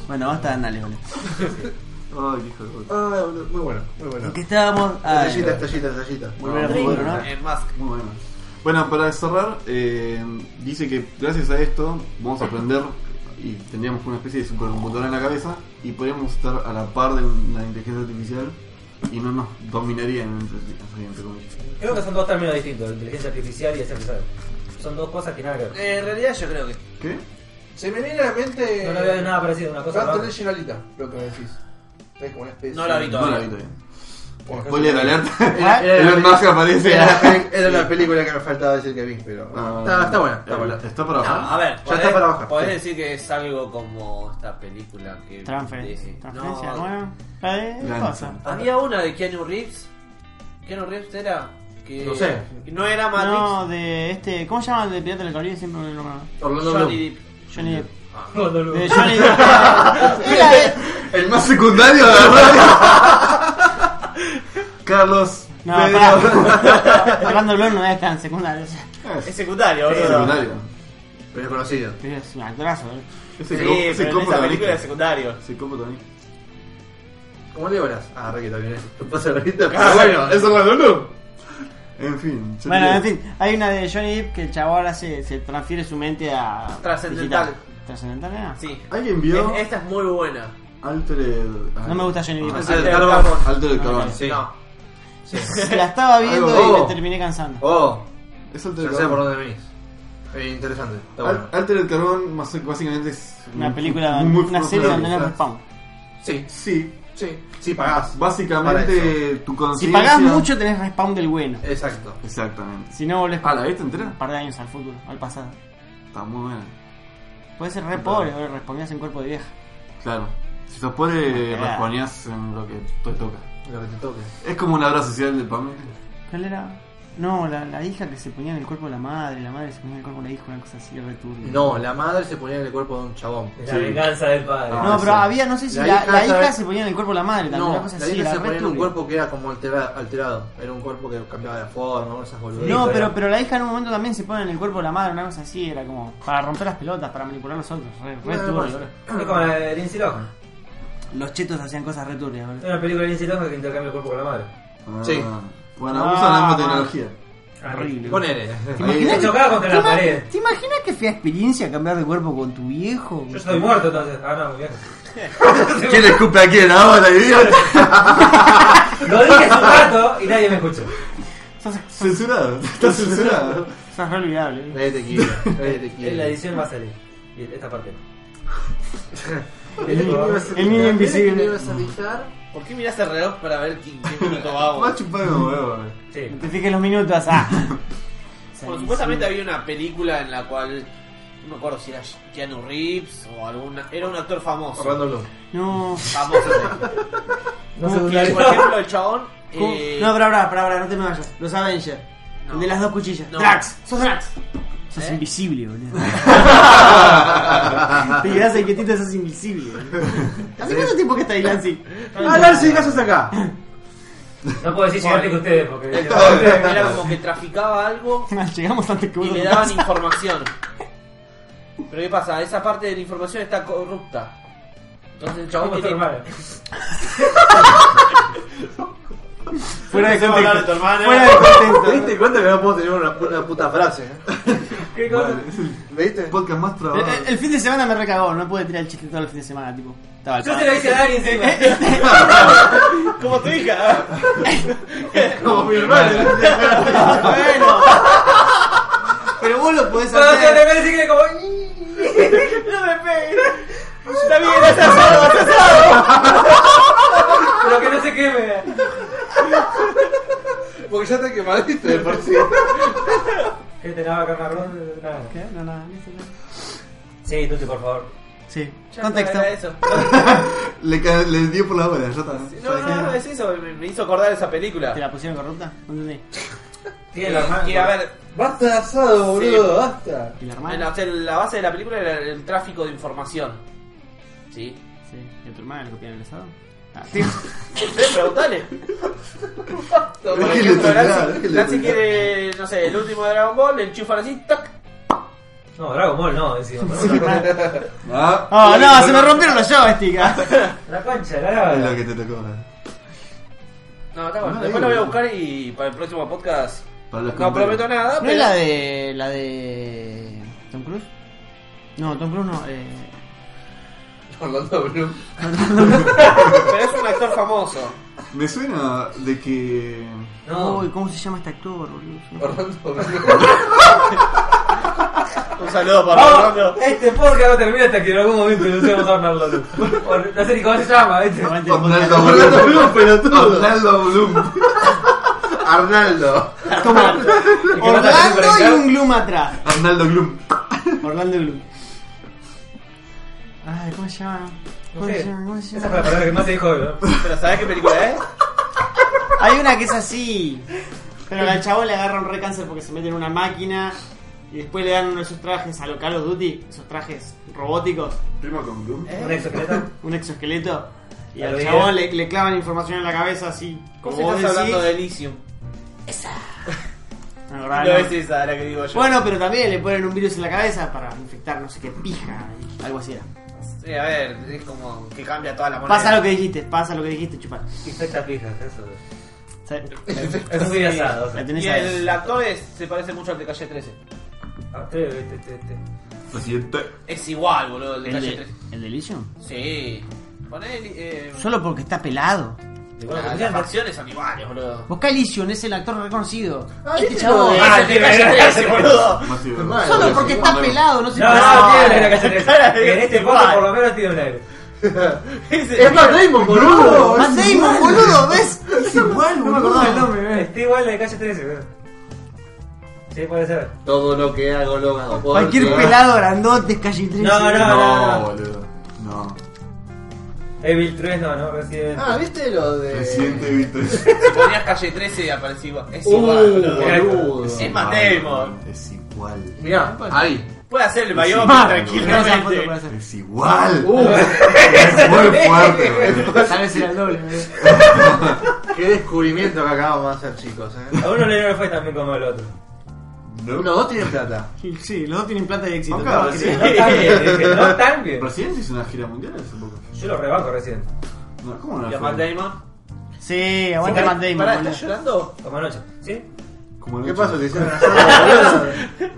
Speaker 5: Bueno, basta de anales, boludo.
Speaker 4: Ay, qué hijo de puta.
Speaker 2: Ah, boludo, muy bueno, muy bueno.
Speaker 5: ¿En qué estábamos? Ah,
Speaker 2: Tallita, tallita, tallita.
Speaker 5: Volver al
Speaker 4: No,
Speaker 5: futuro,
Speaker 4: bueno.
Speaker 5: ¿no?
Speaker 3: En Musk.
Speaker 4: Muy bueno. Bueno, para cerrar, eh, dice que gracias a esto vamos a aprender y tendríamos una especie de supercomputadora en la cabeza y podríamos estar a la par de la inteligencia artificial y no nos dominarían entre, así, entre comillas.
Speaker 1: Creo que son dos términos distintos, inteligencia artificial y artificial. Son dos cosas que nada que ver.
Speaker 3: Eh, en realidad yo creo que...
Speaker 4: ¿Qué?
Speaker 2: Se me viene a la mente.
Speaker 1: No le veo nada parecido, una cosa.
Speaker 2: Basta
Speaker 1: rara.
Speaker 2: nacionalita, lo que me decís. Es como una especie.
Speaker 3: No la vi
Speaker 4: No la vi
Speaker 3: todavía.
Speaker 4: todavía.
Speaker 2: Por ejemplo,
Speaker 4: Spoiler alert.
Speaker 2: Era, era la
Speaker 4: Elon Musk
Speaker 2: peli-
Speaker 4: aparece.
Speaker 2: era la peli- era la película que me faltaba decir que vi, pero.
Speaker 4: Ah,
Speaker 2: está, está buena, está buena.
Speaker 4: Está para
Speaker 3: No,
Speaker 4: abajo.
Speaker 3: a ver,
Speaker 2: Ya
Speaker 3: podés-
Speaker 2: está para bajar.
Speaker 3: podés
Speaker 2: Sí.
Speaker 3: decir que es algo como esta película que...
Speaker 5: Transferencia.
Speaker 3: de-
Speaker 5: Transferencia,
Speaker 3: no,
Speaker 5: bueno. Eh,
Speaker 4: Gran
Speaker 5: cosa.
Speaker 3: Había una de Keanu Reeves. Keanu Reeves era... Que
Speaker 2: No sé.
Speaker 3: No era Matrix.
Speaker 5: No, de este. ¿Cómo se llama el de Pirata del Caribe? Siempre me lo nombro.
Speaker 2: Orlando
Speaker 3: Johnny
Speaker 2: Bloom.
Speaker 3: Depp.
Speaker 5: Johnny Depp.
Speaker 1: Oh, No, no, no.
Speaker 5: De Johnny Depp. eh. Era de-
Speaker 4: El más secundario de la radio. Carlos.
Speaker 5: No,
Speaker 4: Pedro.
Speaker 5: pará. Orlando Bloom no es tan secundario. o sea,
Speaker 4: Es,
Speaker 3: Es secundario,
Speaker 4: es
Speaker 3: boludo.
Speaker 4: secundario.
Speaker 2: Pero conocido.
Speaker 5: Pero es un actorazo, ¿eh?
Speaker 4: Es
Speaker 3: Sí,
Speaker 4: el co- es el
Speaker 3: pero en esa película
Speaker 4: coprotagonista.
Speaker 3: es secundario.
Speaker 4: Es el coprotagonista.
Speaker 2: Como Legolas. Ah, re que también es. Pasa la rita, pero Ah, bueno.
Speaker 4: Ah, es Orlando Bloom. En fin. yo
Speaker 5: Bueno,
Speaker 4: te-
Speaker 5: en fin, hay una de Johnny Depp que el chavo ahora se, se transfiere su mente a.
Speaker 3: Trascendental.
Speaker 5: digital. ¿Trascendental era?
Speaker 3: Sí.
Speaker 4: ¿Alguien vio
Speaker 3: Es- Esta es muy buena.
Speaker 4: Altered...
Speaker 5: No me gusta Johnny Depp.
Speaker 4: Ah,
Speaker 2: Es
Speaker 5: así
Speaker 2: el
Speaker 3: Alter
Speaker 2: carbón.
Speaker 3: Carbon.
Speaker 4: Altered
Speaker 5: No,
Speaker 4: Carbon.
Speaker 2: Ah, Sí.
Speaker 3: No.
Speaker 5: que La estaba viendo y
Speaker 2: Oh.
Speaker 5: me terminé cansando.
Speaker 2: Oh,
Speaker 4: Es Altered
Speaker 2: ya sé por
Speaker 4: Carbon.
Speaker 2: dónde venís. Eh, interesante, está bueno.
Speaker 4: Al- Altered Carbon más- básicamente es...
Speaker 5: Una película,
Speaker 4: muy- muy
Speaker 5: una serie donde no
Speaker 4: funcional.
Speaker 5: es spam.
Speaker 2: ah, Sí,
Speaker 4: Sí.
Speaker 2: sí, sí pagás. Para
Speaker 4: Básicamente tu
Speaker 5: Si
Speaker 4: conciencia...
Speaker 5: pagás mucho, tenés respawn del bueno.
Speaker 2: Exacto.
Speaker 4: Exactamente.
Speaker 5: Si no, volvés
Speaker 4: Ah, ¿la viste entera?
Speaker 5: un par de años al futuro, al pasado.
Speaker 4: Está muy buena.
Speaker 5: Puede ser re pobre, ahora respondías en cuerpo de vieja.
Speaker 4: Claro. Si sos pobre,
Speaker 5: Claro.
Speaker 4: responías en lo que te toca.
Speaker 2: Lo que te toque.
Speaker 4: Es como una obra social del PAME.
Speaker 5: ¿Cuál era? No, la, la hija que se ponía en el cuerpo de la madre, la madre se ponía en el cuerpo de la hija, una cosa así re turbia.
Speaker 2: No, la madre se ponía en el cuerpo de un chabón.
Speaker 1: Es La
Speaker 4: Sí.
Speaker 1: venganza del padre.
Speaker 4: No,
Speaker 5: No, pero
Speaker 4: sí.
Speaker 5: había, no sé si
Speaker 2: La
Speaker 5: la,
Speaker 2: hija
Speaker 5: la hija
Speaker 2: sabe-
Speaker 5: se ponía en el cuerpo de la madre, también, una
Speaker 2: No,
Speaker 5: cosa
Speaker 2: la
Speaker 5: así,
Speaker 2: hija
Speaker 5: era
Speaker 2: se
Speaker 5: re
Speaker 2: ponía en un
Speaker 5: turbia.
Speaker 2: cuerpo que era como altera- alterado. Era un cuerpo que cambiaba de forma, esas boludeces.
Speaker 5: No,
Speaker 1: Sí,
Speaker 5: pero,
Speaker 1: era.
Speaker 5: pero la hija en un momento también se pone en el cuerpo de la madre, una cosa así, era como para romper las pelotas, para manipular a los otros, re, re
Speaker 2: Bueno, pues,
Speaker 5: turbio.
Speaker 2: bueno.
Speaker 1: Es como la de Lindsay Lohan.
Speaker 5: Los chetos hacían cosas re turbias,
Speaker 1: Es
Speaker 5: boludo.
Speaker 1: una película de Lindsay Lohan que intercambia el cuerpo con la madre.
Speaker 4: Ah,
Speaker 2: Sí.
Speaker 4: Bueno,
Speaker 5: Ah.
Speaker 4: usan la misma tecnología.
Speaker 5: Horrible.
Speaker 2: Ponele.
Speaker 5: ¿Te imaginas
Speaker 1: Se chocaba contra la pared.
Speaker 5: ¿Te imaginas qué fea experiencia cambiar de cuerpo con tu viejo?
Speaker 1: Yo estoy muerto entonces. Ah, no, muy bien.
Speaker 4: ¿Quién escupe a quién Ah, ahora, idiota?
Speaker 1: Lo dije hace un rato y nadie me escuchó.
Speaker 5: Sos,
Speaker 4: Censurado. Está censurado.
Speaker 5: sos re olvidable.
Speaker 2: Nadie te quiere, nadie te
Speaker 1: En la
Speaker 2: quiere.
Speaker 1: edición va a salir. Y esta parte no.
Speaker 5: El niño- el niño
Speaker 2: Mira,
Speaker 5: invisible.
Speaker 2: ¿qué le ibas a fijar?
Speaker 3: ¿Por qué mirás el reloj para ver qué, qué minuto vamos?
Speaker 4: Va a chupar como huevo, eh.
Speaker 1: Sí.
Speaker 5: Te fijes los minutos, ah.
Speaker 3: Bueno, supuestamente había una película en la cual no me acuerdo si era Keanu Reeves o alguna era un actor famoso.
Speaker 2: Orlando Bloom.
Speaker 5: No.
Speaker 3: Famoso.
Speaker 1: No se
Speaker 5: No,
Speaker 3: Que, por ejemplo, el chabón
Speaker 5: ¿Cómo?
Speaker 3: eh,
Speaker 5: No, pero ahora, para ahora, no te me vayas. Los Avengers.
Speaker 3: No.
Speaker 5: El de las dos cuchillas.
Speaker 3: No.
Speaker 5: Drax, sos Drax. Sos
Speaker 3: ¿Eh?
Speaker 5: invisible, boludo. Te quedás ahí quietito, sos invisible. boludo. ¿Hace cuánto tiempo que está ahí, Lancy?
Speaker 2: Ah, Nancy, ¿qué haces acá?
Speaker 1: No puedo decir antes que ustedes
Speaker 3: el
Speaker 1: porque.
Speaker 3: chabón era como que traficaba algo
Speaker 5: Llegamos antes que
Speaker 3: y
Speaker 5: vos.
Speaker 3: le daban información. Pero qué pasa, esa parte de la información está corrupta. Entonces el chabón
Speaker 1: ¿Cómo
Speaker 3: que
Speaker 1: está,
Speaker 3: tiene-
Speaker 1: hermano?
Speaker 5: Fuera de
Speaker 3: Se va a hablar de tu
Speaker 5: contexto.
Speaker 3: hermana.
Speaker 5: Fuera de
Speaker 2: ¿Te
Speaker 5: contexto.
Speaker 2: diste cuenta que no puedo tener una, pu- una puta frase? eh? Pues,
Speaker 1: ¿Qué cosa?
Speaker 4: Vale, es el
Speaker 2: ¿Viste?
Speaker 4: podcast más trabado.
Speaker 5: eh, El- El fin de semana me recagó, no pude tirar el chiste todo el fin de semana, tipo. Estaba al
Speaker 1: Yo se la hice a Dari encima.
Speaker 3: Como tu hija.
Speaker 2: Como mi hermano.
Speaker 5: Bueno. Pero vos lo podés
Speaker 1: Cuando te
Speaker 5: hacer.
Speaker 1: regalé, sí que le como. No me pegues. Pues
Speaker 3: Está bien, está asado, está asado.
Speaker 1: Pero que no se queme.
Speaker 2: Porque ya te quemadiste de por sí.
Speaker 1: Que te nada, carnarrón. Nada.
Speaker 5: ¿Qué? No, no, no, no.
Speaker 1: Sí, Tuti, por favor.
Speaker 5: Sí.
Speaker 3: Ya
Speaker 5: Contexto.
Speaker 3: no era eso.
Speaker 4: Le, ca- le dio por la bola, ya está.
Speaker 3: No, no, no, es eso, me, me hizo acordar esa película.
Speaker 5: ¿Te la pusieron corrupta? No entendí.
Speaker 1: Tiene la hermana.
Speaker 3: que, a ver,
Speaker 2: Basta de asado,
Speaker 3: Sí.
Speaker 2: boludo, basta.
Speaker 5: Y la hermana.
Speaker 3: en la, en la base de la película era el, tráfico de información. ¿Sí?
Speaker 5: Sí. ¿Y a tu hermana le copiaron el asado? Ah,
Speaker 3: Ustedes preguntale. Por
Speaker 2: Déjenle
Speaker 3: ejemplo,
Speaker 2: terminar,
Speaker 3: Nancy,
Speaker 2: déjenle
Speaker 3: Nancy
Speaker 2: terminar.
Speaker 3: quiere, no sé, el último Dragon Ball, le enchufan así, tac.
Speaker 1: No, Dragon Ball no, decimos.
Speaker 4: Ah,
Speaker 5: ¡Oh, no! ¡Se me rompieron los joysticks!
Speaker 1: La concha,
Speaker 4: Es lo
Speaker 1: la
Speaker 4: que te tocó. eh.
Speaker 3: No, está
Speaker 5: Ah,
Speaker 3: bueno.
Speaker 4: No,
Speaker 3: Después
Speaker 4: digo.
Speaker 3: lo voy a buscar y para el próximo podcast
Speaker 4: Para los
Speaker 3: no prometo nada,
Speaker 5: ¿No
Speaker 3: pero
Speaker 5: es la de. la de. Tom Cruise? No, Tom Cruise no. Eh...
Speaker 2: Orlando Bloom.
Speaker 3: pero es un actor famoso.
Speaker 4: Me suena de que.
Speaker 1: No,
Speaker 5: Uy, ¿cómo se llama este actor, boludo?
Speaker 2: Orlando Bloom.
Speaker 3: Un saludo para
Speaker 1: Vamos,
Speaker 3: Orlando.
Speaker 1: este podcast no termina hasta que en algún momento no usemos Arnaldo. Luz. No sé ni cómo se llama, ¿viste?
Speaker 5: Aguante el podcast.
Speaker 4: Orlando Bloom, pelotudo.
Speaker 2: Orlando Bloom. Arnaldo.
Speaker 1: El que no está aquí
Speaker 5: Orlando
Speaker 1: para
Speaker 5: y
Speaker 1: entrar.
Speaker 5: un Gloom atrás.
Speaker 4: Arnaldo Gloom.
Speaker 5: Orlando Gloom. Ay, ¿cómo se llama?
Speaker 1: No
Speaker 5: ¿Cómo
Speaker 1: sé,
Speaker 5: se llama? ¿Cómo se
Speaker 1: Esa fue la
Speaker 5: llama?
Speaker 1: palabra que más se dijo hoy, ¿no?
Speaker 3: Pero ¿sabes qué película es?
Speaker 5: Hay una que es así. Pero al chabón le agarra un re cáncer porque se mete en una máquina. Y después le dan uno de esos trajes a lo Call of Duty, esos trajes robóticos,
Speaker 4: Prima con Gloom.
Speaker 1: Un exoesqueleto.
Speaker 5: un exoesqueleto. Y
Speaker 1: A
Speaker 5: al
Speaker 1: lo
Speaker 5: chabón
Speaker 1: bien.
Speaker 5: le, le clavan información en la cabeza así. Como
Speaker 3: ¿Cómo se
Speaker 5: vos
Speaker 3: estás
Speaker 5: decís.
Speaker 3: hablando de Elysium?
Speaker 5: No,
Speaker 3: Ah, No,
Speaker 5: no.
Speaker 3: es esa la que digo yo.
Speaker 5: Bueno, pero también le ponen un virus en la cabeza para infectar no sé qué pija, algo así. era.
Speaker 3: Sí, a ver, es como que cambia toda la moneda.
Speaker 5: Pasa lo que dijiste, pasa lo que dijiste, chupar.
Speaker 1: Infecta pija, eso.
Speaker 5: ¿Sabes?
Speaker 1: Es muy asado, o sea.
Speaker 5: La
Speaker 3: Y
Speaker 5: tenés ahí.
Speaker 3: el actor es- se parece mucho al de Calle 13.
Speaker 1: Ah, Atrévete, te, te.
Speaker 4: Presidente.
Speaker 3: Es igual, boludo, el de
Speaker 5: ¿El
Speaker 3: Calle
Speaker 5: de,
Speaker 3: 13.
Speaker 5: ¿El de Elysium?
Speaker 3: Sí. Poné el, eh,
Speaker 5: Solo porque está pelado.
Speaker 1: Igual,
Speaker 3: la- las Ah, facciones animales, boludo.
Speaker 5: Busca Elysium, es el actor reconocido.
Speaker 2: Ah,
Speaker 5: este
Speaker 2: este
Speaker 5: chavo.
Speaker 2: no,
Speaker 3: Ah, el de Calle 13, boludo.
Speaker 4: Masivo.
Speaker 2: Normal.
Speaker 5: Solo
Speaker 2: Bueno,
Speaker 5: porque
Speaker 2: sí,
Speaker 5: está
Speaker 4: bueno.
Speaker 5: pelado, no se
Speaker 1: No,
Speaker 5: parece.
Speaker 1: no,
Speaker 3: Ah,
Speaker 1: tiene la calle 13. En este podcast por lo menos tiene un aire.
Speaker 3: Ese-
Speaker 2: Es Matt Damon, boludo.
Speaker 5: Matt
Speaker 2: Es
Speaker 5: Damon,
Speaker 2: igual.
Speaker 5: boludo, ¿ves? Es igual,
Speaker 2: No me acordaba el nombre, ve.
Speaker 1: Está igual la de calle 13, bro. Sí, puede ser.
Speaker 2: Todo lo que hago lo hago. por
Speaker 5: Cualquier
Speaker 2: ti.
Speaker 5: pelado grandote es calle 13.
Speaker 1: No, no.
Speaker 4: No, boludo. No.
Speaker 1: Evil 3 no, ¿no? Recién.
Speaker 2: Ah, ¿viste lo de.
Speaker 4: Presidente Víctor.
Speaker 3: Si ponías Calle 13 aparecía igual. Es
Speaker 2: Uh,
Speaker 3: igual, boludo.
Speaker 2: boludo.
Speaker 3: Es Matt Damon.
Speaker 4: Es igual.
Speaker 2: Mirá, ahí.
Speaker 3: Puede hacer el Wyoming
Speaker 4: Mar,
Speaker 3: tranquilamente.
Speaker 4: Es igual.
Speaker 2: Uh,
Speaker 4: Es muy fuerte, boludo.
Speaker 5: Tal vez era el doble. ¿ves?
Speaker 2: qué descubrimiento que acabamos de hacer, chicos. Eh.
Speaker 1: A uno le fue tan bien como al otro.
Speaker 4: No.
Speaker 2: Los dos tienen plata.
Speaker 5: Sí, los dos tienen plata y éxito.
Speaker 4: Acá,
Speaker 5: ¿no?
Speaker 4: sí.
Speaker 1: No tan bien, dije, no tan bien.
Speaker 4: Presidente hizo una gira mundial hace poco.
Speaker 1: Yo lo rebajo recién.
Speaker 4: No, ¿Cómo no?
Speaker 3: Y a
Speaker 4: fue?
Speaker 3: Matt Damon.
Speaker 5: Sí, aguante Matt Damon.
Speaker 2: Pará,
Speaker 5: boludo.
Speaker 2: ¿estás llorando?
Speaker 1: Como anoche. ¿Sí?
Speaker 4: Como no
Speaker 2: ¿Qué
Speaker 4: hizo.
Speaker 2: pasó? ¿Te hicieron asado, boludo?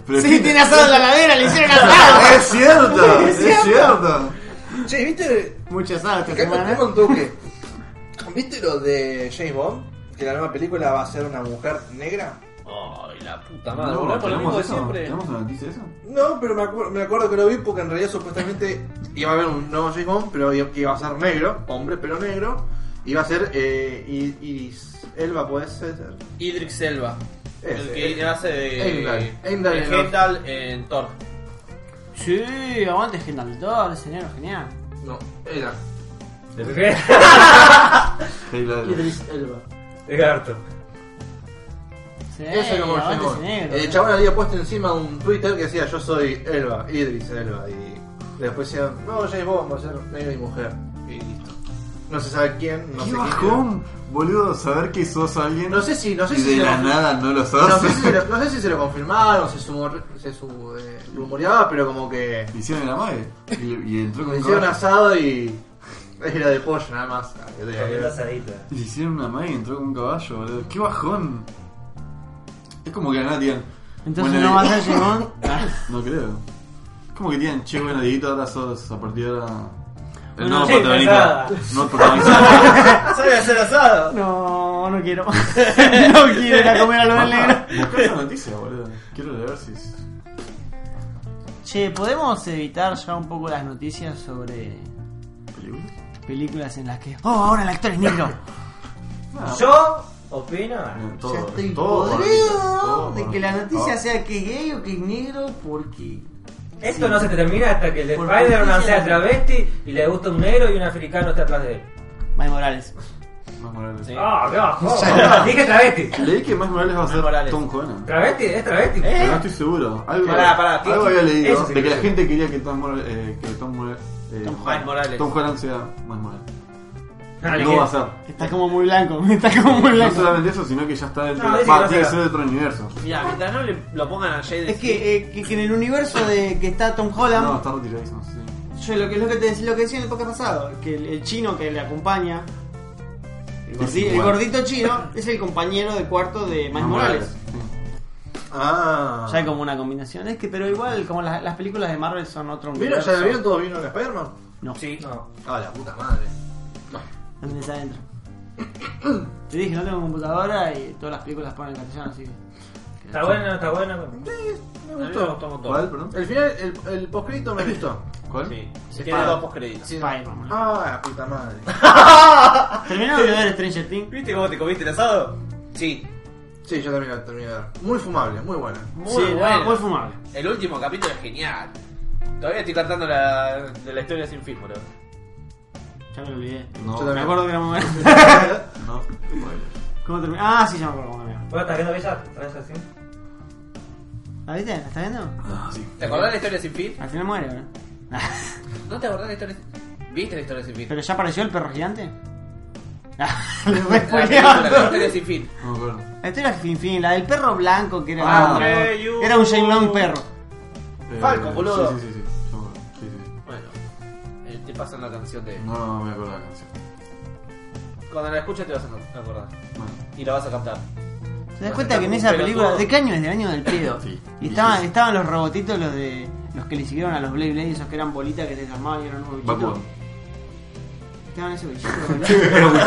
Speaker 4: Pero
Speaker 5: Sí,
Speaker 4: es-
Speaker 5: tiene asado en la ladera, le hicieron asado.
Speaker 4: ¡Es cierto! ¡Es cierto!
Speaker 2: Che, ¿viste?
Speaker 5: Mucho asado esta
Speaker 2: Acá me
Speaker 5: semana.
Speaker 2: tengo un toque. ¿Viste lo de James Bond? Que la nueva película va a ser una mujer negra.
Speaker 3: Ay, la puta madre.
Speaker 4: No,
Speaker 3: boludo, por lo
Speaker 4: ¿tenemos
Speaker 3: mismo de
Speaker 4: eso?
Speaker 3: siempre.
Speaker 4: ¿Tenemos una noticia de eso?
Speaker 2: No, pero me, acuer- me acuerdo que lo vi porque en realidad supuestamente iba a haber un nuevo James Bond, pero i- iba a ser negro, hombre, pero negro. Iba a ser eh, I- Iris Elba, puede ser.
Speaker 3: Idrix Elba. El
Speaker 2: Ese,
Speaker 3: que
Speaker 2: eh,
Speaker 3: hace de.
Speaker 2: Heimdall. Heimdall
Speaker 3: de
Speaker 2: en los-
Speaker 3: Heimdall en Thor.
Speaker 5: Sí, aguante Hendal Thor, ese negro genial.
Speaker 2: No, era.
Speaker 1: ¿De qué?
Speaker 4: Hey, la-
Speaker 5: Elba.
Speaker 1: De harto.
Speaker 5: Sí,
Speaker 4: Eh,
Speaker 2: Ese como James
Speaker 5: aguante ese
Speaker 2: Bond.
Speaker 5: negro.
Speaker 2: El chabón había puesto encima un Twitter que decía yo soy Elba, Idris Elba. Y después decían, no, James Bond va a ser negro y mujer. Y listo. No se sabe quién, no
Speaker 4: ¡Qué
Speaker 2: sé quién.
Speaker 4: bajón! Boludo, saber que sos alguien
Speaker 2: era. No sé si, no sé
Speaker 4: y
Speaker 2: si.
Speaker 4: de
Speaker 2: se
Speaker 4: la
Speaker 2: lo-
Speaker 4: nada no lo sos.
Speaker 2: No sé, si lo, no sé si se lo confirmaron, se, sumor- se su- eh, rumoreaba, pero como que
Speaker 4: Hicieron el amague y, y entró con
Speaker 2: le hicieron
Speaker 4: coraje.
Speaker 2: asado y era de pollo nada más.
Speaker 1: La asadita.
Speaker 4: Le hicieron una magia y entró con un caballo, boludo. ¡Qué bajón! Es como que a nada tienen.
Speaker 5: Entonces
Speaker 4: Bueno,
Speaker 5: no va a
Speaker 4: y-
Speaker 5: ser Jimón. Ah.
Speaker 4: No creo. Es como que tienen, che, bueno, Dieguito, ahora sos a partir de ahora. El
Speaker 5: Una
Speaker 4: nuevo
Speaker 1: chica
Speaker 4: protagonista.
Speaker 1: asada.
Speaker 4: No protagonista.
Speaker 3: ¿Sabe hacer asado?
Speaker 5: No, no quiero. no quiero ir a comer a lo del negro.
Speaker 4: Buscá esa noticia, boludo. Quiero leer si. es-
Speaker 5: Che, ¿podemos evitar ya un poco las noticias sobre
Speaker 4: ¿Película?
Speaker 5: películas en las que. ¡Oh, ahora el actor es negro!
Speaker 4: Nada,
Speaker 1: Yo opino.
Speaker 4: Ah. no,
Speaker 5: Ya estoy
Speaker 4: todo gordito,
Speaker 5: podrido
Speaker 4: todo Ah,
Speaker 5: de que la
Speaker 4: gordito.
Speaker 5: noticia sea que es gay o que es negro porque.
Speaker 1: Esto no se termina hasta que el de
Speaker 5: Por
Speaker 1: Spider-Man
Speaker 5: justicia.
Speaker 1: sea travesti y le gusta un negro y un africano está atrás de él.
Speaker 5: May Morales.
Speaker 4: Más Morales.
Speaker 3: Sí.
Speaker 1: ¡Ah, no! joder, Dije travesti.
Speaker 4: Leí que Más Morales va a ser
Speaker 3: Morales.
Speaker 4: Tom Holland.
Speaker 1: Travesti, es travesti.
Speaker 3: ¿Eh?
Speaker 4: Pero no estoy seguro. Algo,
Speaker 3: Pará, pará, ¿qué-
Speaker 4: algo
Speaker 3: qué-
Speaker 4: había leído
Speaker 1: eso sí
Speaker 4: de que
Speaker 1: que
Speaker 4: la
Speaker 1: es?
Speaker 4: gente quería que Tom Morales. eh, que Tom Morales. eh,
Speaker 5: Tom
Speaker 3: Juan Morales.
Speaker 4: Tom Holland sea Más Morales.
Speaker 1: Ah,
Speaker 4: no
Speaker 1: dije-
Speaker 4: va a ser.
Speaker 5: Está como muy blanco, está como muy
Speaker 4: No
Speaker 5: blanco.
Speaker 4: solamente eso, sino que ya está dentro.
Speaker 1: No, dice que
Speaker 4: Va,
Speaker 1: va a
Speaker 4: tiene que
Speaker 1: ser.
Speaker 4: ser de otro universo.
Speaker 3: Mira, mientras no le, lo pongan a Jade.
Speaker 5: Es que, eh, que, que en el universo de que está Tom Holland,
Speaker 4: No, está retiradísimo, sí.
Speaker 5: yo lo que, lo que te decía, lo que decía en el podcast pasado, que el, el chino que le acompaña, el,
Speaker 4: Es
Speaker 5: gordi- el
Speaker 4: igual.
Speaker 5: gordito chino, es el compañero de cuarto de Miles
Speaker 4: Más
Speaker 5: Morales.
Speaker 4: sí.
Speaker 2: Ah.
Speaker 5: Ya hay como una combinación, es que pero igual como las, las películas de Marvel son otro
Speaker 2: ¿Vieron? ¿Ya
Speaker 5: universo.
Speaker 2: la vieron todo vino en Spider-Man?
Speaker 5: No,
Speaker 3: Sí.
Speaker 1: No.
Speaker 2: Ah, la puta madre.
Speaker 5: no tienes adentro. Te dije, no tengo computadora y todas las películas ponen en castellano, así que...
Speaker 1: Está buena, está buena.
Speaker 2: Me
Speaker 3: A mí me
Speaker 2: gustó.
Speaker 3: gustó un montón.
Speaker 4: ¿Cuál, perdón?
Speaker 2: El final, el, el postcrédito me gustó.
Speaker 4: ¿Cuál?
Speaker 3: Sí.
Speaker 5: Sí,
Speaker 3: Tiene
Speaker 5: para.
Speaker 3: dos postcréditos.
Speaker 5: Spider-Man, boludo.
Speaker 2: Ah, la puta madre.
Speaker 5: ¿Terminaron de ver Stranger Things?
Speaker 3: ¿Viste cómo te comiste el asado? Sí.
Speaker 2: Sí, yo también la terminé de ver. Muy fumable, muy buena.
Speaker 3: Muy
Speaker 5: sí,
Speaker 3: bueno.
Speaker 5: no, muy fumable.
Speaker 3: El último capítulo es genial. Todavía estoy cantando la, de la historia sin fin, boludo.
Speaker 5: Ya me lo olvidé.
Speaker 4: No,
Speaker 2: Yo
Speaker 5: Me acuerdo que era muy bueno.
Speaker 4: no, spoiler.
Speaker 5: ¿Cómo terminó? Ah, sí, ya me acuerdo cómo terminó.
Speaker 1: Bueno, ¿estás viendo Bella Transacción?
Speaker 5: ¿La viste? ¿La estás viendo?
Speaker 4: Ah, sí.
Speaker 3: ¿Te acordás de la historia sin fin?
Speaker 5: Al final muere, ¿verdad?
Speaker 3: ¿No te acordás de la historia sin fin? ¿Viste la historia sin fin?
Speaker 5: ¿Pero ya apareció el perro gigante? Le
Speaker 3: Ah, La
Speaker 5: fue
Speaker 3: película, la
Speaker 5: spoileando.
Speaker 3: historia sin fin.
Speaker 4: No me acuerdo.
Speaker 5: La historia es fin fin, la del perro blanco que era.
Speaker 4: Ah,
Speaker 5: como-
Speaker 3: eh, you-
Speaker 5: era un Shane Long perro.
Speaker 4: Eh,
Speaker 3: Falco,
Speaker 4: sí,
Speaker 3: boludo.
Speaker 4: Sí, sí, sí. yo me acuerdo. Sí, sí.
Speaker 3: Bueno, eh, te pasan la canción de.
Speaker 4: No, no me acuerdo la canción.
Speaker 3: Cuando la escuches te vas a acordar.
Speaker 4: Bueno,
Speaker 3: Y la vas a cantar.
Speaker 5: ¿Te das cuenta que en esa
Speaker 3: Pero
Speaker 5: película.
Speaker 3: todo-
Speaker 5: ¿De qué año es? Del año del pedo.
Speaker 4: Sí.
Speaker 5: Y estaban, estaban los robotitos, los de. Los que le siguieron a los Blade Blade, esos que eran bolitas que se desarmaban y eran unos bichitos.
Speaker 4: Batwoman.
Speaker 5: Estaban esos bichitos. boludo.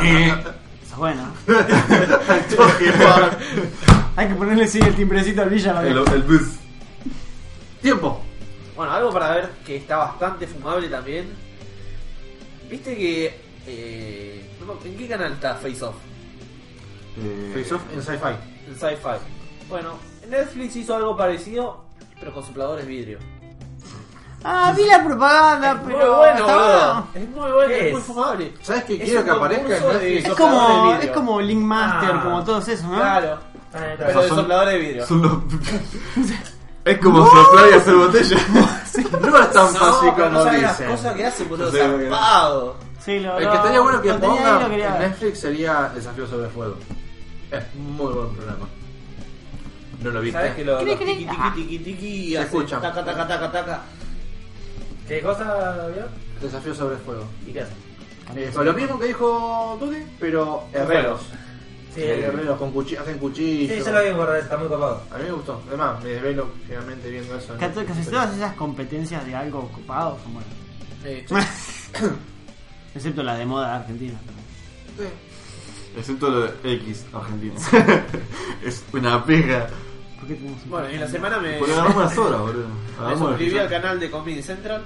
Speaker 5: Eso es bueno. Hay que ponerle sí el timbrecito al Villa. para que-
Speaker 4: el, el bus.
Speaker 2: Tiempo.
Speaker 3: Bueno, algo para ver que está bastante fumable también. Viste que. eh, no me- ¿En qué canal está Face Off?
Speaker 4: Eh,
Speaker 2: Face Off en Sci-Fi.
Speaker 3: En Sci-Fi. Bueno, Netflix hizo algo parecido, pero con sopladores vidrio.
Speaker 5: Ah, vi la propaganda,
Speaker 3: es muy
Speaker 5: pero.
Speaker 3: bueno,
Speaker 5: está
Speaker 3: boludo.
Speaker 5: bueno.
Speaker 3: Es muy bueno,
Speaker 1: ¿Qué
Speaker 3: es muy
Speaker 1: es?
Speaker 3: fumable.
Speaker 2: ¿Sabes qué
Speaker 3: Es
Speaker 2: quiero
Speaker 3: un
Speaker 2: que aparezca en
Speaker 3: concurso de-
Speaker 2: Netflix?
Speaker 5: Es
Speaker 3: Soplador de
Speaker 5: como,
Speaker 3: vidrio.
Speaker 5: es como Link Master,
Speaker 1: Ah.
Speaker 5: como todos esos, ¿no?
Speaker 3: Claro.
Speaker 1: Está bien, está
Speaker 3: Pero de
Speaker 1: bien.
Speaker 4: son-
Speaker 3: sopladores de vidrio.
Speaker 4: Son los. es como soplar y hacer botella.
Speaker 2: No es tan fácil
Speaker 3: pero
Speaker 2: como
Speaker 3: no sabes las
Speaker 2: dicen.
Speaker 3: cosas que hace, boludo.
Speaker 4: Yo sé lo que-
Speaker 3: Zarpado.
Speaker 5: Sí, lo,
Speaker 2: El
Speaker 5: lo-
Speaker 2: que estaría bueno que
Speaker 5: lo tenía ahí,
Speaker 2: ponga
Speaker 5: lo quería
Speaker 2: en
Speaker 5: ver.
Speaker 2: Netflix sería Desafío sobre Fuego. Es muy buen programa. No lo viste.
Speaker 3: ¿Sabes que lo,
Speaker 5: Cric,
Speaker 3: los
Speaker 5: cric.
Speaker 3: tiqui tiqui tiqui tiqui
Speaker 2: Se
Speaker 3: hace
Speaker 2: escucha.
Speaker 3: taca taca taca taca?
Speaker 1: ¿Qué cosa vio?
Speaker 2: Desafío sobre Fuego.
Speaker 1: ¿Y qué hace?
Speaker 2: Eh, con lo mismo que dijo Duque, pero herreros.
Speaker 1: Sí,
Speaker 2: Eh, herreros con cuchillos, hacen cuchillos.
Speaker 1: sí, yo lo vi, gordo, está muy copado.
Speaker 2: A mí me gustó. Además, me desvelo generalmente viendo eso. ¿no?
Speaker 5: Casi casi todas esas competencias de algo ocupado son buenas.
Speaker 3: Sí.
Speaker 5: Excepto la de moda argentina.
Speaker 2: Sí.
Speaker 4: Excepto lo de X, Argentina. es una pega.
Speaker 5: ¿Por qué tenemos un
Speaker 3: Bueno, y en la semana me,
Speaker 4: Porque agarramos las horas, boludo.
Speaker 3: me
Speaker 4: Agarramos
Speaker 3: suscribí al
Speaker 4: las
Speaker 3: canal de Comedy Central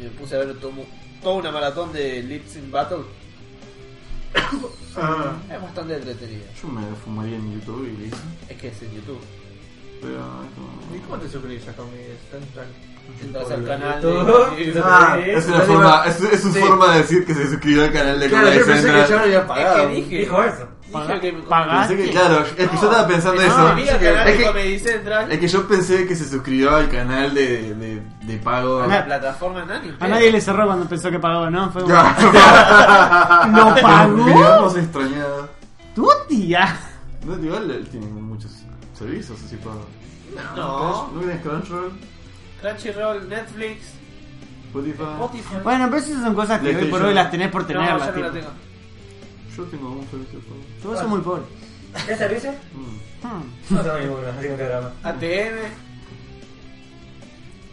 Speaker 3: y me puse a ver todo mu- toda una maratón de Lips in Battle.
Speaker 2: Ah,
Speaker 3: Es bastante entretenida.
Speaker 4: Yo me fumaría en YouTube y listo.
Speaker 3: Es que es en YouTube.
Speaker 4: Pero es como-
Speaker 2: ¿Y cómo te suscribís a Comedy Central?
Speaker 3: Entras al canal
Speaker 1: Todo.
Speaker 3: de...
Speaker 2: Ah,
Speaker 4: Es
Speaker 2: eso
Speaker 4: una
Speaker 2: te
Speaker 4: forma,
Speaker 2: iba-
Speaker 4: es, es su
Speaker 2: Sí.
Speaker 4: forma de decir que se suscribió al canal de
Speaker 2: Claro,
Speaker 4: Comedy
Speaker 2: yo pensé que
Speaker 4: Central.
Speaker 2: ya lo había
Speaker 3: Es
Speaker 2: pagado. "Eh,
Speaker 3: que dije...
Speaker 1: Dijo eso.
Speaker 3: Dije que me...
Speaker 5: Paga-
Speaker 4: Pensé que, claro, es que yo estaba pensando eso.
Speaker 3: Suscribí al
Speaker 4: Es
Speaker 3: canal de
Speaker 4: que-
Speaker 3: Comedy Central.
Speaker 4: Es que yo pensé que se suscribió al canal de, de, de pago.
Speaker 5: Ana-
Speaker 3: La plataforma Nani.
Speaker 5: A nadie le cerró cuando pensó que pagó, ¿no? Fue un...
Speaker 4: ¿No
Speaker 5: ¿No pagó?
Speaker 4: Miramos extrañado.
Speaker 5: ¡Tu tía!
Speaker 4: No, igual él tiene muchos servicios así para.
Speaker 3: No.
Speaker 4: ¿No tienes Crunchyroll?
Speaker 3: Crunchyroll, Netflix,
Speaker 4: Spotify.
Speaker 2: Oh,
Speaker 3: Spotify.
Speaker 5: Bueno, pero esas son cosas que hoy por hoy las tenés por
Speaker 3: no, ya
Speaker 5: tenerlas,
Speaker 3: no la
Speaker 5: tipo.
Speaker 3: tengo.
Speaker 4: Yo tengo un servicio de pago.
Speaker 5: Tú sos muy pobre.
Speaker 1: ¿Qué servicio?
Speaker 4: Mm.
Speaker 5: Hmm,
Speaker 1: No tengo ninguno, no tengo programa.
Speaker 3: ATM.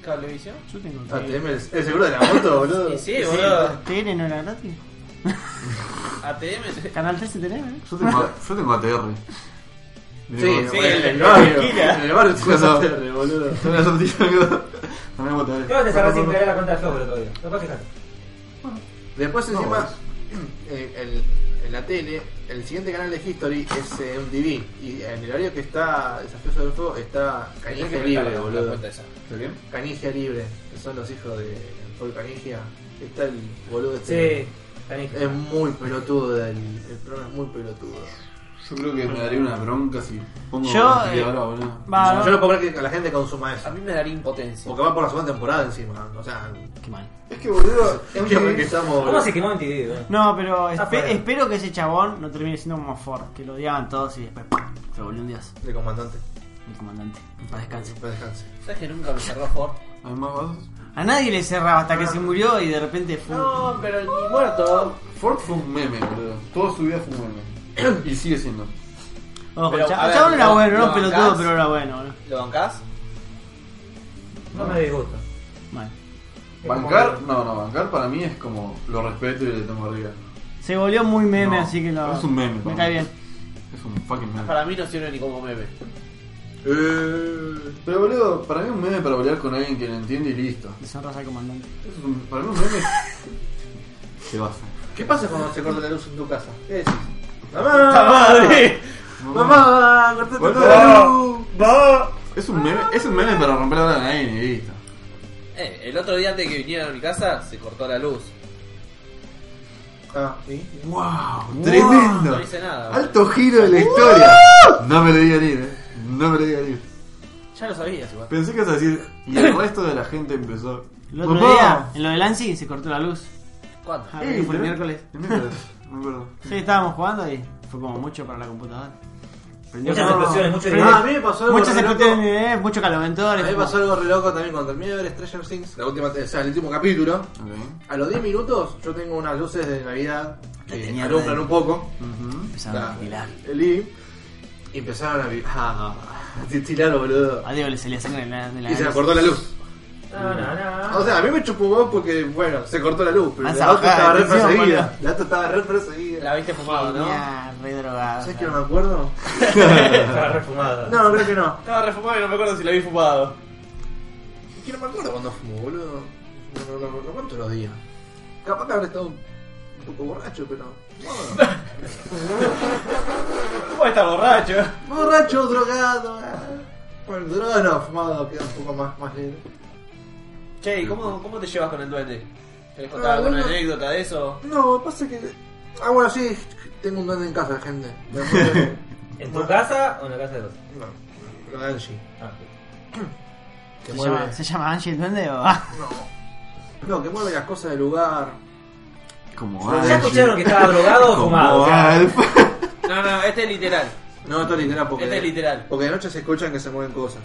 Speaker 3: Cablevisión.
Speaker 5: yo tengo
Speaker 2: Ah,
Speaker 5: que...
Speaker 2: ATM, el seguro de la moto, boludo.
Speaker 3: Y sí, boludo.
Speaker 5: ¿TN no era gratis?
Speaker 3: ATM.
Speaker 5: ¿Canal 13 tenés? eh?
Speaker 4: Yo tengo, yo tengo ATR.
Speaker 2: Sí,
Speaker 3: Sí,
Speaker 2: bueno, en
Speaker 3: el-
Speaker 2: el barrio.
Speaker 3: esquina.
Speaker 2: En el barrio tengo
Speaker 4: Claro.
Speaker 2: ATR, boludo.
Speaker 4: Yo me sortí- También voy a tener.
Speaker 1: Yo te cerré sin querer la cuenta de Facebook el otro día. No puedo quejar.
Speaker 2: Después
Speaker 4: No,
Speaker 2: encima, eh, el- en la tele, el siguiente canal de History es eh, MTV. Y en el horario que está Desafío sobre el Fuego está Canigia Libre, boludo. Canigia Libre, que son los hijos de Paul Canigia. Está el boludo este.
Speaker 1: Sí. Canija.
Speaker 2: Es muy pelotudo el, el programa, es muy pelotudo.
Speaker 4: Yo creo que me daría una bronca si pongo
Speaker 5: Yo,
Speaker 4: la ahora,
Speaker 5: eh,
Speaker 4: boludo.
Speaker 5: va, no.
Speaker 2: Yo no puedo creer que la gente consuma
Speaker 3: A
Speaker 2: eso.
Speaker 3: mí me daría impotencia.
Speaker 2: Porque va por la segunda temporada encima. O sea,
Speaker 5: Qué mal.
Speaker 4: Es que boludo,
Speaker 2: que
Speaker 4: MTV,
Speaker 2: estamos.
Speaker 1: ¿Cómo se quemó en TV?
Speaker 5: No, pero
Speaker 1: Está
Speaker 5: espe-
Speaker 1: fuera.
Speaker 5: espero que ese chabón no termine siendo como Ford, que lo odiaban todos y después ¡pum! se volvió un dios,
Speaker 2: De comandante.
Speaker 5: el comandante. En paz descanse.
Speaker 2: Pues descanse.
Speaker 3: ¿Sabes que nunca me cerró Ford?
Speaker 4: ¿Hay más vasos?
Speaker 5: A nadie le cerraba hasta que se murió y de repente fue.
Speaker 3: No, pero ni muerto.
Speaker 4: Ford fue un meme, boludo. Toda su vida fue un meme. y sigue siendo.
Speaker 5: Ojo,
Speaker 3: Pero,
Speaker 5: el cha-
Speaker 3: a
Speaker 5: el
Speaker 3: ver,
Speaker 5: chabón era
Speaker 3: lo-
Speaker 5: bueno, era
Speaker 3: lo
Speaker 5: un pelotudo,
Speaker 3: bancás.
Speaker 5: pero era bueno, boludo.
Speaker 3: ¿Lo bancás?
Speaker 1: No me disgusta.
Speaker 5: Mal.
Speaker 4: Bancar, no, no, bancar para mí es como lo respeto y le tengo arriba.
Speaker 5: Se volvió muy meme,
Speaker 4: No,
Speaker 5: así que lo.
Speaker 4: es un meme,
Speaker 5: Me
Speaker 4: vamos.
Speaker 5: cae bien.
Speaker 4: Es un fucking meme.
Speaker 3: Para mí no sirve ni como meme.
Speaker 4: Eh, pero boludo, para mí es un meme para hablar con alguien que lo entiende y listo.
Speaker 5: Deshonras al comandante.
Speaker 4: Es un- para mí un meme. Se basa.
Speaker 2: ¿Qué pasa cuando se corta la luz en tu casa? ¿Qué decís?
Speaker 5: ¡La
Speaker 2: ¡Mamá!
Speaker 5: madre!
Speaker 2: ¡Mamá! ¡Cortate la luz!
Speaker 4: Boludo, Es un meme, es un meme para romper la nadie y listo.
Speaker 3: Eh, el otro día antes de que vinieran a mi casa se cortó la luz.
Speaker 2: Ah, ¿sí?
Speaker 4: ¡Wow! ¡Tremendo!
Speaker 3: No hice nada. boludo.
Speaker 4: Alto giro de la historia. No me lo digan ir, eh. No me lo digan ir.
Speaker 3: Ya lo sabías igual.
Speaker 4: Pensé que ibas a decir, y el resto de la gente empezó.
Speaker 5: El otro
Speaker 4: "Mamá".
Speaker 5: día, en lo de Lancy, se cortó la luz.
Speaker 3: ¿Cuándo?
Speaker 5: Ah,
Speaker 4: Eh,
Speaker 5: que fue el
Speaker 4: ¿no?
Speaker 5: miércoles.
Speaker 4: El miércoles, no me acuerdo.
Speaker 5: Sí, estábamos jugando y fue como mucho para la computadora. Prendió
Speaker 1: Muchas
Speaker 5: todo.
Speaker 1: explosiones, mucho
Speaker 5: Pero-
Speaker 1: dinero.
Speaker 2: Ah, a mí me pasó algo
Speaker 5: Muchas
Speaker 2: re loco.
Speaker 5: explosiones, eh, muchos
Speaker 2: A
Speaker 5: calentadores.
Speaker 2: mí me pasó algo re loco también cuando terminé de ver Stranger Things, la última, o sea, el último capítulo.
Speaker 4: Ok.
Speaker 2: A los 10 minutos yo tengo unas luces de Navidad que
Speaker 5: tenía
Speaker 2: alumbran
Speaker 5: re-
Speaker 2: un poco.
Speaker 4: Ujú.
Speaker 5: Empezaron a ventilar.
Speaker 2: El I. Y empezaron a, vi- a titilar, boludo.
Speaker 5: A Diego le salía sangre de la, de la
Speaker 2: Y se
Speaker 5: nariz.
Speaker 2: me cortó la luz.
Speaker 1: No, no, no.
Speaker 2: O sea, a mí me chupó vos porque, bueno, se cortó la luz. Pero
Speaker 5: Vas
Speaker 2: la
Speaker 5: a
Speaker 2: otra
Speaker 5: bajar
Speaker 2: estaba
Speaker 5: de
Speaker 2: re
Speaker 5: tensión,
Speaker 2: perseguida.
Speaker 5: boludo.
Speaker 2: La otra estaba re perseguida.
Speaker 3: La viste fumado, ¿no?
Speaker 5: Tenía re drogado.
Speaker 2: ¿Sabes que no me acuerdo?
Speaker 1: Estaba refumada.
Speaker 2: No, creo que no.
Speaker 3: Estaba refumado y no me acuerdo si la vi fumado.
Speaker 2: Es que no me acuerdo cuando fumo, boludo. No, no, no, no cuento los días. Capaz que habré estado un poco borracho, pero. bueno.
Speaker 3: ¿Cómo está borracho?
Speaker 2: borracho, drogado. ah. Bueno, drogado no, fumado queda un poco más, más leve.
Speaker 3: Che, ¿y ¿cómo, ¿cómo te llevas con el duende? ¿Querés
Speaker 2: Ah,
Speaker 3: contar alguna
Speaker 2: bueno.
Speaker 3: anécdota de eso?
Speaker 2: No, pasa que. Ah, bueno, sí, tengo un duende en casa, gente. Me muero.
Speaker 1: ¿En tu casa o en la casa de dos?
Speaker 2: no, lo de Angie.
Speaker 1: Ah.
Speaker 2: Que
Speaker 5: ¿Se
Speaker 2: mueve.
Speaker 5: llama, ¿Se llama Angie el duende o.? Ah,
Speaker 2: No, que mueve las cosas del lugar.
Speaker 4: Como
Speaker 1: ¿Ya escucharon que estaba drogado o fumado? O sea,
Speaker 3: No, no, este es literal.
Speaker 2: No, esto es literal porque.
Speaker 3: Este es literal.
Speaker 2: Porque de noche se escuchan que se mueven cosas.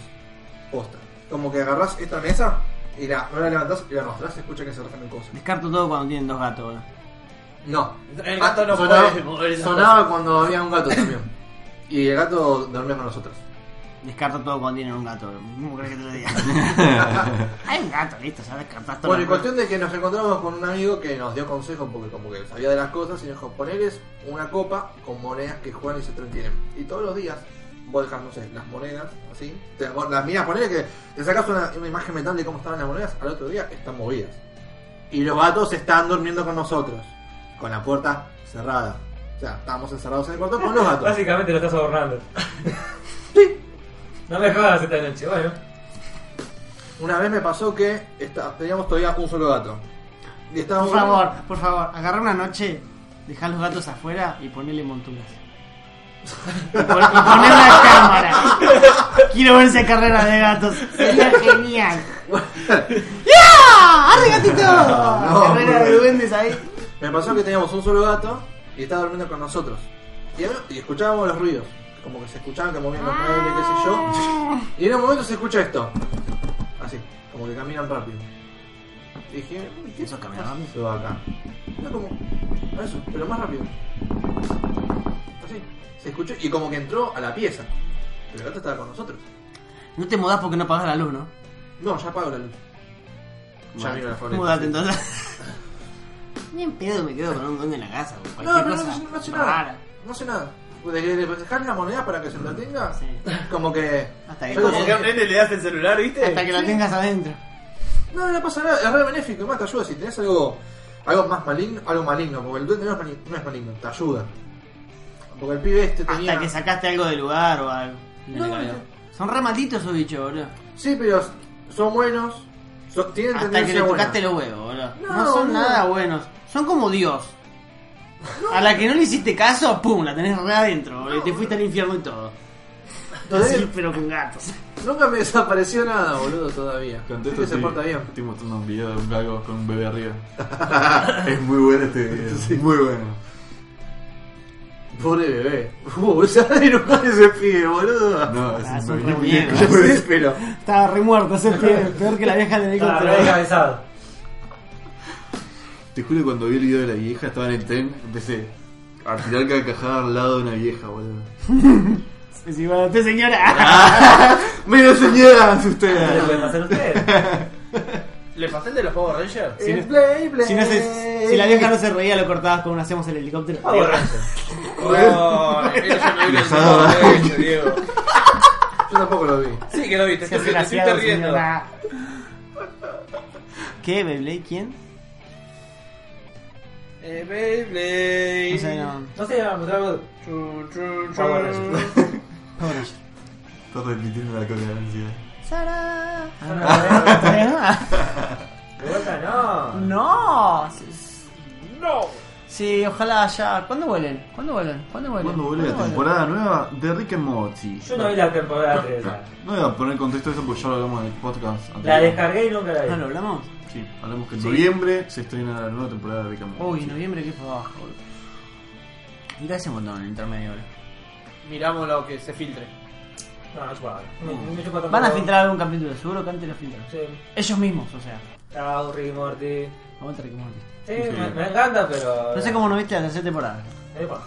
Speaker 2: Posta. Como que agarrás esta mesa y la, no la levantás y la arrastrás se escucha que se arrastran cosas.
Speaker 5: Descarto todo cuando tienen dos gatos, boludo.
Speaker 2: No. Ah,
Speaker 3: El gato no puede mover esas
Speaker 2: sonaba cuando había un gato también. Y el gato dormía con nosotros.
Speaker 5: Descarto todo cuando tienen un gato, boludo. ¿Cómo crees que te lo diga? Hay un gato, listo, ya descartás todo.
Speaker 2: Bueno, y cuestión de que nos encontramos con un amigo que nos dio consejos porque como que sabía de las cosas y nos dijo, ponerles una copa con monedas que juegan y se entretienen. Y todos los días vos dejas, no sé, las monedas, así. Te- vos las miras, ponele que te sacas una, una imagen mental de cómo estaban las monedas, al otro día están movidas. Y los gatos están durmiendo con nosotros, con la puerta cerrada. O sea, estábamos encerrados en el cuarto con los gatos.
Speaker 1: Básicamente lo estás adornando. No me jodas esta noche, bueno.
Speaker 2: Una vez me pasó que está- teníamos todavía un solo gato. Y estábamos
Speaker 5: Por favor, por favor, agarra una noche, dejá los gatos afuera y ponele monturas. Y, pon- y poné una cámara. Quiero ver esa carrera de gatos. Sería genial. ¡Ya! ¡Arre gatito!
Speaker 2: No,
Speaker 5: carrera de
Speaker 2: boludo.
Speaker 5: duendes ahí.
Speaker 2: Me pasó que teníamos un solo gato y estaba durmiendo con nosotros. Y, ahora- y escuchábamos los ruidos. Como que se escuchaban que movían los muebles, qué sé yo. Y en un momento se escucha esto. Así, como que caminan rápido. Y dije, "Uy, ¿qué
Speaker 5: ¿Eso camina rápido?
Speaker 2: pasó acá? Era como, eso, pero más rápido. Así, se escuchó y como que entró a la pieza. Pero el gato estaba con nosotros.
Speaker 5: No te mudás porque no apagás la luz, ¿no?
Speaker 2: No, ya apago la luz. Ya
Speaker 4: Bueno,
Speaker 2: miro la favorita.
Speaker 5: Mudate entonces. Ni en pedo me quedo con un duende en la casa. boludo.
Speaker 2: No, no,
Speaker 5: Cualquier
Speaker 2: no,
Speaker 5: cosa
Speaker 2: no, no hace
Speaker 5: rara.
Speaker 2: nada. No hace nada. De que le dejar la moneda para que se entretenga,
Speaker 5: Sí.
Speaker 2: como que.
Speaker 5: Hasta que-
Speaker 2: Yo como que-
Speaker 3: nene le das el celular, ¿viste?
Speaker 5: Hasta que lo tengas adentro.
Speaker 2: No, no pasa nada, es re benéfico, además te ayuda. Si tenés algo, algo más maligno, algo maligno, porque el duende no es maligno, no es maligno, te ayuda. Porque el pibe este tenía.
Speaker 5: Hasta que sacaste algo del lugar o algo.
Speaker 2: No,
Speaker 5: Le cagó.
Speaker 2: no.
Speaker 5: Son re malditos esos bichos, boludo.
Speaker 2: Sí, pero son buenos, son- tienen
Speaker 5: Hasta que
Speaker 2: tendencia
Speaker 5: le
Speaker 2: buena.
Speaker 5: tocaste los huevos, boludo. No,
Speaker 2: No,
Speaker 5: son
Speaker 2: boludo.
Speaker 5: nada buenos. Son como Dios. A la que no le hiciste caso, pum, la tenés re adentro. boludo, y te fuiste al infierno y todo.
Speaker 2: Todavía-
Speaker 5: Sí, pero con gatos.
Speaker 2: Nunca me desapareció nada, boludo, todavía.
Speaker 4: Canté
Speaker 2: Sí que se porta bien.
Speaker 4: Estoy mostrando un video de un galgo con un bebé arriba. es muy bueno este video. Muy bueno.
Speaker 2: Pobre bebé. Uh, ¿sabes lo cual ese pibe, boludo?
Speaker 4: No, es
Speaker 5: Ah, es
Speaker 4: un
Speaker 5: un
Speaker 4: bebé.
Speaker 5: re miedo.
Speaker 2: Yo me desespero.
Speaker 5: Estaba re muerto, ese pibe, peor que la vieja del
Speaker 1: Estaba
Speaker 5: helicóptero.
Speaker 1: re descabezado.
Speaker 4: Te juro que cuando vi el video de la vieja, estaba en el tren, empecé a tirar carcajada al lado de una vieja, boludo.
Speaker 5: Sí, sí, bueno, usted señora.
Speaker 4: ¡Mira señora!
Speaker 1: ¿Qué le
Speaker 2: Ah,
Speaker 4: usted!
Speaker 1: pueden hacer ustedes?
Speaker 3: ¿Le pasé el de los Power Rangers?
Speaker 5: Si no-
Speaker 2: Play, play.
Speaker 5: Si, no se- si la vieja no se reía, lo cortabas con un hacemos el helicóptero.
Speaker 1: Power Rangers.
Speaker 3: Oh, eso yo no vi los Power Rangers, Diego.
Speaker 2: Yo tampoco lo vi.
Speaker 3: Sí que lo viste,
Speaker 5: Se
Speaker 3: te
Speaker 5: hace
Speaker 3: te
Speaker 5: gracioso,
Speaker 3: estás riendo.
Speaker 5: señora. ¿Qué, Beyblade? ¿Quién?
Speaker 3: Eh, Beyblade.
Speaker 5: No sé, no.
Speaker 1: No sé, vamos a algo.
Speaker 3: Chu, chu,
Speaker 1: Power
Speaker 3: chu.
Speaker 5: Power Rangers.
Speaker 4: Estás repitiendo la coherencia.
Speaker 5: Sara.
Speaker 1: Ah,
Speaker 5: Ah,
Speaker 1: De vuelta, no.
Speaker 5: No. Sí,
Speaker 3: No.
Speaker 5: Sí, ojalá ya. ¿Cuándo vuelven? ¿Cuándo vuelven? ¿Cuándo vuelven?
Speaker 4: ¿Cuándo vuelve la
Speaker 5: ¿Cuándo
Speaker 4: temporada nueva de Rick and Morty?
Speaker 1: Yo no vi la temporada 3.
Speaker 4: No voy a poner en contexto eso porque ya lo hablamos en el podcast anterior.
Speaker 1: La descargué y nunca la vi.
Speaker 5: ¿No lo hablamos?
Speaker 4: Sí, hablamos que en noviembre se estrena la nueva temporada de Rick and Morty.
Speaker 5: Uy, en noviembre que fue abajo, boludo. Mira ese montón en el intermedio, boludo.
Speaker 3: Miramos lo que se filtre.
Speaker 1: No, no chupaba. Me- me chupa tanto
Speaker 5: Van a
Speaker 1: huevo.
Speaker 5: filtrar algún capítulo, seguro que antes lo filtran.
Speaker 1: Sí.
Speaker 5: Ellos mismos, o sea.
Speaker 1: Ah, Rick y Morty.
Speaker 5: Vamos a como
Speaker 1: Sí, me, me encanta, pero.
Speaker 5: No sé cómo no viste la tercera temporada.
Speaker 1: Epa.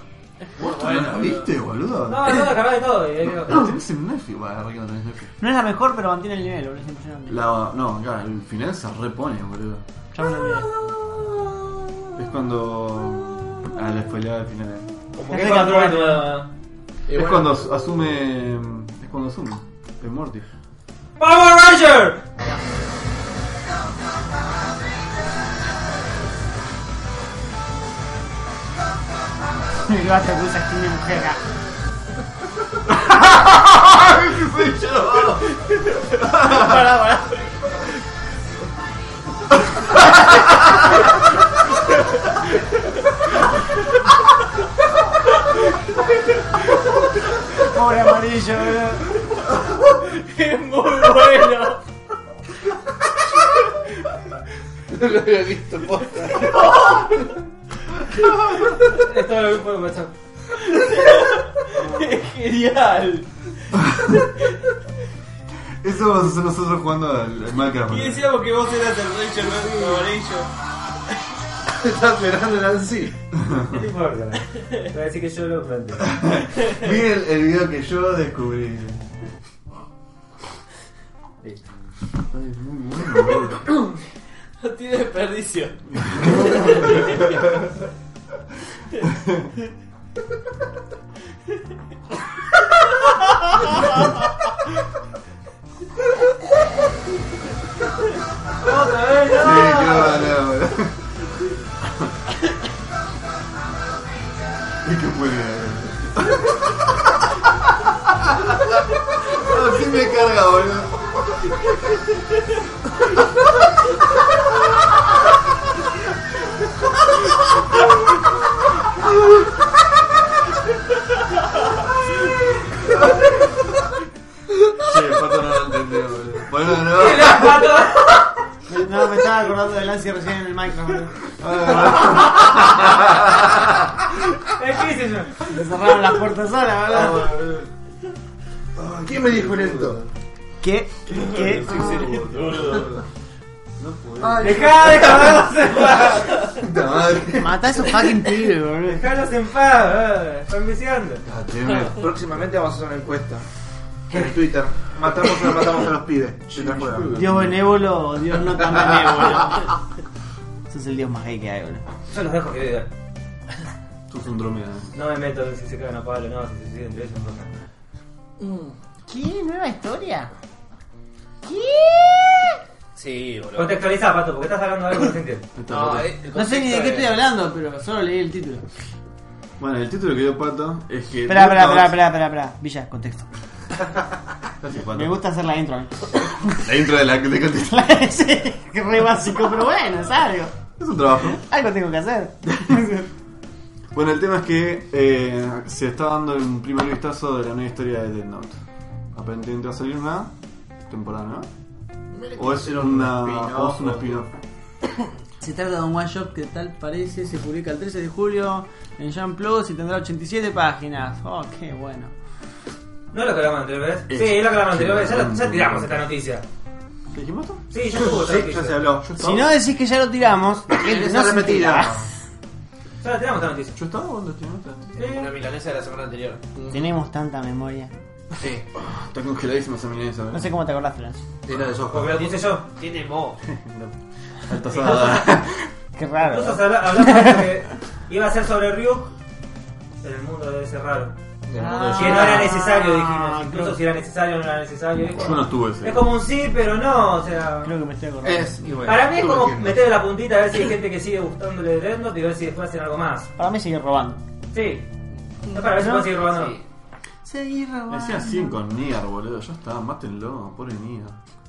Speaker 4: ¿Vos todavía no la viste, boludo?
Speaker 1: No, no, descargué todo. Y ahí quedó.
Speaker 4: No, tenés en Netflix, bueno, Rick no tenés Netflix.
Speaker 5: No es la mejor, pero mantiene el nivel, boludo. Es impresionante.
Speaker 4: La, no, acá, el final se repone, boludo.
Speaker 5: Ya me olvidé.
Speaker 4: Es cuando. Ah, la spoileada del final.
Speaker 1: Como que control nueva.
Speaker 2: Y
Speaker 4: es
Speaker 2: bueno,
Speaker 4: cuando as- asume. Es cuando asume. El Morty.
Speaker 1: ¡Power Ranger!
Speaker 5: El gato que usa skin de mujer. Pará, pará. Pobre amarillo, boludo.
Speaker 3: Es muy bueno.
Speaker 2: No lo había visto, posta.
Speaker 1: Esto lo vi por WhatsApp.
Speaker 3: Es genial.
Speaker 4: Eso vamos a hacer nosotros jugando al, al Minecraft.
Speaker 3: Y
Speaker 4: boludo.
Speaker 3: decíamos que vos eras el Ranger, no el Power Ranger.
Speaker 2: Estaba esperando Nancy.
Speaker 1: No importa. Voy a decir que yo lo planteé.
Speaker 4: Vi el, el video que yo descubrí.
Speaker 1: Listo.
Speaker 4: Ay, muy bueno, boludo.
Speaker 3: No tiene desperdicio.
Speaker 4: Sí, qué boludo, boludo. Y qué bueno. No, sí me carga, boludo. Che, Pato no lo entendió, boludo. Boludo, no.
Speaker 5: No, me estaba acordando de Lancy recién en el Minecraft, boludo.
Speaker 1: Es que hice yo.
Speaker 5: Le cerraron las puertas sola, boludo.
Speaker 2: ¿Quién me dijo esto?
Speaker 5: ¿Qué? ¿Qué?
Speaker 2: Ay,
Speaker 1: Dejá, déjalos en paz.
Speaker 4: Puta madre.
Speaker 5: Mata a esos fucking pibes, boludo.
Speaker 1: Dejalos en paz. ah, Están viciando.
Speaker 4: Ah, tiene-
Speaker 2: Próximamente vamos a hacer una encuesta. En Twitter. Matamos o no matamos a los pibes. De la escuela.
Speaker 5: Dios benévolo o Dios no tan benévolo. Ese es el Dios más gay que hay, boludo.
Speaker 1: Yo los dejo que vivan.
Speaker 4: Tú sos un dromeda.
Speaker 1: No me meto en si se cagan a palo, no, si se siguen entre ellos, no.
Speaker 5: Mm. ¿Qué? ¿Nueva historia? ¿Qué?
Speaker 3: Sí, boludo.
Speaker 1: Contextualizá, pato, porque estás hablando de algo que no se entiende.
Speaker 3: No, eh, el
Speaker 5: No sé ni de
Speaker 3: contexto
Speaker 5: qué estoy
Speaker 3: es-
Speaker 5: hablando, pero solo leí el título.
Speaker 4: Bueno, el título que dio Pato es que.
Speaker 5: Espera, espera, espera,
Speaker 4: Death
Speaker 5: espera, espera, espera. Villa, contexto.
Speaker 4: Note- Gracias,
Speaker 5: Me
Speaker 4: Pato.
Speaker 5: gusta hacer la intro. ¿eh?
Speaker 4: La intro de la que te contesté.
Speaker 5: sí, que re básico, pero bueno, es algo.
Speaker 4: Es un trabajo.
Speaker 5: Algo tengo que hacer.
Speaker 4: Bueno, el tema es que eh, se está dando un primer vistazo de la nueva historia de Dead Note. Aparentemente va a salir una temporada, ¿no? O es una, o es una spin-off.
Speaker 5: Se trata de un one shot que tal parece, se publica el 13 de julio en Jam Plus y tendrá 87 páginas. Oh, qué bueno.
Speaker 1: No es lo que hablamos anterior vez.
Speaker 4: Es-
Speaker 1: Sí, es lo que hablamos anterior vez. Ya, la- ya tiramos esta noticia.
Speaker 4: ¿Qué dijimos esto?
Speaker 1: Sí, ya estuvo esta
Speaker 2: Sí, ya se
Speaker 1: noticia.
Speaker 2: habló.
Speaker 5: Si no decís que ya lo tiramos, la gente
Speaker 2: Esa
Speaker 5: no se
Speaker 2: repetida.
Speaker 5: entera.
Speaker 1: Ya la tiramos esta noticia.
Speaker 4: ¿Yo estaba o dónde estoy? ¿No está?
Speaker 1: Ah.
Speaker 3: Una milanesa de la semana anterior.
Speaker 5: Tenemos tanta memoria.
Speaker 2: Sí,
Speaker 4: Está congeladísima esa ¿eh? milanesa.
Speaker 5: No sé cómo te acordás, Franz.
Speaker 2: era de soja.
Speaker 1: Porque lo puse yo.
Speaker 3: Tiene mo.
Speaker 4: Altazada.
Speaker 5: Qué raro.
Speaker 1: Nosotros habla- hablamos de que iba a ser sobre Ryuk en el mundo de ese raro.
Speaker 2: Del mundo de
Speaker 1: Que no era
Speaker 5: Ah,
Speaker 1: necesario, dijimos. Incluso
Speaker 5: creo-
Speaker 1: si era necesario, no era necesario. Es
Speaker 4: Yo
Speaker 1: como-
Speaker 4: no tuve ese.
Speaker 1: Es como un sí, pero no. O sea,
Speaker 5: Creo que me estoy
Speaker 2: Yoda.
Speaker 5: acordando.
Speaker 2: Es, y bueno,
Speaker 1: para mí es
Speaker 2: tú lo
Speaker 1: como
Speaker 2: entiendes.
Speaker 1: meter la puntita a ver si hay gente que sigue gustándole de Death Note y ver si después hacen algo más.
Speaker 5: Para mí sigue robando.
Speaker 1: Sí. No para ver si
Speaker 5: ¿No?
Speaker 1: pueden seguir robando.
Speaker 3: Sí.
Speaker 5: Seguir
Speaker 4: Le
Speaker 5: robando.
Speaker 4: hacían 100 con Nier, boludo. Ya está, mátenlo, pobre Nier.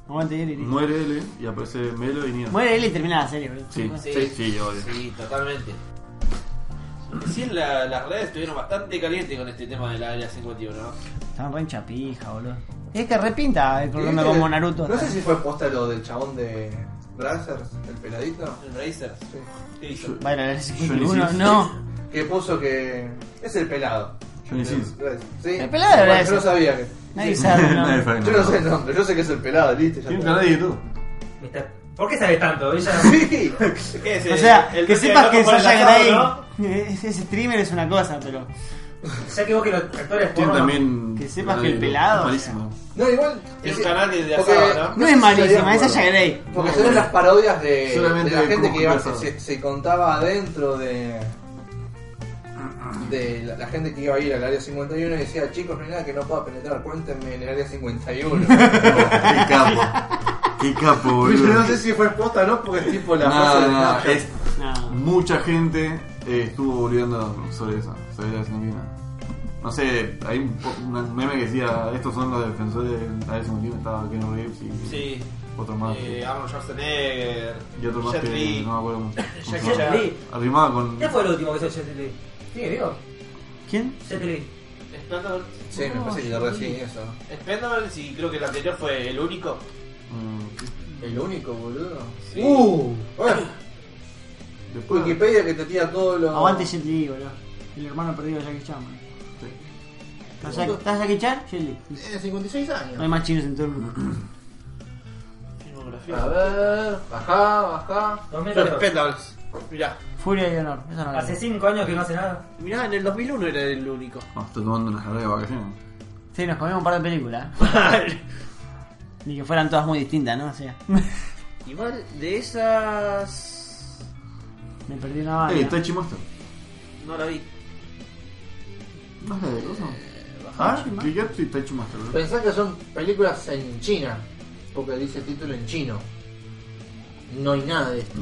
Speaker 5: Aguante, Iri.
Speaker 4: Muere L y aparece Melo y Nier.
Speaker 5: Muere él y termina la serie, boludo.
Speaker 4: Sí,
Speaker 3: Sí.
Speaker 4: sí, sí, obvio.
Speaker 3: Sí, totalmente. Sí, la- las redes estuvieron bastante calientes con este tema de la área 51, ¿no?
Speaker 5: Están re hincha pija, boludo. Es que repinta el
Speaker 2: ¿Viste?
Speaker 5: problema como Naruto.
Speaker 2: No sé si fue posta lo del chabón de Brazzers, el peladito.
Speaker 3: El Razer.
Speaker 2: Sí.
Speaker 3: ¿Qué hizo?
Speaker 4: Yo-
Speaker 5: Vaya, el
Speaker 4: Johnny
Speaker 5: 51,
Speaker 4: Sins.
Speaker 5: no.
Speaker 2: Que puso que. Es el pelado.
Speaker 4: Johnny Sins.
Speaker 2: Sí.
Speaker 5: El pelado era
Speaker 2: Bueno,
Speaker 5: ese.
Speaker 2: Yo no sabía que.
Speaker 5: Nadie sabe,
Speaker 4: Nadie
Speaker 5: no.
Speaker 4: sabe
Speaker 2: Yo
Speaker 4: nada.
Speaker 2: no sé el nombre, yo sé que es el pelado, listo. Ya
Speaker 4: Tiene un
Speaker 2: está.
Speaker 4: canal de YouTube.
Speaker 1: Mister- ¿Por qué sabes tanto? Ella...
Speaker 2: Sí.
Speaker 3: ¿Qué es?
Speaker 5: O sea,
Speaker 3: El- el
Speaker 5: que
Speaker 3: duque
Speaker 5: sepas
Speaker 3: de
Speaker 5: que
Speaker 3: Rocco
Speaker 5: Sasha
Speaker 3: Baltasar,
Speaker 5: Grey
Speaker 3: ¿no?
Speaker 5: ese ese streamer es una cosa, pero
Speaker 1: Ya que vos que los actores
Speaker 4: Tiene
Speaker 1: porno-
Speaker 4: también.
Speaker 5: Que sepas
Speaker 4: canal
Speaker 5: que el
Speaker 4: de
Speaker 5: pelado,
Speaker 4: YouTube. Es malísimo.
Speaker 2: No, igual.
Speaker 3: Tiene
Speaker 2: sí,
Speaker 3: un canal de- de
Speaker 2: porque-
Speaker 3: asado, ¿no?
Speaker 2: sé
Speaker 5: no es
Speaker 2: si
Speaker 5: malísima, es
Speaker 2: estaría
Speaker 5: Sasha
Speaker 2: de
Speaker 5: Grey.
Speaker 2: acuerdo. Porque son las parodias de, de
Speaker 4: Solamente
Speaker 2: la gente
Speaker 4: como
Speaker 2: que iba-
Speaker 4: conversado.
Speaker 2: se, se contaba adentro de. De la, la gente que iba a ir al área 51 y decía, chicos, no hay nada que no pueda penetrar, cuéntenme en el área 51.
Speaker 4: Oh, Qué capo. Qué capo,
Speaker 2: Yo no sé
Speaker 4: boludo.
Speaker 2: si fue posta o no, porque es tipo la
Speaker 4: No,
Speaker 2: frase de
Speaker 4: no, no,
Speaker 2: Snapchat.
Speaker 4: es-
Speaker 5: No.
Speaker 4: Mucha gente eh, estuvo boludeando sobre eso, sobre la Argentina. No sé, hay un, po- un meme que decía: estos son los defensores de la Argentina. Estaba Ken Reeves y
Speaker 3: Sí.
Speaker 4: otro más.
Speaker 3: Eh, Arnold Schwarzenegger.
Speaker 4: y otro más
Speaker 3: Jet
Speaker 4: que
Speaker 3: Li.
Speaker 4: no me acuerdo mucho. cómo se
Speaker 3: Jack
Speaker 4: llama.
Speaker 1: Lee.
Speaker 4: Arrimaba con. eh,
Speaker 1: ¿Qué fue el último que hizo Jet Li? ¿Sigue vivo?
Speaker 5: ¿Quién?
Speaker 1: Jet Li.
Speaker 3: Splendor.
Speaker 2: Sí, me parece que tardó así eso.
Speaker 3: Splendor, sí, creo que el anterior fue el único.
Speaker 4: Mm,
Speaker 2: El único, boludo.
Speaker 3: Sí.
Speaker 2: Uh, bueno,
Speaker 4: después.
Speaker 2: Wikipedia que te tira todo lo.
Speaker 5: Aguante Jet Li, boludo. El hermano perdido de Jackie Chan, boludo.
Speaker 4: Sí.
Speaker 5: ¿Está Jack- ¿Está Jackie Chan? Jet Li.
Speaker 2: Tiene 56
Speaker 5: No hay
Speaker 2: años.
Speaker 5: más chinos en todo el mundo.
Speaker 3: Filmografía.
Speaker 2: A ver, bajá, bajá.
Speaker 1: 2008.
Speaker 3: Mirá.
Speaker 5: Furia y honor. Esa no la
Speaker 1: Hace
Speaker 5: vi.
Speaker 1: 5 años que no hace nada.
Speaker 3: Mirá, en el 2001 era el único.
Speaker 4: Vamos, estoy tomando una carrera de vacaciones.
Speaker 5: Sí, nos comimos un par de películas. Ni que fueran todas muy distintas, ¿no? O sea,
Speaker 3: Igual de esas.
Speaker 5: me perdí una bala.
Speaker 4: Eh, Taichi Monster.
Speaker 3: No la vi.
Speaker 4: ¿No es la de cosa? Ah, Kigetsu y Taichi Monster, boludo.
Speaker 2: Pensá que son películas en China, porque dice el título en chino. No hay nada de esto,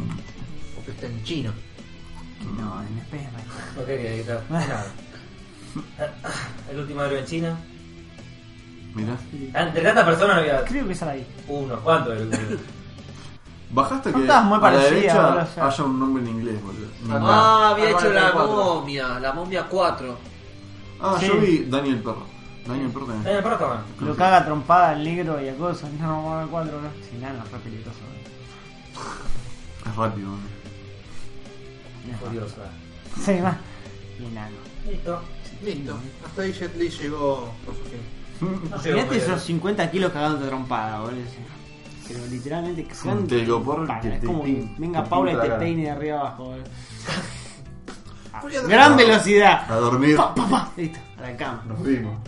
Speaker 2: porque está en chino.
Speaker 5: No, en Spider-Man.
Speaker 1: Ok, que claro. Nada. El último héroe en China.
Speaker 4: Mirá.
Speaker 1: Ah, Entre tantas personas había
Speaker 5: Creo que esa la vi.
Speaker 1: unos cuantos. el último.
Speaker 4: Bajaste
Speaker 5: No
Speaker 4: que
Speaker 5: estabas muy
Speaker 4: a la
Speaker 5: parecida,
Speaker 4: derecha
Speaker 5: boludo, ya.
Speaker 4: haya un nombre en inglés, boludo.
Speaker 3: Ah, había
Speaker 2: Bárbara
Speaker 3: hecho la
Speaker 2: 34.
Speaker 3: momia, la momia 4.
Speaker 4: Ah,
Speaker 5: Sí. Eh.
Speaker 4: yo vi Daniel Perro. Daniel Perro también.
Speaker 1: Daniel Perro está bueno.
Speaker 5: Lo caga a trompada al negro y a cosas. No, no, no, cuatro, no. Si nada, no, re peligroso.
Speaker 4: Es rápido, ¿no?
Speaker 1: Curioso.
Speaker 5: Sí, más. Y nano.
Speaker 1: Listo.
Speaker 2: Listo, hasta ahí Jet Li llegó por su fin.
Speaker 1: No sé
Speaker 5: Imagínate
Speaker 1: cómo
Speaker 5: esos 50 kilos cagándote a trompada, boludo. Pero literalmente que
Speaker 4: un telgopor
Speaker 5: Para,
Speaker 4: que
Speaker 5: Es
Speaker 4: te
Speaker 5: como que
Speaker 4: pin-
Speaker 5: venga
Speaker 4: te
Speaker 5: Paula y
Speaker 4: pinta
Speaker 5: te
Speaker 4: la cara.
Speaker 5: peine de arriba abajo, boludo. Ah, Gran velocidad.
Speaker 4: A dormir.
Speaker 5: Pa, pa, pa. Listo, a la cama.
Speaker 4: Nos vimos.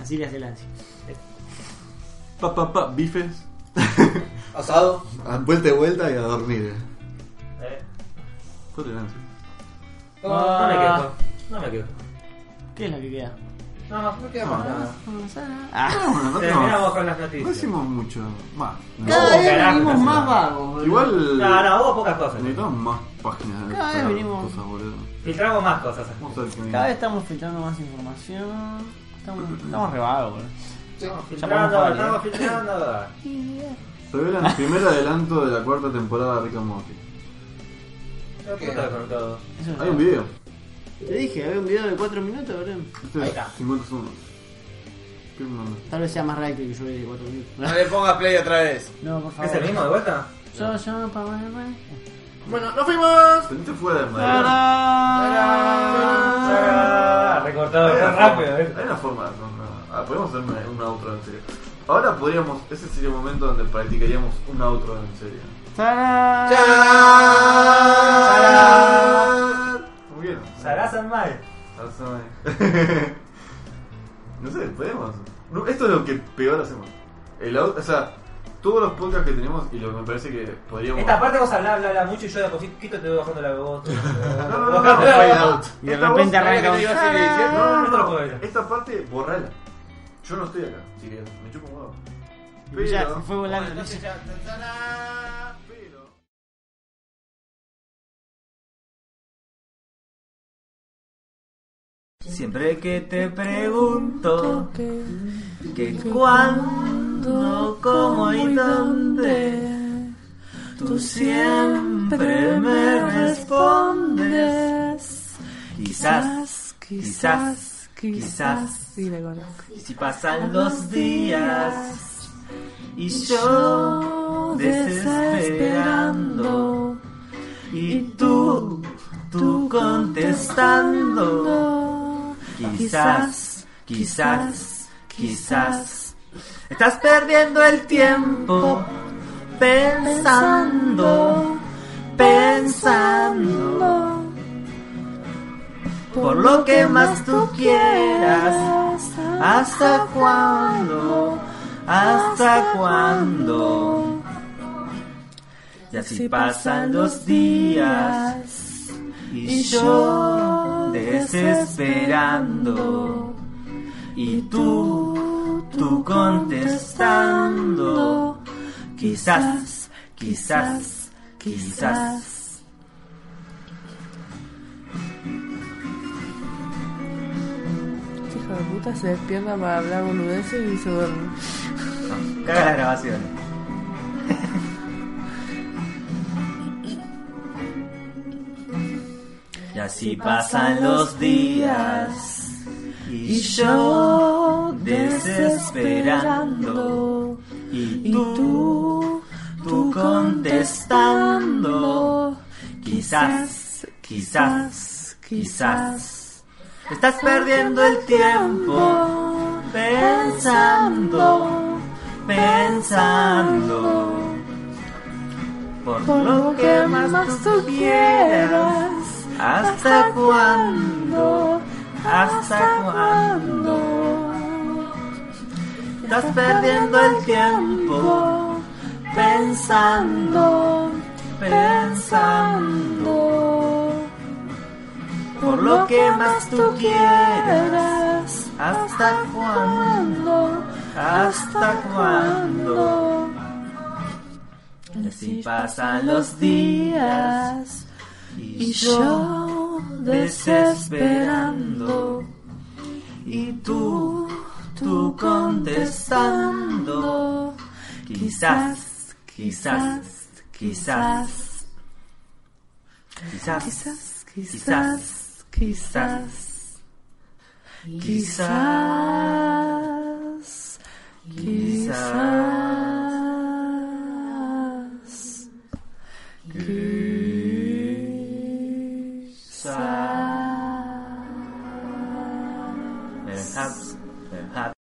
Speaker 5: Así le hace el ansia.
Speaker 4: Pa, pa, pa, bifes.
Speaker 2: Asado.
Speaker 4: A vuelta y vuelta y a dormir.
Speaker 1: es. Eh,
Speaker 4: Pobre Nancy.
Speaker 1: No me quejo. No me quejo.
Speaker 5: ¿Qué es lo que queda?
Speaker 1: No, no, no queda más nada.
Speaker 5: Ah.
Speaker 4: Bueno, no
Speaker 1: Terminamos
Speaker 4: tenemos-
Speaker 1: con las
Speaker 4: No
Speaker 1: noticias.
Speaker 4: hicimos mucho. Más.
Speaker 1: No,
Speaker 5: Cada vez
Speaker 1: carajo,
Speaker 5: venimos
Speaker 1: casi
Speaker 5: más
Speaker 1: nada.
Speaker 5: vagos, boludo.
Speaker 4: Igual.
Speaker 1: No, no, hubo pocas cosas.
Speaker 4: Necesitamos más páginas de
Speaker 5: Cada vez
Speaker 4: estas
Speaker 5: venimos-
Speaker 4: cosas, boludo.
Speaker 1: Filtramos más cosas.
Speaker 4: Vamos a ver qué viene.
Speaker 5: Cada vez estamos filtrando más información. Estamos, estamos re vagos, boludo.
Speaker 1: Estamos
Speaker 5: Ya
Speaker 1: filtrando,
Speaker 5: podemos
Speaker 1: estamos filtrando.
Speaker 4: Revelan el primer adelanto de la cuarta temporada de Rick and Morty.
Speaker 1: Yo puta con todo.
Speaker 5: Eso es
Speaker 4: Hay un
Speaker 5: re-
Speaker 4: video.
Speaker 5: Te dije, había un video de 4 minutos, Brian.
Speaker 4: Este
Speaker 1: Ahí
Speaker 4: es
Speaker 1: está.
Speaker 4: 50 segundos. ¿Qué onda?
Speaker 5: Tal vez sea más rápido que yo de 4
Speaker 3: No
Speaker 5: minutos.
Speaker 3: le pongas play otra vez.
Speaker 5: No, por favor.
Speaker 1: ¿Es el mismo de vuelta?
Speaker 5: Yo, yo, pa, pa, pa.
Speaker 2: Bueno, nos fuimos.
Speaker 4: Teniste fuera de madera.
Speaker 1: Ah, Recortado
Speaker 4: Hay una
Speaker 1: tan rápido,
Speaker 4: forma-
Speaker 1: ¿eh?
Speaker 4: Hay una forma. no, no. Ah, podemos hacer una, una outro en serio. Ahora podríamos. Ese sería el momento donde practicaríamos un outro en serio.
Speaker 5: Tará.
Speaker 1: Ah.
Speaker 4: Como quieran.
Speaker 1: Sarazan mal.
Speaker 4: Sarazán. No sé, podemos. No, Esto es lo que peor hacemos. El out, o sea, todos los podcasts que tenemos y lo que me parece que podríamos.
Speaker 1: Esta parte vos hablás, hablás, hablás mucho y yo de a poquito te voy bajando la voz. te voy
Speaker 4: No,
Speaker 1: bajando la
Speaker 4: no,
Speaker 1: voz.
Speaker 4: no, no,
Speaker 1: Bajando la
Speaker 4: no,
Speaker 1: voz.
Speaker 4: no.
Speaker 5: Y de
Speaker 4: Esta
Speaker 5: repente
Speaker 4: voz-
Speaker 5: arranca
Speaker 3: Mira que te iba a seguir diciendo.
Speaker 4: No, no,
Speaker 1: No te lo
Speaker 4: no,
Speaker 1: puedo ver.
Speaker 4: Esta parte, borrala. Yo no estoy acá, así que me chupo un huevo. Pero,
Speaker 5: Ya, se fue
Speaker 3: Bueno,
Speaker 5: volando.
Speaker 3: entonces ya. ¡Tarán!
Speaker 4: pero.
Speaker 6: Siempre que te pregunto que cuándo, cómo y dónde, tú siempre me respondes. Quizás, quizás, quizás,
Speaker 7: Sí, me acuerdo.
Speaker 6: si pasan los días y yo desesperando. Y tú, tú contestando. Quizás, quizás, quizás. Estás perdiendo el tiempo pensando, pensando. Por lo que más tú quieras. ¿Hasta cuándo? ¿Hasta cuándo? Y así pasan los días. Y yo desesperando. Y tú, tú contestando. Quizás, quizás, quizás.
Speaker 7: Este hijo de puta se despierta para hablar boludeces y se duerme.
Speaker 6: Caga la grabación. Y así pasan los días. Y yo desesperando. Y
Speaker 7: Y
Speaker 6: tú,
Speaker 7: tú,
Speaker 6: tú contestando. Quizás, quizás, quizás. Estás perdiendo el tiempo pensando, pensando. Por
Speaker 7: Por
Speaker 6: lo que más tú quieras. ¿Hasta cuándo? ¿Hasta cuándo? Estás perdiendo el tiempo pensando, pensando. Por lo que más tú quieras. ¿Hasta cuándo? ¿Hasta cuándo? Y así pasan los días. Y yo desesperando Y tú, tú contestando Quizás, quizás, quizás
Speaker 7: quizás,
Speaker 6: Quizás,
Speaker 7: quizás, quizás,
Speaker 6: quizás
Speaker 7: quizás, quizás.
Speaker 1: Eh,